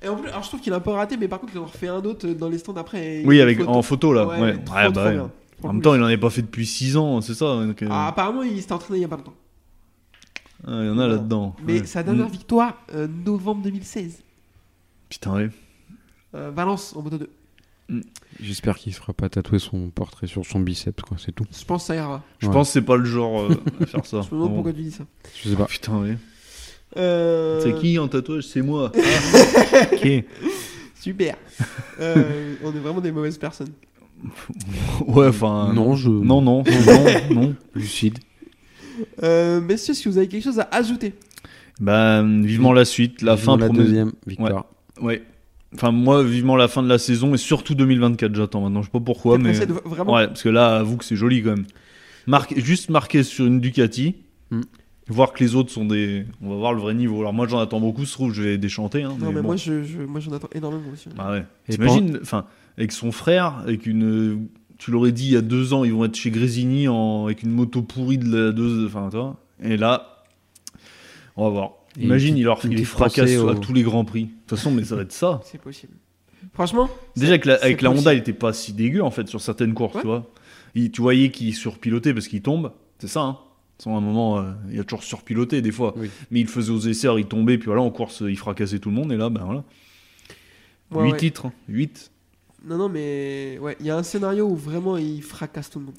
Speaker 6: Et en plus, alors je trouve qu'il a un peu raté, mais par contre, il en refait un autre dans les stands après. et il
Speaker 8: Oui,
Speaker 6: fait
Speaker 8: avec,
Speaker 6: photo.
Speaker 8: en photo, là.
Speaker 6: Ouais,
Speaker 8: Ouais,
Speaker 6: trop,
Speaker 8: Ouais,
Speaker 6: trop
Speaker 8: bah, ouais.
Speaker 6: bien.
Speaker 8: En même temps, il en est pas fait depuis 6 ans, c'est ça. donc, euh,
Speaker 6: Ah, apparemment, il s'est entraîné il y a pas longtemps.
Speaker 8: ouais, Ah, il y en a là-dedans.
Speaker 6: Mais
Speaker 8: Ouais.
Speaker 6: sa dernière
Speaker 8: Mm.
Speaker 6: victoire, euh, novembre 2016,
Speaker 8: Putain, ouais.
Speaker 6: euh, Valence en moto 2.
Speaker 7: J'espère qu'il se fera pas tatouer son portrait sur son biceps, quoi, c'est tout.
Speaker 6: Je pense que ça ira.
Speaker 8: Je
Speaker 7: Ouais.
Speaker 8: pense que c'est pas le genre euh, à faire ça.
Speaker 6: Je me
Speaker 8: Ah bon.
Speaker 6: demande
Speaker 8: Ah,
Speaker 6: pourquoi tu dis ça.
Speaker 7: Je sais pas.
Speaker 8: Putain, ouais.
Speaker 6: Euh,
Speaker 8: C'est qui en tatouage C'est moi. Ah, ok.
Speaker 6: Super. Euh, on est vraiment des mauvaises personnes.
Speaker 8: Ouais, enfin. euh,
Speaker 7: Non, je.
Speaker 8: Ah, Non, non, non, non.
Speaker 7: Lucide.
Speaker 6: Euh, messieurs, si vous avez quelque chose à ajouter.
Speaker 8: Bah, vivement la suite, la fin
Speaker 7: Vivement la
Speaker 8: promet-
Speaker 7: deuxième victoire.
Speaker 8: Ouais. Enfin, moi, vivement la fin de la saison et surtout 2024, j'attends maintenant. Je sais pas pourquoi,
Speaker 6: T'es
Speaker 8: mais.
Speaker 6: pressé de- Vraiment.
Speaker 8: Ouais, parce que là, avoue que c'est joli quand même. Marque- Juste marquer sur une Ducati,
Speaker 7: Mm.
Speaker 8: voir que les autres sont des. On va voir le vrai niveau. Alors, moi, j'en attends beaucoup, se trouve, je vais déchanter. Hein,
Speaker 6: Non, mais,
Speaker 8: mais bon.
Speaker 6: moi, je, je- moi, j'en attends énormément aussi.
Speaker 8: Bah ouais.
Speaker 7: Et
Speaker 8: T'imagines, enfin, avec son frère, avec une. Tu l'aurais dit il y a deux ans, ils vont être chez Grésini en... avec une moto pourrie de la deux. Enfin, toi. Et là, on va voir.
Speaker 7: Et une
Speaker 8: Imagine,
Speaker 7: petite-
Speaker 8: il leur
Speaker 7: une
Speaker 8: il les
Speaker 7: petite pensée
Speaker 8: fracasse à
Speaker 7: au-
Speaker 8: tous les grands prix. De toute façon, mais ça va être ça.
Speaker 6: C'est possible. Franchement,
Speaker 8: Déjà avec la,
Speaker 6: c'est
Speaker 8: avec la
Speaker 6: possible.
Speaker 8: Honda, il était pas si dégueu en fait sur certaines courses,
Speaker 6: Ouais.
Speaker 8: tu vois. Il- tu voyais qu'il surpilotait parce qu'il tombe, c'est ça. Hein. Sans un moment, euh, il a toujours surpiloté des fois.
Speaker 7: Oui.
Speaker 8: Mais il le faisait aux essais, alors il tombait, puis voilà, en course, il fracassait tout le monde, et là, ben voilà.
Speaker 6: ouais,
Speaker 8: 8
Speaker 6: ouais.
Speaker 8: titres, hein. 8.
Speaker 6: Non, non, mais ouais, il y a un scénario où vraiment il fracasse tout le monde.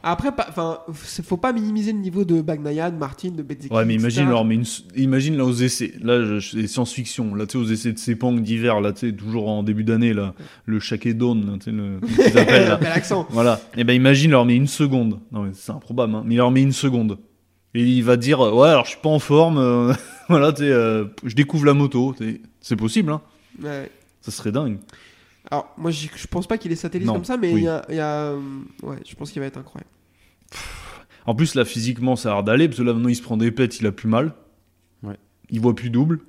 Speaker 6: Après, pas- enfin, f- faut pas minimiser le niveau de Bagnaia, de Martin, de Bezzecchi.
Speaker 8: Ouais, mais
Speaker 6: etc.
Speaker 8: imagine, alors, mais une s- imagine là aux essais, là, je- c'est science-fiction, là, tu sais, aux essais de Sepang d'hiver, là, tu sais, toujours en début d'année, là, le chaquet d'Aune, là, tu sais, le. comment ils appellent,
Speaker 6: Euh,
Speaker 8: là.
Speaker 6: bel accent.
Speaker 8: Voilà. Et ben imagine, il leur met une seconde. Non mais c'est improbable, hein. mais il leur met une seconde. Et il va dire euh, ouais alors je suis pas en forme, euh, voilà, tu sais, euh, je découvre la moto. Tu sais, C'est possible, hein.
Speaker 6: Ouais.
Speaker 8: Ça serait dingue.
Speaker 6: Alors, moi, j'y- je pense pas qu'il est satellite
Speaker 8: Non,
Speaker 6: comme ça, mais il
Speaker 8: oui.
Speaker 6: y a. il y a, euh, ouais, je pense qu'il va être incroyable.
Speaker 8: En plus, là, physiquement, ça a l'air d'aller, parce que là, maintenant, il se prend des pètes, il a plus mal.
Speaker 7: Ouais.
Speaker 8: Il voit plus double,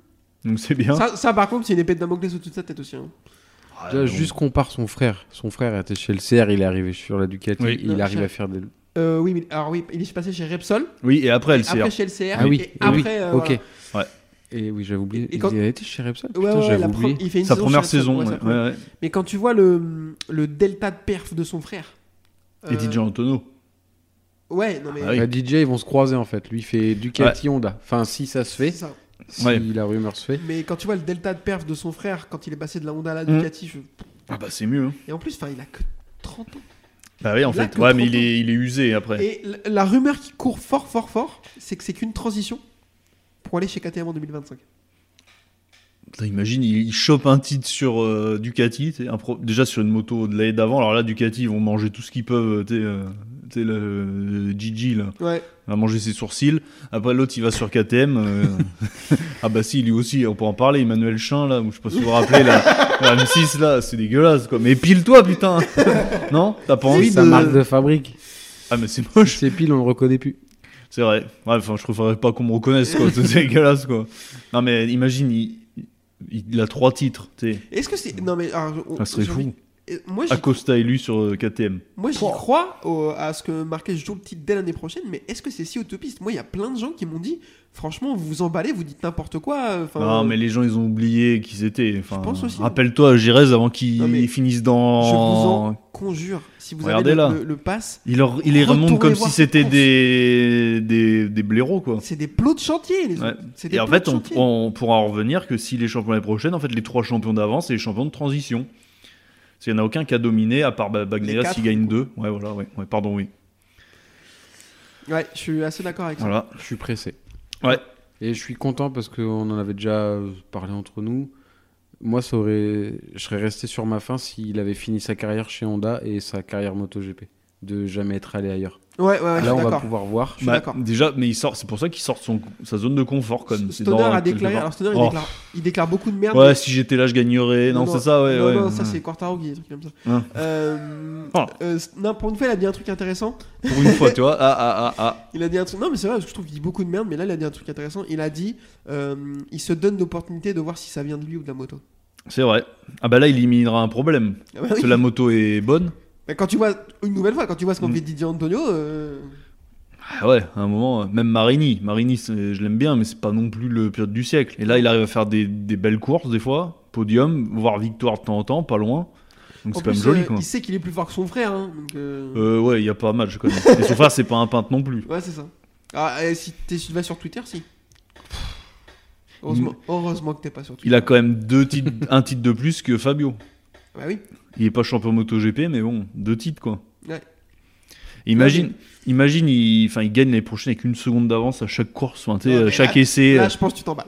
Speaker 8: donc c'est bien.
Speaker 6: Ça, ça, par contre, c'est une épée de Damoclès au-dessus de sa tête aussi. hein.
Speaker 8: Ah,
Speaker 7: Tu vois,
Speaker 8: non.
Speaker 7: juste compare son frère. Son frère était chez le CR, il est arrivé sur la Ducati,
Speaker 8: Oui.
Speaker 7: il
Speaker 6: Non,
Speaker 7: arrive
Speaker 6: je-
Speaker 7: à faire des.
Speaker 6: Euh, oui, mais, alors oui, il est passé chez Repsol,
Speaker 8: Oui, et après, elle sert.
Speaker 6: après chez LCR,
Speaker 7: Ah oui,
Speaker 6: et
Speaker 7: et
Speaker 6: après.
Speaker 7: oui.
Speaker 6: euh,
Speaker 7: ok.
Speaker 6: voilà.
Speaker 8: Ouais.
Speaker 7: Et oui, j'avais oublié.
Speaker 6: Et- et quand-
Speaker 7: Il a été chez Repsol
Speaker 6: Ouais,
Speaker 7: Putain,
Speaker 6: ouais,
Speaker 7: j'avais
Speaker 6: la
Speaker 7: oublié.
Speaker 6: pre- il fait une
Speaker 8: Sa première
Speaker 6: chez Repsol,
Speaker 8: saison,
Speaker 6: ouais, sa
Speaker 8: ouais,
Speaker 6: première.
Speaker 8: ouais, ouais.
Speaker 6: Mais quand tu vois le, le delta de perf de son frère.
Speaker 8: Et
Speaker 6: euh,
Speaker 8: DJ Antonio.
Speaker 6: Ouais, non mais.
Speaker 8: Ah oui.
Speaker 7: Bah, DJ, ils vont se croiser en fait. Lui, il fait Ducati Honda. Enfin, si ça se
Speaker 6: c'est
Speaker 7: fait,
Speaker 6: ça.
Speaker 7: si
Speaker 8: Ouais.
Speaker 7: la rumeur se fait.
Speaker 6: Mais quand tu vois le delta de perf de son frère quand il est passé de la Honda à la
Speaker 8: Mm.
Speaker 6: Ducati. je-
Speaker 8: Ah bah, c'est mieux. hein.
Speaker 6: Et en plus, enfin, il a que 30 ans.
Speaker 8: Bah oui, en
Speaker 6: Là,
Speaker 8: fait.
Speaker 6: que
Speaker 8: Ouais, mais
Speaker 6: 30
Speaker 8: il est, il est usé après.
Speaker 6: Et l- la rumeur qui court fort, fort, fort, c'est que c'est qu'une transition pour aller chez KTM en 2025.
Speaker 8: Putain, imagine, il, il chope un titre sur euh, Ducati, t'sais, un pro- déjà sur une moto de l'année d'avant. Alors là, Ducati, ils vont manger tout ce qu'ils peuvent. euh, Tu sais, le euh, Gigi, là,
Speaker 6: Ouais.
Speaker 8: va manger ses sourcils. Après, l'autre, il va sur KTM. euh, ah bah si, lui aussi, on peut en parler. Emmanuel Chin, là, ou je sais pas si vous vous rappelez, là, la M6, là, c'est dégueulasse, quoi. Mais pile-toi, putain Non T'as pas envie
Speaker 7: C'est sa
Speaker 8: de...
Speaker 7: marque de fabrique.
Speaker 8: Ah, mais c'est moche
Speaker 7: Ses piles, on le reconnaît plus.
Speaker 8: C'est vrai. Ouais, enfin, je préférerais pas qu'on me reconnaisse, quoi. C'est dégueulasse, quoi. Non, mais imagine, il, il- il a trois titres, tu sais.
Speaker 6: Est-ce que c'est. Non mais. alors, on-
Speaker 8: Ça serait
Speaker 6: j'ai envie-
Speaker 8: fou. Ah,
Speaker 6: Et Moi, j'y
Speaker 8: Acosta élu sur euh, KTM.
Speaker 6: Moi, j'y crois au- à ce que Marquez joue le titre dès l'année prochaine, mais est-ce que c'est si utopiste Moi, il y a plein de gens qui m'ont dit, franchement, vous vous emballez, vous dites n'importe quoi. euh, 'fin,
Speaker 8: non, mais les gens, ils ont oublié qui c'était. Enfin,
Speaker 6: Je pense aussi. hein.
Speaker 8: Rappelle-toi, Girez, avant qu'il
Speaker 6: Non, mais
Speaker 8: finisse
Speaker 6: Je
Speaker 8: dans.
Speaker 6: vous en conjure, si vous
Speaker 8: Regardez
Speaker 6: avez le-
Speaker 8: là.
Speaker 6: le, le pass,
Speaker 8: Il, leur- il les remonte
Speaker 6: Retournez
Speaker 8: comme
Speaker 6: voir
Speaker 8: si
Speaker 6: cette
Speaker 8: c'était
Speaker 6: course.
Speaker 8: des, des, des blaireaux, quoi.
Speaker 6: c'est des plots de chantier, les
Speaker 8: Ouais.
Speaker 6: autres. C'est des
Speaker 8: Et en
Speaker 6: plots
Speaker 8: fait,
Speaker 6: de
Speaker 8: on,
Speaker 6: chantier.
Speaker 8: on pourra en revenir que si les champions l'année prochaine, en fait, les trois champions d'avant, c'est les champions de transition. Parce qu'il n'y en a aucun qui a dominé, à part Ba-
Speaker 6: Les
Speaker 8: Bagnaia
Speaker 6: quatre.
Speaker 8: s'il gagne deux. Ouais, voilà, ouais, ouais, pardon, oui.
Speaker 6: Ouais, je suis assez d'accord avec
Speaker 8: Voilà.
Speaker 7: Je suis pressé.
Speaker 8: Ouais.
Speaker 7: Et je suis content parce qu'on en avait déjà euh, parlé entre nous. Moi, ça aurait... je serais resté sur ma fin s'il avait fini sa carrière chez Honda et sa carrière MotoGP. De jamais être allé ailleurs.
Speaker 6: ça. Ouais, ouais, ouais, Ah, je
Speaker 7: Là,
Speaker 6: suis
Speaker 7: on va
Speaker 6: d'accord.
Speaker 7: pouvoir voir.
Speaker 6: Je suis
Speaker 8: Bah,
Speaker 6: d'accord.
Speaker 8: déjà, mais il sort, c'est pour ça qu'il sort de son, sa zone de confort, quand même. C'est
Speaker 6: Stoner
Speaker 8: dans-
Speaker 6: a
Speaker 8: quelque
Speaker 6: déclaré,
Speaker 8: part.
Speaker 6: alors Stoner, il,
Speaker 8: Oh.
Speaker 6: déclare, il déclare beaucoup de merde.
Speaker 8: Ouais, si j'étais là, je gagnerais. Non,
Speaker 6: Non,
Speaker 8: c'est ça, ouais.
Speaker 6: non,
Speaker 8: ouais.
Speaker 6: non, ça c'est Quartaro qui dit des trucs comme ça.
Speaker 8: Hein.
Speaker 6: Euh,
Speaker 8: Oh.
Speaker 6: euh, non, pour une fois, il a dit un truc intéressant.
Speaker 8: Pour une fois, tu vois. Ah, ah, ah,
Speaker 6: Il a dit un truc. Non, mais c'est vrai, parce que je trouve qu'il dit beaucoup de merde, mais là, il a dit un truc intéressant. Il a dit euh, il se donne l'opportunité de voir si ça vient de lui ou de la moto.
Speaker 8: ah. C'est vrai. Ah, bah là, il éliminera un problème.
Speaker 6: Ah bah
Speaker 8: Parce
Speaker 6: oui.
Speaker 8: que la moto est bonne.
Speaker 6: Mais quand tu vois, une nouvelle fois, quand tu vois ce qu'en
Speaker 8: Mm.
Speaker 6: fait Didier Antonio, euh,
Speaker 8: Ah ouais, à un moment, euh, même Marini. Marini, c'est- je l'aime bien, mais c'est pas non plus le pilote du siècle. Et là, il arrive à faire des, des belles courses, des fois, podium, voire victoire de temps en temps, pas loin. Donc
Speaker 6: en
Speaker 8: c'est quand
Speaker 6: plus,
Speaker 8: même joli,
Speaker 6: euh,
Speaker 8: quoi.
Speaker 6: il sait qu'il est plus fort que son frère. hein, donc, euh,
Speaker 8: Euh, ouais, il y a pas mal, je connais. Et son frère, c'est pas un peintre non plus.
Speaker 6: Ouais, c'est ça. Ah, et si t'es- tu vas sur Twitter, si. Heureusement, heureusement que t'es pas sur Twitter.
Speaker 8: Il a quand même deux titres, un titre de plus que Fabio.
Speaker 6: Bah oui.
Speaker 8: Il est pas champion MotoGP, mais bon, deux titres, quoi.
Speaker 6: Ouais.
Speaker 8: Imagine, imagine, il, enfin, il gagne les prochaines avec une seconde d'avance à chaque course, enfin, tu sais,
Speaker 6: Ouais, mais
Speaker 8: à chaque
Speaker 6: là-
Speaker 8: essai.
Speaker 6: Là, je pense que tu t'emballes.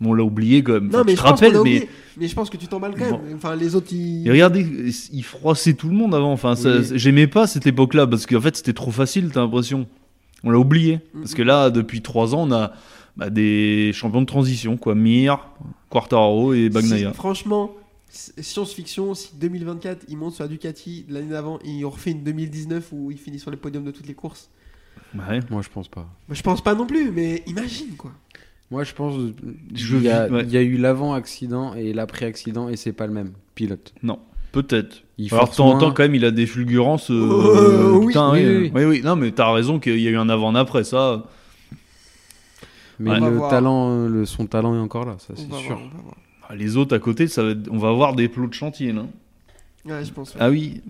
Speaker 8: Bon, on l'a oublié quand même. Enfin,
Speaker 6: Non, mais
Speaker 8: euh, tu
Speaker 6: je
Speaker 8: te
Speaker 6: pense
Speaker 8: rappelles,
Speaker 6: qu'on a
Speaker 8: mais
Speaker 6: oublié. Mais je pense que tu t'emballes quand même. Enfin, les autres, ils.
Speaker 8: Et regardez, il froissait tout le monde avant. Enfin, ça-
Speaker 7: Oui.
Speaker 8: ça- j'aimais pas cette époque-là parce qu'en fait, c'était trop facile, t'as l'impression. On l'a oublié. Parce que là, depuis trois ans, on a bah, des champions de transition, quoi. Mir, Quartaro et Bagnaia.
Speaker 6: Si- franchement, s- science-fiction, si 2024, il monte sur la Ducati de l'année d'avant et il refait une 2019 où il finit sur les podiums de toutes les courses.
Speaker 8: Ouais.
Speaker 7: Moi, je pense pas.
Speaker 6: Bah, je pense pas non plus, mais imagine quoi.
Speaker 7: Moi, je pense. euh,
Speaker 8: Je
Speaker 7: Il y, a-
Speaker 8: vis- ouais.
Speaker 7: il y a eu l'avant-accident et l'après-accident et c'est pas le même pilote.
Speaker 8: Peut-être.
Speaker 7: Il
Speaker 8: Alors, de
Speaker 7: force
Speaker 8: temps en
Speaker 7: moins.
Speaker 8: temps, quand même, il a des fulgurances. euh,
Speaker 6: Euh, oui,
Speaker 8: putain,
Speaker 7: oui,
Speaker 8: ouais.
Speaker 7: oui,
Speaker 8: oui, oui. Non, mais t'as raison qu'il y a eu un avant-après, ça.
Speaker 7: Mais
Speaker 8: Ouais.
Speaker 6: On va
Speaker 7: le
Speaker 6: voir.
Speaker 7: talent, euh, le, son talent est encore là, ça
Speaker 6: On
Speaker 7: c'est
Speaker 6: va
Speaker 7: sûr.
Speaker 6: voir, on va voir.
Speaker 8: Ah, Les autres à côté, ça va être- on va avoir des plots de chantier, là.
Speaker 6: Ouais, je pense. ouais.
Speaker 8: Ah oui.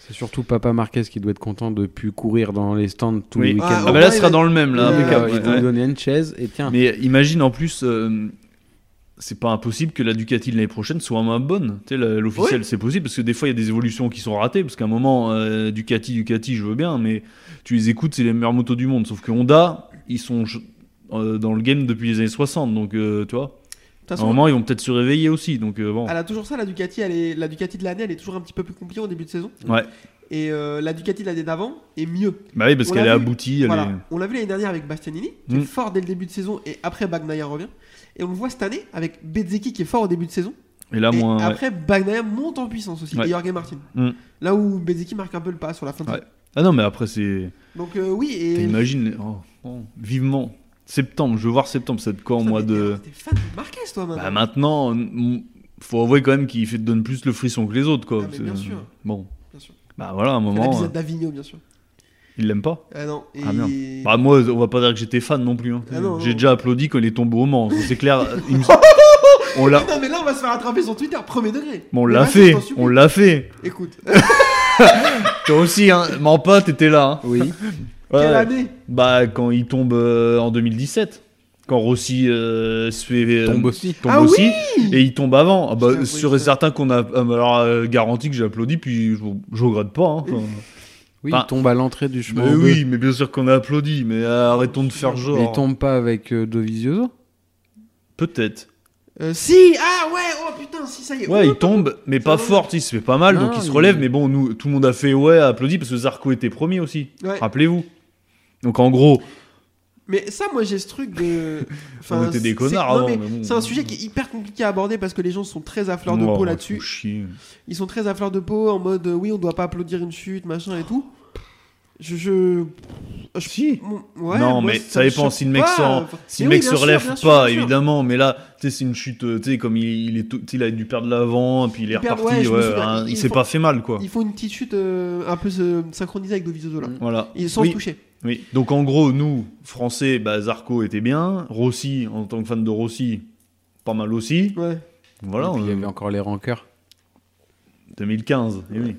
Speaker 7: C'est surtout Papa Marquez qui doit être content de plus courir dans les stands tous
Speaker 8: Oui.
Speaker 7: les
Speaker 6: Ah,
Speaker 7: week-ends. Euh,
Speaker 8: Ah, bah
Speaker 6: au
Speaker 8: là,
Speaker 6: moins,
Speaker 8: ce
Speaker 6: il
Speaker 8: sera
Speaker 6: a-
Speaker 8: dans le même, là.
Speaker 6: il a-
Speaker 8: impeccable,
Speaker 7: Impeccable, ils
Speaker 8: ouais,
Speaker 7: t'ont
Speaker 8: ouais.
Speaker 7: donné une chaise et tiens.
Speaker 8: Mais imagine en plus, euh, c'est pas impossible que la Ducati de l'année prochaine soit moins bonne. Tu sais, la- l'officiel, c'est possible parce que des fois il y a des évolutions qui sont ratées. Parce qu'à un moment, euh, Ducati, Ducati, je veux bien, mais tu les écoutes, c'est les meilleures motos du monde. Sauf que Honda, ils sont ch- euh, dans le game depuis les années 60. Donc, euh, tu vois,
Speaker 6: De toute
Speaker 8: à un
Speaker 6: façon,
Speaker 8: moment, ils vont peut-être se réveiller aussi. Donc, euh, bon.
Speaker 6: elle a toujours ça, la Ducati, elle est... la Ducati de l'année, elle est toujours un petit peu plus compliquée au début de saison.
Speaker 8: Ouais.
Speaker 6: Et euh, la Ducati de l'année d'avant est mieux.
Speaker 8: Bah oui, parce
Speaker 6: On
Speaker 8: qu'elle est
Speaker 6: l'a vu.
Speaker 8: aboutie. Elle
Speaker 6: Voilà.
Speaker 8: est-
Speaker 6: On l'a vu l'année dernière avec Bastianini, qui est
Speaker 8: Mm.
Speaker 6: fort dès le début de saison, et après Bagnaia revient. Et on le voit cette année avec Bezzeki, qui est fort au début de saison,
Speaker 8: Et là,
Speaker 6: Et
Speaker 8: moins. ouais.
Speaker 6: après, Bagnaia monte en puissance aussi,
Speaker 8: Ouais.
Speaker 6: et Jorge Martin.
Speaker 8: Mm.
Speaker 6: Là où Bezeki marque un peu le pas sur la fin de
Speaker 8: Ouais. Ah non, mais après, c'est.
Speaker 6: Donc euh, oui, et...
Speaker 8: T'imagines. oh, oh, vivement. Septembre, je veux voir septembre, c'est quand,
Speaker 6: Putain,
Speaker 8: mois
Speaker 6: mais
Speaker 8: de.
Speaker 6: t'es- T'es fan de Marquez, toi, maintenant.
Speaker 8: Bah maintenant, m- faut avouer quand même qu'il fait- donne plus le frisson que les autres, quoi.
Speaker 6: Ah, mais
Speaker 8: C'est-
Speaker 6: bien sûr.
Speaker 8: Bon.
Speaker 6: Bien sûr.
Speaker 8: Bah voilà, à un
Speaker 6: C'est
Speaker 8: moment,
Speaker 6: L'épisode
Speaker 8: euh,
Speaker 6: d'Avignon, bien sûr.
Speaker 8: il l'aime pas.
Speaker 6: Ah non, et...
Speaker 8: Ah, merde. Bah moi, on va pas dire que j'étais fan non plus. hein.
Speaker 6: Ah, non, non.
Speaker 8: J'ai déjà applaudi quand il est tombé au Mans. ça, C'est clair. il me- on l'a,
Speaker 6: Ah, Non mais là on va se faire attraper sur Twitter, premier degré.
Speaker 8: bon, on
Speaker 6: Mais
Speaker 8: l'a
Speaker 6: vas-y, je
Speaker 8: fait.
Speaker 6: t'en supplie.
Speaker 8: On l'a fait.
Speaker 6: Écoute,
Speaker 8: Toi aussi, hein. Mens pas, t'étais là. hein.
Speaker 7: Oui.
Speaker 8: Ouais,
Speaker 6: quelle
Speaker 8: ouais.
Speaker 6: année
Speaker 8: Bah quand il tombe euh, en 2017. Quand Rossi euh, se fait euh,
Speaker 7: Tombe aussi.
Speaker 8: tombe
Speaker 6: Ah
Speaker 8: aussi, et il tombe avant. Ah bah,
Speaker 6: Putain, oui,
Speaker 8: sûr et
Speaker 6: putain.
Speaker 8: certain qu'on a euh, alors, euh, garanti que j'ai applaudi, puis je, je regrette pas. hein. Enfin,
Speaker 7: Oui,
Speaker 8: Enfin,
Speaker 7: il tombe à l'entrée du chemin.
Speaker 8: mais
Speaker 7: en
Speaker 8: oui, mais bien sûr qu'on a applaudi, mais euh, arrêtons de faire
Speaker 7: deux. Mais il
Speaker 8: genre.
Speaker 7: tombe pas avec euh, Dovizioso.
Speaker 8: Peut-être.
Speaker 6: Euh, Si Ah ouais Oh putain, si ça y est
Speaker 8: Ouais,
Speaker 6: Oh,
Speaker 8: il tombe, mais pas
Speaker 6: va.
Speaker 8: fort, il se fait pas mal,
Speaker 7: Non,
Speaker 8: donc il se
Speaker 7: il-
Speaker 8: relève. Mais bon, nous, tout le monde a fait ouais, applaudi, parce que Zarco était premier aussi.
Speaker 6: Ouais.
Speaker 8: Rappelez-vous. Donc en gros,
Speaker 6: Mais ça, moi, j'ai ce truc de.
Speaker 8: On était des
Speaker 6: c'est-
Speaker 8: connards
Speaker 6: c'est-
Speaker 8: avant,
Speaker 6: non, mais
Speaker 8: mais bon.
Speaker 6: C'est un sujet qui est hyper compliqué à aborder parce que les gens sont très à fleur de
Speaker 8: Oh,
Speaker 6: peau
Speaker 8: faut
Speaker 6: là-dessus.
Speaker 8: chier.
Speaker 6: Ils sont très à fleur de peau en mode euh, oui, on doit pas applaudir une chute, machin et tout. Je. je... je-
Speaker 8: Si.
Speaker 6: Mon- ouais,
Speaker 8: non,
Speaker 6: moi,
Speaker 8: mais ça
Speaker 6: me
Speaker 8: dépend
Speaker 6: choque
Speaker 8: si le mec,
Speaker 6: pas.
Speaker 8: s'en-
Speaker 6: Enfin,
Speaker 8: si
Speaker 6: mais
Speaker 8: le mec
Speaker 6: oui, bien
Speaker 8: se
Speaker 6: sûr,
Speaker 8: relève
Speaker 6: bien sûr,
Speaker 8: pas,
Speaker 6: bien sûr.
Speaker 8: évidemment. Mais là, tu sais, c'est une chute, euh, tu sais, comme il, il est tout- il a dû perdre l'avant, puis il est
Speaker 6: Il perd-
Speaker 8: reparti.
Speaker 6: ouais, je me
Speaker 8: ouais,
Speaker 6: souviens,
Speaker 8: hein,
Speaker 6: il-
Speaker 8: il
Speaker 6: il
Speaker 8: s'est
Speaker 6: faut-
Speaker 8: pas fait mal, quoi.
Speaker 6: Il faut une petite chute euh, un peu euh, synchronisée avec Dovizioso là.
Speaker 8: Voilà.
Speaker 6: Ils Sans
Speaker 8: Oui.
Speaker 6: se toucher.
Speaker 8: Oui, donc en gros, nous, Français, bah, Zarco était bien. Rossi, en tant que fan de Rossi, pas mal aussi.
Speaker 6: Ouais.
Speaker 8: Voilà, euh,
Speaker 7: Et puis, Il y
Speaker 8: on-
Speaker 7: avait encore les rancœurs.
Speaker 8: 2015. eh oui.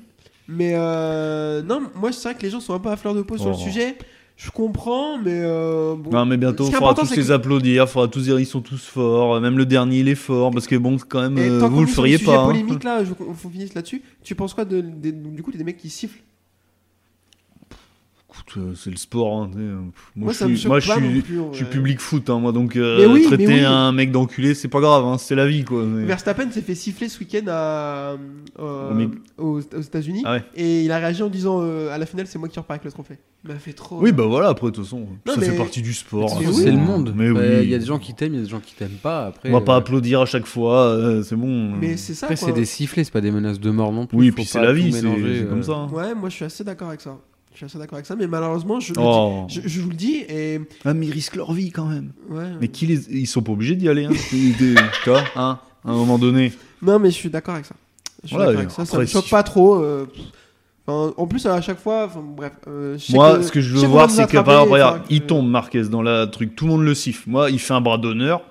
Speaker 6: Mais euh, non, moi, c'est vrai que les gens sont un peu à fleur de peau sur le
Speaker 8: Oh.
Speaker 6: sujet. Je comprends, mais euh, bon.
Speaker 8: Non, mais bientôt,
Speaker 6: Ce
Speaker 8: il
Speaker 6: qui est
Speaker 8: faudra
Speaker 6: important,
Speaker 8: tous
Speaker 6: c'est
Speaker 8: les
Speaker 6: que-
Speaker 8: applaudir, il faudra tous dire ils sont tous forts. Même le dernier, il est fort, parce que bon, quand même,
Speaker 6: Et
Speaker 8: euh,
Speaker 6: tant qu'on
Speaker 8: vous le
Speaker 6: est sur
Speaker 8: feriez
Speaker 6: sujet
Speaker 8: pas. hein.
Speaker 6: polémique là, je, on, faut finir là-dessus. Tu penses quoi de, des- du coup des mecs qui sifflent
Speaker 8: Écoute, euh, c'est le sport. hein, tu sais, euh, pff, moi,
Speaker 6: Moi,
Speaker 8: je
Speaker 6: ça me
Speaker 8: suis,
Speaker 6: choque
Speaker 8: moi,
Speaker 6: pas
Speaker 8: je
Speaker 6: non
Speaker 8: suis,
Speaker 6: plus, en
Speaker 8: je suis
Speaker 6: vrai.
Speaker 8: public foot, hein, moi, donc euh,
Speaker 6: euh, Mais oui, mais
Speaker 8: traiter
Speaker 6: oui.
Speaker 8: un mec d'enculé, c'est pas grave, hein, c'est la vie, quoi. mais-
Speaker 6: Verstappen s'est fait siffler ce week-end à, euh,
Speaker 8: Au Mex-
Speaker 6: aux, aux États-Unis
Speaker 8: Ah ouais.
Speaker 6: et il a réagi en disant euh, à la finale c'est moi qui repars avec le trophée. Il m'a fait trop.
Speaker 8: Oui, bah voilà, après, de toute façon,
Speaker 6: Non,
Speaker 8: ça
Speaker 6: mais-
Speaker 8: fait partie du sport.
Speaker 6: Mais
Speaker 8: hein,
Speaker 6: oui.
Speaker 7: C'est le monde.
Speaker 8: Mais
Speaker 7: Bah,
Speaker 8: oui.
Speaker 7: Il y a des gens qui t'aiment, il y a des gens qui t'aiment pas. Après,
Speaker 8: On va pas
Speaker 7: euh,
Speaker 8: applaudir à chaque fois, euh, c'est bon.
Speaker 6: mais c'est ça.
Speaker 7: Après,
Speaker 6: quoi.
Speaker 7: c'est des sifflets, c'est pas des menaces de mort non plus.
Speaker 8: Oui,
Speaker 7: Faut
Speaker 8: puis c'est
Speaker 7: pas
Speaker 8: la
Speaker 7: tout
Speaker 8: vie, c'est
Speaker 7: mélanger,
Speaker 8: c'est
Speaker 7: euh.
Speaker 8: comme ça. hein.
Speaker 6: Ouais, moi je suis assez d'accord avec ça. Je suis assez d'accord avec ça, mais malheureusement je, le
Speaker 8: Oh.
Speaker 6: dis- je, je vous le dis et
Speaker 8: Ah, mais ils risquent leur vie quand même.
Speaker 6: ouais.
Speaker 8: Mais qui les... ils sont pas obligés d'y aller. Hein. Des- des- tu vois, hein, à un moment donné.
Speaker 6: Non, mais je suis d'accord avec ça. Je suis
Speaker 8: Voilà, euh,
Speaker 6: d'accord avec ça. ça me
Speaker 8: après,
Speaker 6: choque
Speaker 8: si-
Speaker 6: pas trop. euh, pff. Enfin, en plus, à chaque fois, enfin, bref. euh, je sais
Speaker 8: Moi, ce que je
Speaker 6: sais
Speaker 8: veux
Speaker 6: qu'on
Speaker 8: voir,
Speaker 6: va nous
Speaker 8: c'est que
Speaker 6: attraper,
Speaker 8: par exemple, regarde,
Speaker 6: enfin, que-
Speaker 8: il tombe Marquez dans la truc, tout le monde le siffle. Moi, il fait un bras d'honneur,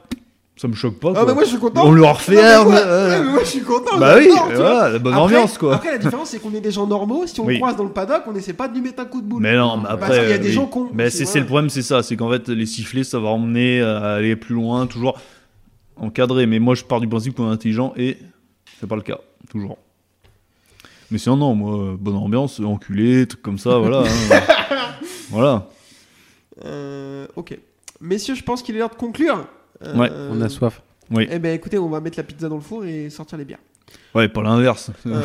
Speaker 8: ça me choque pas.
Speaker 6: Ah,
Speaker 8: quoi.
Speaker 6: mais moi, je suis content.
Speaker 8: on le
Speaker 6: Non,
Speaker 8: refait.
Speaker 6: mais
Speaker 8: ah,
Speaker 6: moi,
Speaker 8: euh,
Speaker 6: ouais, mais moi, je suis content.
Speaker 8: bah oui,
Speaker 6: Oh, j'adore, tu vois.
Speaker 8: voilà, la bonne
Speaker 6: Après-
Speaker 8: ambiance quoi.
Speaker 6: Après, la différence, c'est qu'on est des gens normaux. Si on
Speaker 8: Oui.
Speaker 6: croise dans le paddock, on n'essaie pas de lui mettre un coup de boule.
Speaker 8: mais non, mais
Speaker 6: Parce
Speaker 8: après,
Speaker 6: qu'il y a des
Speaker 8: oui.
Speaker 6: gens cons.
Speaker 8: Mais
Speaker 6: aussi,
Speaker 8: c'est c'est
Speaker 6: voilà.
Speaker 8: le problème, c'est ça, c'est qu'en fait, les sifflets, ça va emmener à aller plus loin, toujours encadré. Mais moi, je pars du principe qu'on est intelligent et c'est pas le cas, toujours. Mais sinon, non, moi, euh, bonne ambiance, enculé, trucs comme ça, voilà. hein. voilà.
Speaker 6: Euh, ok. Messieurs, je pense qu'il est l'heure de conclure. Euh,
Speaker 8: Ouais.
Speaker 7: On a soif.
Speaker 6: Eh ben, écoutez, on va mettre la pizza dans le four et sortir les bières.
Speaker 8: Ouais, pas l'inverse.
Speaker 6: Euh,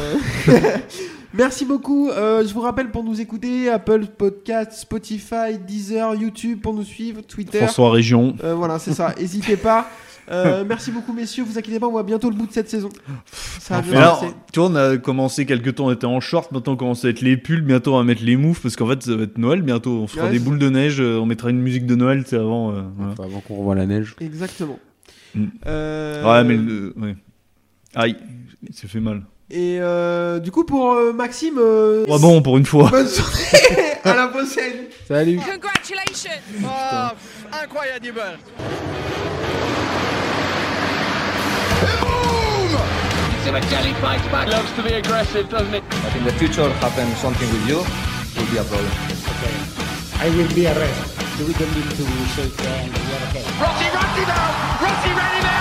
Speaker 6: Merci beaucoup. Euh, je vous rappelle pour nous écouter Apple Podcast, Spotify, Deezer, YouTube pour nous suivre, Twitter.
Speaker 8: François Région.
Speaker 6: Euh, voilà, c'est ça. N'hésitez pas. Euh, merci beaucoup, messieurs. Vous inquiétez pas, on voit bientôt le bout de cette saison. Ça va
Speaker 8: Mais
Speaker 6: bien
Speaker 8: alors,
Speaker 6: se passer.
Speaker 8: tu vois, on a commencé quelques temps, on était en short, maintenant on commence à être les pulls, bientôt on va mettre les moufs, parce qu'en fait, ça va être Noël bientôt. On fera
Speaker 6: Ouais,
Speaker 8: des
Speaker 6: c'est
Speaker 8: boules de neige, euh, on mettra une musique de Noël, c'est avant. euh, voilà.
Speaker 7: Enfin, avant qu'on revoie la neige.
Speaker 6: Exactement.
Speaker 8: Mm.
Speaker 6: Euh,
Speaker 8: Ouais, mais le. Ouais. Aïe, il s'est fait mal.
Speaker 6: Et euh, du coup, pour euh, Maxime, euh,
Speaker 8: Ouais, bon, pour une fois.
Speaker 6: bonne journée. à la prochaine.
Speaker 7: Salut
Speaker 3: Congratulations.
Speaker 2: Ah, pff, incroyable du beurre. Loves to be aggressive, doesn't it?
Speaker 4: But in the future, happen something with you, it will be a problem.
Speaker 5: I will be arrested. We don't need to shake hands. We are okay.
Speaker 3: Rossi runs him out. Rossi ran him out.